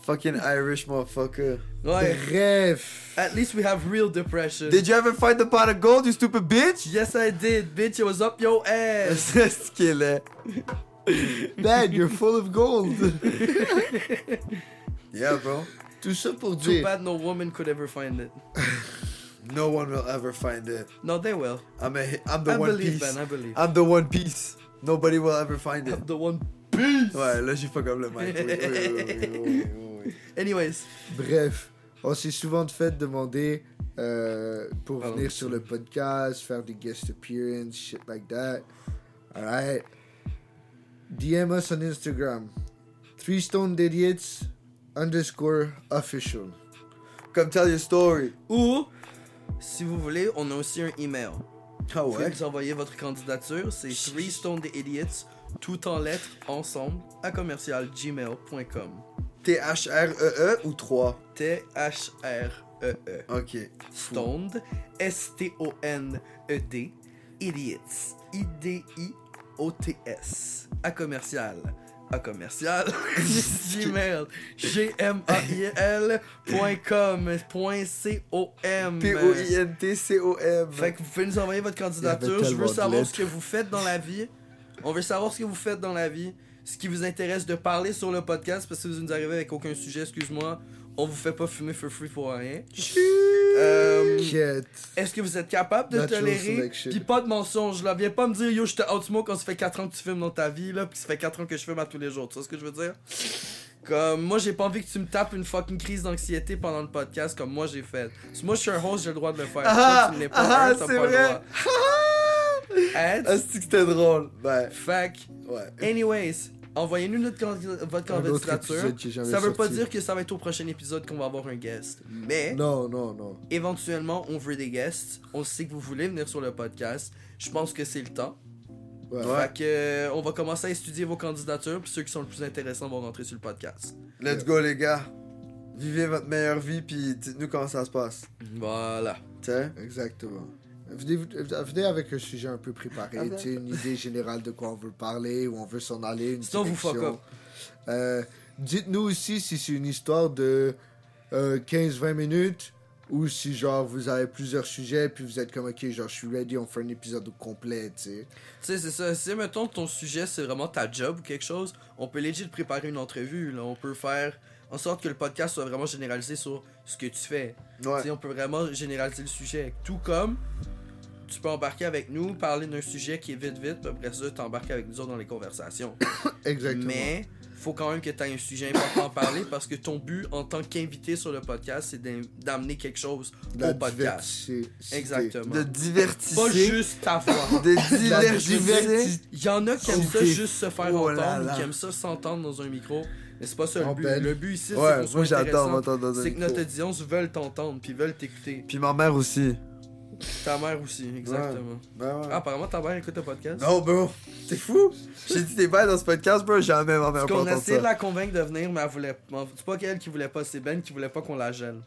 Speaker 4: Fucking Irish motherfucker.
Speaker 2: Ouais.
Speaker 3: Bref.
Speaker 2: At least we have real depression.
Speaker 4: Did you ever find the pot of gold, you stupid bitch?
Speaker 2: Yes, I did, bitch. It was up your ass.
Speaker 4: (laughs) C'est ce qui est là.
Speaker 3: Dad, you're full
Speaker 2: (laughs)
Speaker 3: of gold.
Speaker 4: Yeah, bro.
Speaker 3: Tout ça pour
Speaker 2: Too
Speaker 3: dire.
Speaker 2: bad no woman could ever find it.
Speaker 4: No one will ever find it.
Speaker 2: No, they will.
Speaker 4: I'm, a, I'm the
Speaker 2: I
Speaker 4: one
Speaker 2: believe,
Speaker 4: piece.
Speaker 2: Ben. I believe.
Speaker 4: I'm the one piece. Nobody will ever find it.
Speaker 2: I'm the one piece.
Speaker 4: Ouais, là, j'ai fuck up le mic. Oui, oui, oui, oui, oui, oui.
Speaker 2: Anyways,
Speaker 3: Bref, on s'est souvent fait demander euh, pour
Speaker 2: Pardon.
Speaker 3: venir sur le podcast, faire des guest appearances, shit like that. Alright. DM us on Instagram. Three Stone Idiots underscore official.
Speaker 4: Come tell your story.
Speaker 2: ou si vous voulez, on a aussi un email.
Speaker 4: Ah
Speaker 2: Vous pouvez
Speaker 4: ouais?
Speaker 2: nous envoyer votre candidature, c'est Three Stone the Idiots, tout en lettres, ensemble, à commercial gmail.com.
Speaker 4: T-H-R-E-E E ou 3?
Speaker 2: T-H-R-E-E.
Speaker 4: Ok.
Speaker 2: Stoned, S-T-O-N-E-D, E Idiots, I-D-I-O-T-S, à commercial, à commercial, (laughs) gmail, G-M-A-I-L, point com, point C-O-M.
Speaker 4: P-O-I-N-T-C-O-M.
Speaker 2: Fait que vous pouvez nous envoyer votre
Speaker 3: Il y
Speaker 2: candidature.
Speaker 3: avait
Speaker 2: Je veux
Speaker 3: tellement de
Speaker 2: savoir
Speaker 3: lettres.
Speaker 2: ce que vous faites dans la vie. On veut savoir ce que vous faites dans la vie. Ce qui vous intéresse de parler sur le podcast. Parce que si vous nous arrivez avec aucun sujet, excuse-moi, on vous fait pas fumer for free pour rien. Euh,
Speaker 3: Shit.
Speaker 2: Est-ce que vous êtes capable de
Speaker 3: Natural
Speaker 2: tolérer
Speaker 3: selection.
Speaker 2: Puis pas de mensonge là. Viens pas me dire yo, je te outsmoke quand ça fait 4 ans que tu filmes dans ta vie là. Puis ça fait 4 ans que je filme à tous les jours. Tu vois ce que je veux dire Comme moi, j'ai pas envie que tu me tapes une fucking crise d'anxiété pendant le podcast comme moi j'ai fait. Parce que moi, je suis un host, j'ai le droit de le faire.
Speaker 4: Ah,
Speaker 2: Toi, tu ne l'es pas,
Speaker 4: ah,
Speaker 2: hein, t'as
Speaker 4: c'est
Speaker 2: pas le
Speaker 4: vrai.
Speaker 2: droit. Hein?
Speaker 4: Ah, c'est que c'était drôle. Ouais.
Speaker 2: Fait que,
Speaker 4: Ouais.
Speaker 2: anyways, Envoyez-nous notre candi- votre
Speaker 3: Un autre
Speaker 2: candidature.
Speaker 3: épisode qui est jamais
Speaker 2: Ça veut pas
Speaker 3: sorti.
Speaker 2: dire que ça va être au prochain épisode qu'on va avoir un guest. Mais
Speaker 3: Non, non, non.
Speaker 2: éventuellement, on veut des guests. On sait que vous voulez venir sur le podcast. Je pense que c'est le temps.
Speaker 3: Ouais.
Speaker 4: Ouais.
Speaker 2: Fait que, euh, on va commencer à étudier vos candidatures. Puis ceux qui sont le plus intéressants vont rentrer sur le podcast.
Speaker 4: Let's go, les gars. Vivez votre meilleure vie, puis dites-nous comment ça se passe.
Speaker 2: Voilà.
Speaker 4: Tiens.
Speaker 3: Exactement. Venez, euh, venez avec un sujet un peu
Speaker 2: Ah
Speaker 3: préparé,
Speaker 2: ben.
Speaker 3: tu sais, une idée générale de quoi on veut parler, où on veut s'en aller, une
Speaker 2: Sinon, vous
Speaker 3: direction.
Speaker 2: fuck up.
Speaker 3: Euh, Dites-nous aussi si c'est une histoire de euh, 15-20 minutes ou si genre vous avez plusieurs sujets puis vous êtes comme ok genre je suis ready on fait un épisode au complet tu sais
Speaker 2: Tu sais, c'est ça. Si, mettons, ton sujet, c'est vraiment ta job ou quelque chose, on peut legit préparer une entrevue. Là. On peut faire en sorte que le podcast soit vraiment généralisé sur ce que tu fais. Tu sais,
Speaker 4: Ouais.
Speaker 2: on peut vraiment généraliser le sujet. Tout comme tu peux embarquer avec nous, parler d'un sujet qui est vite, vite, puis après ça, t'embarques avec nous autres dans les conversations.
Speaker 3: exactement
Speaker 2: Mais faut quand même que tu aies un sujet important à parler parce que ton but en tant qu'invité sur le podcast, c'est d'am- d'amener quelque chose
Speaker 3: la
Speaker 2: au podcast.
Speaker 3: diversité.
Speaker 2: Exactement.
Speaker 4: De divertir.
Speaker 2: Pas (laughs) juste ta voix.
Speaker 4: De
Speaker 3: la
Speaker 4: divertir.
Speaker 3: diversité
Speaker 2: Il y en a qui aiment ça
Speaker 4: Ok.
Speaker 2: juste se faire
Speaker 4: Oh là
Speaker 2: entendre,
Speaker 4: là. ben,
Speaker 2: qui aiment ça s'entendre dans un micro. Mais c'est pas ça le
Speaker 3: En
Speaker 2: but.
Speaker 3: belle.
Speaker 2: Le but ici, c'est
Speaker 4: Ouais,
Speaker 2: qu'on soit
Speaker 4: moi j'adore
Speaker 2: intéressant.
Speaker 4: m'entendre dans un
Speaker 2: C'est que notre
Speaker 4: micro.
Speaker 2: audience veulent t'entendre, puis veulent t'écouter.
Speaker 4: Puis ma mère aussi.
Speaker 2: Ta mère aussi, exactement.
Speaker 4: Ben ouais.
Speaker 2: Ah, apparemment, ta mère écoute le podcast.
Speaker 4: Non, bro. T'es fou? J'ai dit t'es pas dans ce podcast, bro. Jamais ma mère
Speaker 2: Parce
Speaker 4: peut
Speaker 2: qu'on a
Speaker 4: entendre
Speaker 2: essayé de
Speaker 4: ça.
Speaker 2: la convaincre de venir, mais elle voulait pas. C'est pas qu'elle qui voulait pas, c'est Ben qui voulait pas qu'on la gêne.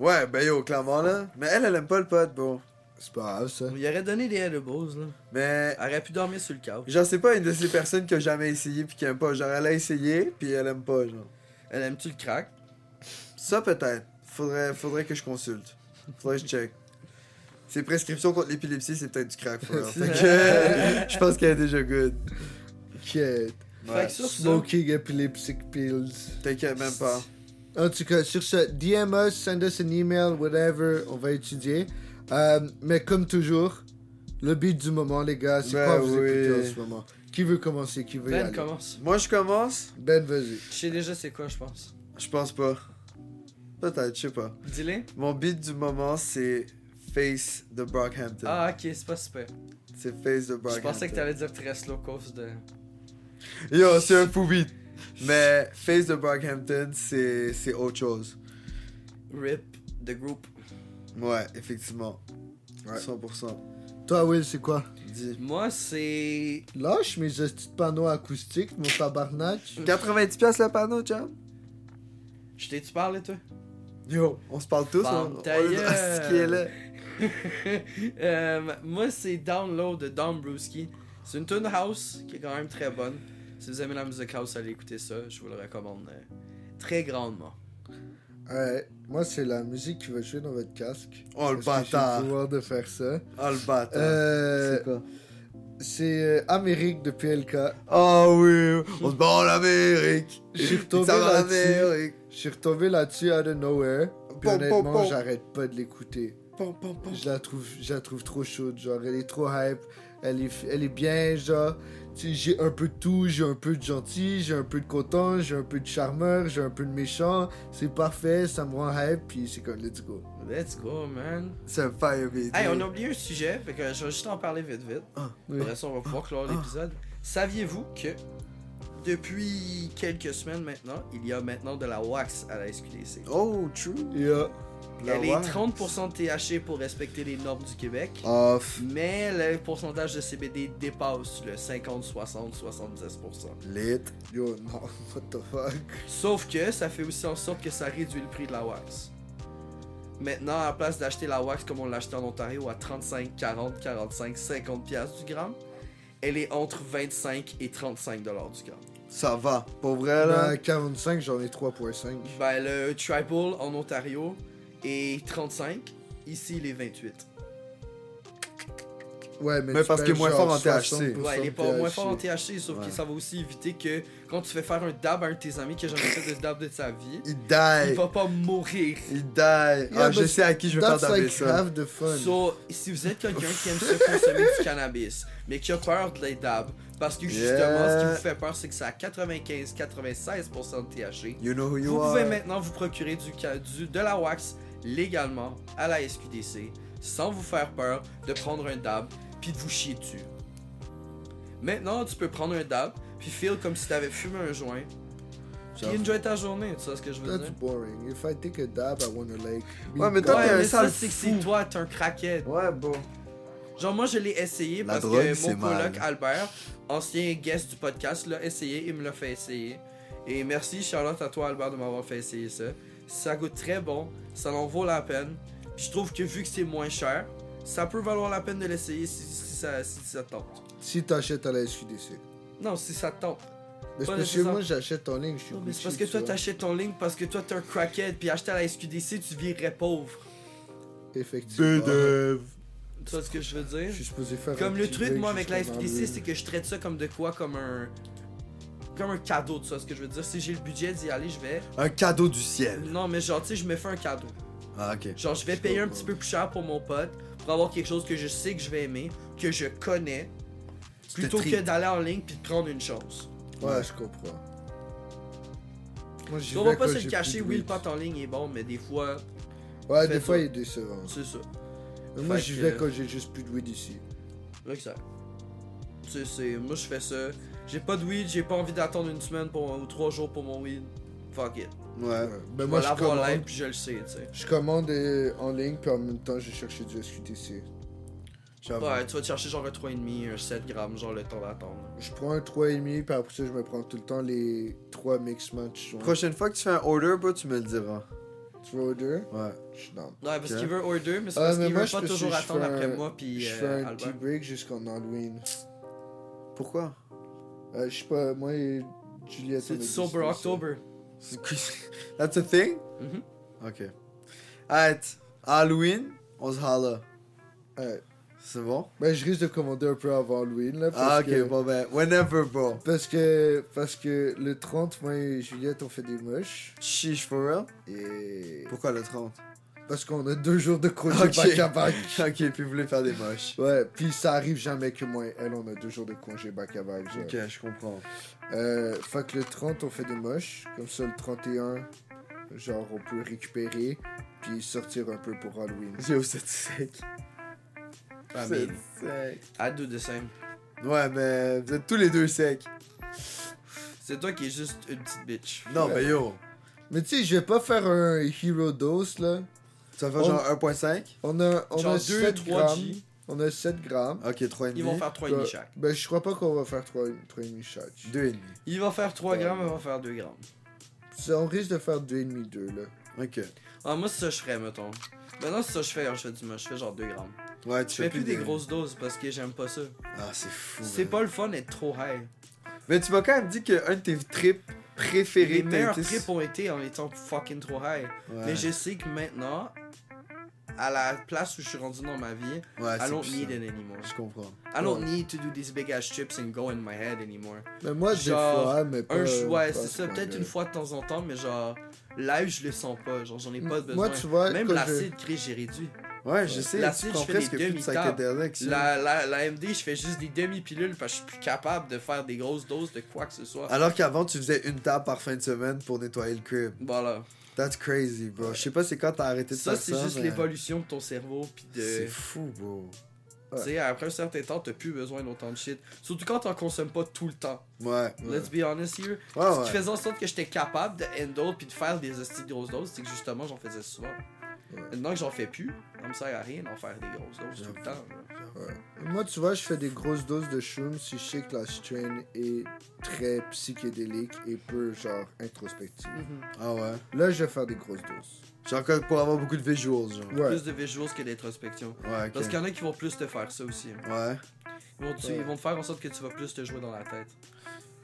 Speaker 4: Ouais, ben yo, clairement là. Mais elle, elle aime pas le pote, bro.
Speaker 3: c'est pas grave ça
Speaker 2: Il aurait donné des edibles, là.
Speaker 4: Mais.
Speaker 2: Elle aurait pu dormir sur le couch.
Speaker 4: Genre, c'est pas une de ces personnes qui a jamais essayé puis qui aime pas. Genre, elle a essayé puis elle aime pas, genre.
Speaker 2: Elle aime-tu le crack?
Speaker 4: Ça peut-être. Faudrait, faudrait que je consulte. Faudrait que je check. Ses prescriptions contre l'épilepsie, c'est peut-être du crack, frère. Fait que (laughs) je pense qu'elle est déjà good.
Speaker 3: Ok.
Speaker 2: Fait que sur ça,
Speaker 3: smoking epileptic pills
Speaker 4: T'inquiète même pas.
Speaker 3: En tout cas, sur ce, DM us, send us an email, whatever, on va étudier. Euh, mais comme toujours, le beat du moment, les gars, c'est
Speaker 4: Ben
Speaker 3: quoi vous
Speaker 4: oui.
Speaker 3: écoutez en ce moment Qui veut commencer Qui veut y
Speaker 2: Ben
Speaker 3: aller
Speaker 2: commence.
Speaker 4: Moi, je commence.
Speaker 3: Ben, vas-y.
Speaker 2: Je sais déjà c'est quoi, je pense.
Speaker 4: Je pense pas. Peut-être, je sais pas.
Speaker 2: Dis-le.
Speaker 4: Mon beat du moment, c'est Face de Brockhampton.
Speaker 2: Ah, ok, c'est pas super.
Speaker 4: C'est Face de
Speaker 2: Je
Speaker 4: Brockhampton.
Speaker 2: pensais que t'allais dire très slow cause de.
Speaker 4: Yo, c'est un fou beat. Mais Face de Brockhampton, c'est c'est autre chose.
Speaker 2: Rip the group.
Speaker 4: Ouais, effectivement.
Speaker 3: Ouais.
Speaker 4: 100%.
Speaker 3: Toi, Will, c'est quoi
Speaker 4: Dis.
Speaker 2: Moi, c'est.
Speaker 3: Lâche mes petits panneaux acoustiques, mon tabarnak.
Speaker 4: 90$ piastres le panneau, chum?
Speaker 2: Je t'ai-tu parlé, toi? (laughs)
Speaker 4: Yo, on se parle tous,
Speaker 2: Ferme
Speaker 4: hein? on,
Speaker 2: ta
Speaker 4: on
Speaker 2: gueule.
Speaker 4: ce qui est là.
Speaker 2: Euh, moi, c'est Download de Dom Brewski. C'est une tune house qui est quand même très bonne. Si vous aimez la musique house, allez écouter ça. Je vous le recommande euh, très grandement.
Speaker 3: Ouais, moi, c'est la musique qui va jouer dans votre casque.
Speaker 4: Oh le
Speaker 3: Parce que J'ai
Speaker 4: bâtard.
Speaker 3: le pouvoir de faire ça.
Speaker 4: Oh le bâtard.
Speaker 3: Euh,
Speaker 4: C'est quoi?
Speaker 3: c'est euh, Amérique de PLK.
Speaker 4: Oh oui, on se bat en l'Amérique.
Speaker 3: Je suis
Speaker 4: Ça
Speaker 3: retombé
Speaker 4: va
Speaker 3: là-dessus.
Speaker 4: l'Amérique.
Speaker 3: Je suis retombé là-dessus out of nowhere. Puis
Speaker 4: Pom, pom,
Speaker 3: honnêtement,
Speaker 4: pom.
Speaker 3: j'arrête pas de l'écouter.
Speaker 4: Pom, pom, pom.
Speaker 3: Je la trouve, je la trouve trop chaude, genre elle est trop hype, elle est, elle est bien, genre tu sais, j'ai un peu de tout, j'ai un peu de gentil, j'ai un peu de content, j'ai un peu de charmeur, j'ai un peu de méchant, c'est parfait, ça me rend hype, puis c'est comme let's go.
Speaker 2: Let's go, man.
Speaker 4: C'est un fire beat.
Speaker 2: Hey, on a oublié un sujet, fait que je vais juste en parler vite, vite.
Speaker 4: Ah.
Speaker 3: Oui.
Speaker 2: Après ça, on va pouvoir clore l'épisode. Saviez-vous que depuis quelques semaines maintenant, il y a maintenant de la wax à la SQDC?
Speaker 4: Oh, true.
Speaker 3: Yeah.
Speaker 4: La
Speaker 2: Elle est
Speaker 4: wax. Ah.
Speaker 2: 30% THC pour respecter les normes du Québec.
Speaker 4: Off.
Speaker 2: Mais le pourcentage de CBD dépasse le 50, 60, 70%.
Speaker 4: Lit.
Speaker 3: Yo, non, (laughs) what the fuck.
Speaker 2: Sauf que ça fait aussi en sorte que ça réduit le prix de la wax. Maintenant, à la place d'acheter la wax comme on l'achetait en Ontario à 35, 40, 45, 50 piastres du gramme, elle est entre 25 et 35 dollars du gramme.
Speaker 4: Ça va. Pour vrai, là.
Speaker 3: Ben, 45, j'en ai 3.5.
Speaker 2: Ben, le Tribal en Ontario est 35, ici il est 28.
Speaker 3: Ouais, mais,
Speaker 4: Mais
Speaker 3: tu
Speaker 4: parce
Speaker 3: payes
Speaker 4: que moins
Speaker 3: genre
Speaker 4: fort en THC.
Speaker 3: 60%
Speaker 2: Ouais, il est pas
Speaker 3: de
Speaker 2: moins fort en THC, sauf
Speaker 4: Ouais.
Speaker 2: que ça va aussi éviter que quand tu fais faire un dab à un de tes amis qui a jamais fait de dab de sa vie,
Speaker 4: Il
Speaker 2: il
Speaker 4: die.
Speaker 2: va pas mourir.
Speaker 4: Il die. Ah,
Speaker 3: but
Speaker 4: je sais à qui je vais faire
Speaker 3: That's
Speaker 4: taper
Speaker 3: like
Speaker 4: ça.
Speaker 3: have the fun.
Speaker 2: So, si vous êtes quelqu'un qui aime se consommer du cannabis, mais qui a peur de la dab, parce que justement,
Speaker 4: Yeah.
Speaker 2: ce qui vous fait peur, c'est que ça a 95-96% de THC.
Speaker 4: You know who you
Speaker 2: Vous
Speaker 4: are.
Speaker 2: pouvez maintenant vous procurer du, ca- du- de la wax légalement à la SQDC sans vous faire peur de prendre un dab puis de vous chier dessus. Maintenant, tu peux prendre un dab puis feel comme si t'avais fumé un joint. Puis
Speaker 4: J'avoue.
Speaker 2: enjoy ta journée, tu sais ce que je veux
Speaker 3: That's
Speaker 2: dire?
Speaker 3: boring. If I take a dab, I wanna like. be
Speaker 4: Ouais, mais toi,
Speaker 3: gone.
Speaker 4: t'es
Speaker 2: Ouais,
Speaker 4: un
Speaker 2: mais ça,
Speaker 4: sale
Speaker 2: c'est que
Speaker 4: fou.
Speaker 2: si toi, t'es un craquette.
Speaker 4: Ouais, bon.
Speaker 2: Genre, moi, je l'ai essayé
Speaker 4: La
Speaker 2: parce
Speaker 4: drogue,
Speaker 2: que
Speaker 4: c'est
Speaker 2: mon
Speaker 4: mal.
Speaker 2: coloc Albert, ancien guest du podcast, l'a essayé et me l'a fait essayer. Et merci, Charlotte, à toi, Albert, de m'avoir fait essayer ça. Ça goûte très bon, ça en vaut la peine. Puis je trouve que vu que c'est moins cher, ça peut valoir la peine de l'essayer si, si ça, si ça te tente.
Speaker 3: Si t'achètes à la SQDC.
Speaker 2: Non, si ça te tente.
Speaker 3: Mais c'est
Speaker 2: Ouais,
Speaker 3: parce
Speaker 2: c'est
Speaker 3: que
Speaker 2: ça.
Speaker 3: moi, j'achète en ligne, je suis
Speaker 2: Non, mais c'est
Speaker 3: Gucci,
Speaker 2: parce que
Speaker 3: tu
Speaker 2: toi,
Speaker 3: vois.
Speaker 2: t'achètes en ligne parce que toi, t'es un crackhead. Puis acheter à la SQDC, tu virais pauvre.
Speaker 3: Effectivement.
Speaker 4: Bédève.
Speaker 2: Tu vois ce que je veux dire?
Speaker 3: Je suis supposé faire. un
Speaker 2: Comme le
Speaker 3: petit
Speaker 2: truc,
Speaker 3: break
Speaker 2: moi, avec la
Speaker 3: jusqu'au
Speaker 2: SQDC,
Speaker 3: lendemain.
Speaker 2: c'est que je traite ça comme de quoi Comme un. Comme un cadeau, tu vois ce que je veux dire. Si j'ai le budget d'y aller, je vais.
Speaker 4: Un cadeau du ciel.
Speaker 2: Non, mais genre, tu sais, je me fais un cadeau.
Speaker 4: Ah, ok.
Speaker 2: Genre, je vais
Speaker 3: Je
Speaker 2: payer un
Speaker 3: comprends.
Speaker 2: petit peu plus cher pour mon pote, pour avoir quelque chose que je sais que je vais aimer, que je connais,
Speaker 4: Tu te
Speaker 2: plutôt
Speaker 4: tri-
Speaker 2: que d'aller en ligne puis de prendre une chose.
Speaker 3: Ouais, je comprends. Moi, j'y
Speaker 2: On
Speaker 3: vais
Speaker 2: va pas
Speaker 3: quand
Speaker 2: se
Speaker 3: j'ai
Speaker 2: le
Speaker 3: plus
Speaker 2: cacher,
Speaker 3: de
Speaker 2: oui, le
Speaker 3: weed.
Speaker 2: pote en ligne est bon, mais des fois,
Speaker 3: Ouais,
Speaker 2: Fais
Speaker 3: des fois,
Speaker 2: ça.
Speaker 3: il est décevant.
Speaker 2: c'est ça.
Speaker 3: Mais moi,
Speaker 2: Fait
Speaker 3: j'y
Speaker 2: que-
Speaker 3: vais quand j'ai juste plus de weed ici.
Speaker 2: Exact. Tu sais, c'est- moi, je fais ça. J'ai pas de weed, j'ai pas envie d'attendre une semaine pour, ou trois jours pour mon weed. Fuck it.
Speaker 4: Ouais.
Speaker 3: Mais
Speaker 2: Je
Speaker 3: moi,
Speaker 2: vais
Speaker 3: je
Speaker 2: l'avoir live
Speaker 3: commande.
Speaker 2: puis je le sais, tu sais.
Speaker 3: Je commande euh, en ligne, puis en même temps, je cherche du SQDC. Ah
Speaker 4: J'avoue.
Speaker 2: Ouais, tu vas te chercher genre un 3,5, un 7 grammes, genre le temps d'attendre.
Speaker 3: Je prends un 3,5, puis après ça, je me prends tout le temps les 3 mix match. joints.
Speaker 4: Prochaine fois que tu fais un order, bro, tu me le diras.
Speaker 3: Tu vois, deux,
Speaker 4: Ouais.
Speaker 3: je suis down.
Speaker 2: Ouais, parce
Speaker 4: Ok.
Speaker 2: qu'il veut order, mais c'est
Speaker 3: Ah,
Speaker 2: parce
Speaker 3: mais
Speaker 2: qu'il
Speaker 3: moi,
Speaker 2: veut
Speaker 3: je
Speaker 2: pas
Speaker 3: peux-
Speaker 2: toujours
Speaker 3: je
Speaker 2: attendre
Speaker 3: fais
Speaker 2: après
Speaker 3: un-
Speaker 2: moi, puis
Speaker 3: Je
Speaker 2: euh,
Speaker 3: fais un
Speaker 2: Albert.
Speaker 3: petit break jusqu'en Halloween.
Speaker 4: Pourquoi
Speaker 3: Euh, je sais pas, moi et Juliette. on a
Speaker 2: C'est du
Speaker 3: décidé
Speaker 2: Sober
Speaker 3: ça.
Speaker 2: October.
Speaker 4: C'est quoi- That's a thing
Speaker 2: Mhm.
Speaker 4: Ok. Alright. Halloween, on se holla.
Speaker 3: Ouais.
Speaker 4: C'est bon
Speaker 3: Ben, je risque de commander un peu avant Halloween, là. Parce
Speaker 4: Ah, ok,
Speaker 3: que...
Speaker 4: bon ben, whenever, bro.
Speaker 3: Parce que, parce que le 30, moi et Juliette, on fait des moches.
Speaker 4: Chiche, for real
Speaker 3: Et.
Speaker 4: Pourquoi le 30
Speaker 3: Parce qu'on a deux jours de congé
Speaker 4: Ok.
Speaker 3: back à back.
Speaker 4: (laughs) Ok, puis vous voulez faire des moches.
Speaker 3: Ouais, puis ça arrive jamais que moi et elle, on a deux jours de congé back à back. genre.
Speaker 4: Ok, je comprends.
Speaker 3: Euh, fait que le 30, on fait des moches. Comme ça, le 31, genre, on peut récupérer. Puis sortir un peu pour Halloween. Ah,
Speaker 4: J'ai aussi sec.
Speaker 2: I
Speaker 4: Vous
Speaker 2: mean,
Speaker 4: êtes sec.
Speaker 2: I do the same.
Speaker 4: Ouais, mais vous êtes tous les deux secs.
Speaker 2: C'est toi qui es juste une petite bitch.
Speaker 4: Non, mais yo.
Speaker 3: Mais tu sais, je vais pas faire un hero dose, là.
Speaker 4: Tu vas faire
Speaker 3: On-
Speaker 4: genre 1.5
Speaker 3: On a, on
Speaker 2: Genre 2,
Speaker 3: a 7
Speaker 2: 3
Speaker 3: grammes.
Speaker 2: G,
Speaker 3: On a 7 grammes.
Speaker 4: Ok, 3,5.
Speaker 2: ils vont faire 3,5 chaque.
Speaker 3: Ben, je crois pas qu'on va faire 3,5 chaque.
Speaker 4: 2,5.
Speaker 2: Ils vont faire 3
Speaker 3: Ouais.
Speaker 2: grammes, ils vont faire 2 grammes.
Speaker 3: Ça, On risque de faire 2,5, 2, là.
Speaker 4: Ok.
Speaker 2: Ah, moi, c'est ça que je ferais, mettons. Maintenant, c'est ça que je fais quand je fais du moche. Je fais genre 2 grammes.
Speaker 4: Ouais, tu
Speaker 2: Je fais plus des
Speaker 4: de-
Speaker 2: grosses doses parce que j'aime pas ça.
Speaker 4: Ah, c'est fou.
Speaker 2: C'est
Speaker 4: man.
Speaker 2: pas le fun d'être trop high.
Speaker 4: Mais tu m'as quand même dit qu'un de tes trips préférés
Speaker 2: Les meilleurs
Speaker 4: t'as été-
Speaker 2: trips ont été en étant fucking trop high.
Speaker 4: Ouais.
Speaker 2: Mais je sais que maintenant, à la place où je suis rendu dans ma vie, I
Speaker 4: Ouais, Ah, c'est
Speaker 2: don't
Speaker 4: plus
Speaker 2: need
Speaker 4: ça.
Speaker 2: it anymore.
Speaker 4: Je comprends.
Speaker 2: I don't
Speaker 3: Ouais.
Speaker 2: need to do these big ass trips and go in my head anymore.
Speaker 3: Mais moi,
Speaker 2: Genre,
Speaker 3: des fois, mais pas.
Speaker 2: Un, ch- ouais,
Speaker 3: pas à
Speaker 2: c'est
Speaker 3: ce
Speaker 2: ça, peut-être
Speaker 3: point-là.
Speaker 2: une fois de temps en temps, mais genre, live, je le sens pas. Genre, j'en ai pas besoin.
Speaker 3: Moi, tu vois,
Speaker 2: Même
Speaker 3: quand
Speaker 2: l'acide, Chris, j'ai réduit.
Speaker 4: Ouais, je sais.
Speaker 2: La
Speaker 4: tu
Speaker 2: suite,
Speaker 4: prends
Speaker 2: je fais
Speaker 4: presque
Speaker 2: des
Speaker 4: plus de
Speaker 2: demi-tables.
Speaker 4: psychédéliques. ça.
Speaker 2: La, la, la MD, je fais juste des demi-pilules parce que je suis plus capable de faire des grosses doses de quoi que ce soit.
Speaker 4: Alors qu'avant, tu faisais une table par fin de semaine pour nettoyer le crib.
Speaker 2: Voilà.
Speaker 4: That's crazy, bro. Je sais pas c'est quand t'as arrêté de
Speaker 2: Ça,
Speaker 4: faire ça.
Speaker 2: c'est juste
Speaker 4: mais-
Speaker 2: l'évolution de ton cerveau. Puis de.
Speaker 4: C'est fou, bro.
Speaker 2: Tu sais, après un certain temps, t'as plus besoin d'autant de shit. Surtout quand t'en consommes pas tout le temps.
Speaker 4: Ouais. Ouais,
Speaker 2: Let's be honest here.
Speaker 3: Ah
Speaker 2: Ce qui
Speaker 4: ouais.
Speaker 2: faisait en sorte que j'étais capable de handle puis de faire des hosties de grosses doses, c'est que justement j'en faisais souvent. Maintenant que j'en fais plus, ça me sert à rien d'en faire des grosses doses tout le temps. là.
Speaker 3: Moi, tu vois, je fais des grosses doses de shroom si je sais que la strain est très psychédélique et peu, genre, introspective.
Speaker 4: Ah ouais.
Speaker 3: Là, je vais faire des grosses doses.
Speaker 4: Genre que pour avoir beaucoup de visuals, genre.
Speaker 3: Ouais.
Speaker 2: Plus de visuals que d'introspection.
Speaker 4: Ouais, ok.
Speaker 2: Parce qu'il y en a qui vont plus te faire ça aussi. hein.
Speaker 4: Ouais.
Speaker 2: Ils vont, te-
Speaker 3: Ouais.
Speaker 2: ils vont te faire en sorte que tu vas plus te jouer dans la tête.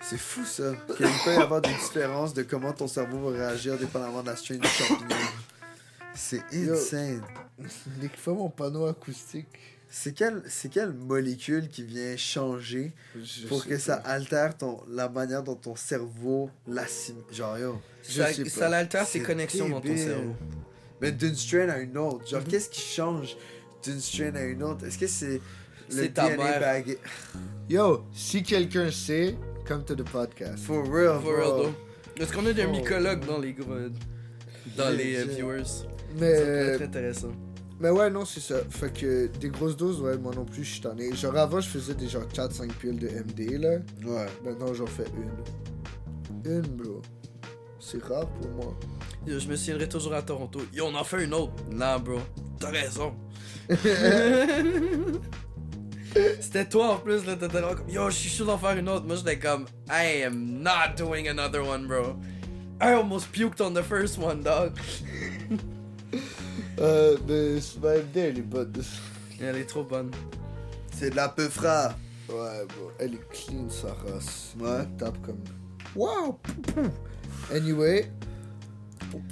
Speaker 4: C'est fou, ça. Qu'il peut y avoir des différences de comment ton cerveau va réagir dépendamment de la strain du champignon. C'est
Speaker 3: Yo.
Speaker 4: insane.
Speaker 3: Nick, fais mon panneau acoustique.
Speaker 4: C'est quelle, c'est quelle molécule qui vient changer
Speaker 3: Je
Speaker 4: pour
Speaker 3: sais
Speaker 4: que ça
Speaker 3: pas.
Speaker 4: altère ton, la manière dont ton cerveau l'assimile? Genre, yo.
Speaker 3: Je
Speaker 2: Ça,
Speaker 3: sais pas.
Speaker 2: ça l'altère tes
Speaker 4: C'est
Speaker 2: connexions dans ton
Speaker 4: débile.
Speaker 2: cerveau.
Speaker 4: Mais d'une strain à une autre. Genre,
Speaker 2: Mhm.
Speaker 4: qu'est-ce qui change d'une strain à une autre? Est-ce que c'est le
Speaker 2: C'est ta
Speaker 4: DNA
Speaker 2: mère.
Speaker 4: bagué?
Speaker 3: Yo, si quelqu'un sait, come to the podcast.
Speaker 4: For real,
Speaker 2: For real
Speaker 4: bro.
Speaker 2: though. Est-ce qu'on a des
Speaker 3: Oh.
Speaker 2: mycologues dans les gros- dans les euh,
Speaker 3: J'ai-
Speaker 2: viewers? Ça pourrait
Speaker 3: Mais,
Speaker 2: être intéressant.
Speaker 3: Mais ouais, non, c'est ça. Fait que des grosses doses, ouais, moi non plus, je suis tanné. Genre avant, je faisais des genre 4-5 piles de MD, là.
Speaker 4: Ouais.
Speaker 3: Maintenant, j'en fais une. Une, bro. C'est rare pour moi.
Speaker 2: Yo, je me souviendrai toujours à Toronto. Yo, on en fait une autre. Non, bro. T'as raison. C'était toi en plus, là. T'étais là comme Yo, je suis chaud d'en faire une autre. Moi, j'étais comme I am not doing another one, bro. I almost puked on the first one, dog.
Speaker 3: Euh, mais c'est pas MD, elle est bonne. (laughs)
Speaker 2: Elle est trop bonne.
Speaker 4: C'est de la peufra.
Speaker 3: Ouais, bro. Elle est clean, sa race.
Speaker 4: Ouais.
Speaker 3: Elle tape comme. Waouh! Anyway.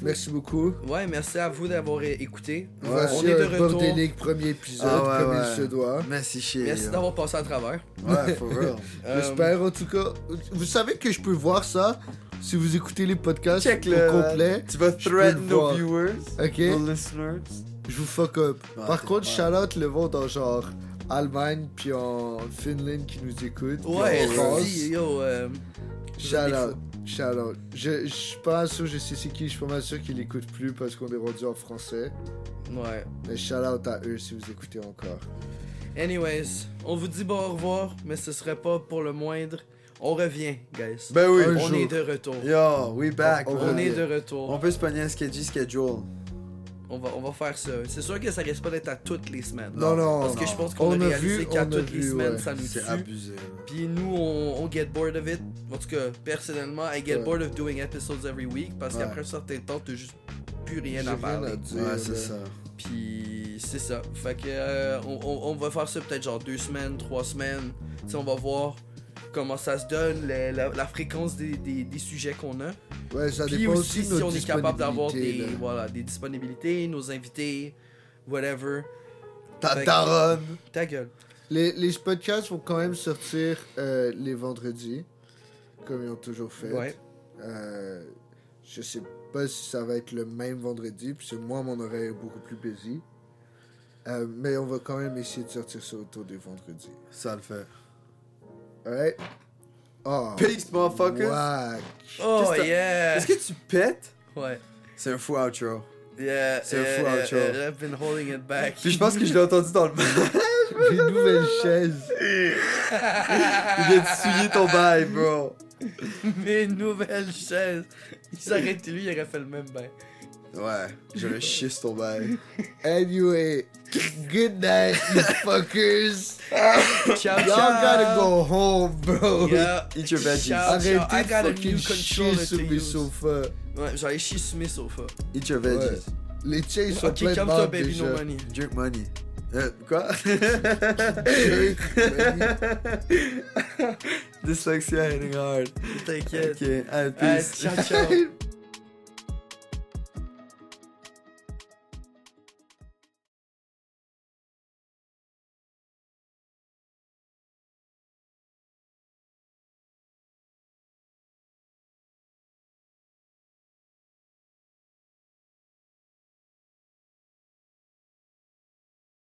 Speaker 3: Merci beaucoup.
Speaker 2: Ouais, merci à vous d'avoir é- écouté.
Speaker 3: Voici
Speaker 2: on est de
Speaker 3: un
Speaker 2: retour.
Speaker 3: bordélique premier épisode,
Speaker 4: Ah ouais,
Speaker 3: comme
Speaker 4: ouais.
Speaker 3: il se doit.
Speaker 4: Merci, chez.
Speaker 2: Merci d'avoir passé à travers.
Speaker 4: Ouais, for real.
Speaker 2: Euh,
Speaker 3: J'espère en tout cas. Vous savez que je peux voir ça si vous écoutez les podcasts
Speaker 4: Check-le.
Speaker 3: au complet.
Speaker 4: Tu vas
Speaker 3: le
Speaker 4: threaten nos
Speaker 3: voir.
Speaker 4: viewers,
Speaker 3: Ok,
Speaker 4: nos listeners.
Speaker 3: je vous fuck up.
Speaker 4: Ouais,
Speaker 3: Par
Speaker 4: t'es-
Speaker 3: contre,
Speaker 4: ouais.
Speaker 3: Charlotte le vend dans genre Allemagne puis en Finlande qui nous écoute. puis
Speaker 2: Ouais,
Speaker 3: en
Speaker 2: je
Speaker 3: France.
Speaker 2: dis, yo. euh, vous êtes des
Speaker 3: Shout out.
Speaker 2: fous.
Speaker 3: Shout out. Je, je suis pas sûr, je sais c'est qui, je suis pas mal sûr qu'ils l'écoutent plus parce qu'on est rendu en français.
Speaker 2: Ouais.
Speaker 3: Mais shout out à eux si vous écoutez encore.
Speaker 2: Anyways, on vous dit bon au revoir, mais ce serait pas pour le moindre. On revient, guys.
Speaker 4: Ben oui.
Speaker 3: Un
Speaker 2: on
Speaker 3: jour.
Speaker 2: est de retour.
Speaker 4: Yo, we back.
Speaker 3: On-
Speaker 2: On
Speaker 4: man.
Speaker 2: est de
Speaker 4: On
Speaker 2: retour.
Speaker 4: peut se pogner un sketchy schedule.
Speaker 2: On va, on va faire ça. C'est sûr que ça risque pas d'être à toutes les semaines.
Speaker 3: Non, non.
Speaker 2: Parce que je pense qu'on a
Speaker 3: On a
Speaker 2: réalisé
Speaker 3: vu,
Speaker 2: qu'à
Speaker 3: on a
Speaker 2: toutes les
Speaker 3: vu,
Speaker 2: semaines,
Speaker 3: ouais.
Speaker 2: ça nous
Speaker 4: C'est
Speaker 2: tue.
Speaker 4: abusé. là.
Speaker 2: Puis nous, on, on get bored of it. En tout cas, personnellement, I get
Speaker 3: Ouais.
Speaker 2: bored of doing episodes every week parce
Speaker 4: Ouais.
Speaker 2: qu'après un certain temps, t'as juste plus
Speaker 3: J'ai
Speaker 2: rien à parler.
Speaker 3: dire,
Speaker 4: Ouais, c'est
Speaker 3: là.
Speaker 4: ça.
Speaker 2: Puis c'est ça. Fait que euh, on, on- on va faire ça peut-être genre deux semaines, trois semaines. Tu sais, on va voir comment ça se donne, le- la, la fréquence des, des- des sujets qu'on a.
Speaker 3: Ouais, ça
Speaker 2: Puis
Speaker 3: dépend
Speaker 2: aussi,
Speaker 3: aussi, de
Speaker 2: si
Speaker 3: notre
Speaker 2: on est capable d'avoir des,
Speaker 3: disponibilité, là.
Speaker 2: voilà, des disponibilités, nos invités, whatever.
Speaker 4: Ta
Speaker 2: Fait que-
Speaker 4: taronne.
Speaker 2: Ta gueule.
Speaker 3: Les, les podcasts vont quand même sortir euh, les vendredis, comme ils ont toujours fait.
Speaker 2: Ouais.
Speaker 3: Euh, je sais pas si ça va être le même vendredi, puisque moi, mon oreille est beaucoup plus busy. Euh, mais on va quand même essayer de sortir ça autour des vendredis.
Speaker 4: Ça le fait.
Speaker 3: Ouais. Oh.
Speaker 4: Peace, motherfuckers.
Speaker 3: whack.
Speaker 2: Oh
Speaker 4: Qu'est-ce que-
Speaker 2: yeah!
Speaker 4: Est-ce que tu pètes?
Speaker 2: Ouais.
Speaker 4: C'est un fou outro.
Speaker 2: Yeah,
Speaker 4: C'est un
Speaker 2: yeah,
Speaker 4: fou
Speaker 2: yeah,
Speaker 4: outro.
Speaker 2: yeah, I've been holding it back.
Speaker 4: Puis je pense
Speaker 2: (laughs)
Speaker 4: que je l'ai entendu dans le (laughs)
Speaker 3: Des nouvelles chaises.
Speaker 4: Il vient de souiller ton bail, bro.
Speaker 2: Mes nouvelles chaises. Il s'aurait été lui, il aurait fait le même bain.
Speaker 4: Ouais, j'aurais chié sur ton bail.
Speaker 3: Anyway, good night,
Speaker 2: (laughs)
Speaker 3: you fuckers.
Speaker 2: Ciao,
Speaker 3: Y'all
Speaker 2: ciao.
Speaker 3: gotta go home, bro.
Speaker 2: Yeah.
Speaker 4: (laughs) Eat your veggies.
Speaker 2: Ciao, ciao. I
Speaker 3: Arrêtez
Speaker 2: got a
Speaker 3: de
Speaker 2: new
Speaker 3: fucking chier
Speaker 2: controller
Speaker 3: sur
Speaker 2: to
Speaker 3: mes
Speaker 2: use.
Speaker 3: sofas.
Speaker 2: Ouais, j'allais chier sur mes sofas.
Speaker 4: Eat your veggies.
Speaker 3: Les chaises sont
Speaker 2: Ok,
Speaker 3: pleines
Speaker 2: comme
Speaker 3: de
Speaker 2: toi, baby,
Speaker 3: déjà.
Speaker 2: no
Speaker 3: (laughs)
Speaker 2: money.
Speaker 4: Drink money. Euh, quoi?
Speaker 2: (laughs)
Speaker 4: (laughs) Dyslexia hitting hard.
Speaker 2: T'inquiète.
Speaker 4: Ok, allez,
Speaker 2: Ah,
Speaker 4: peace.
Speaker 2: ciao, ciao.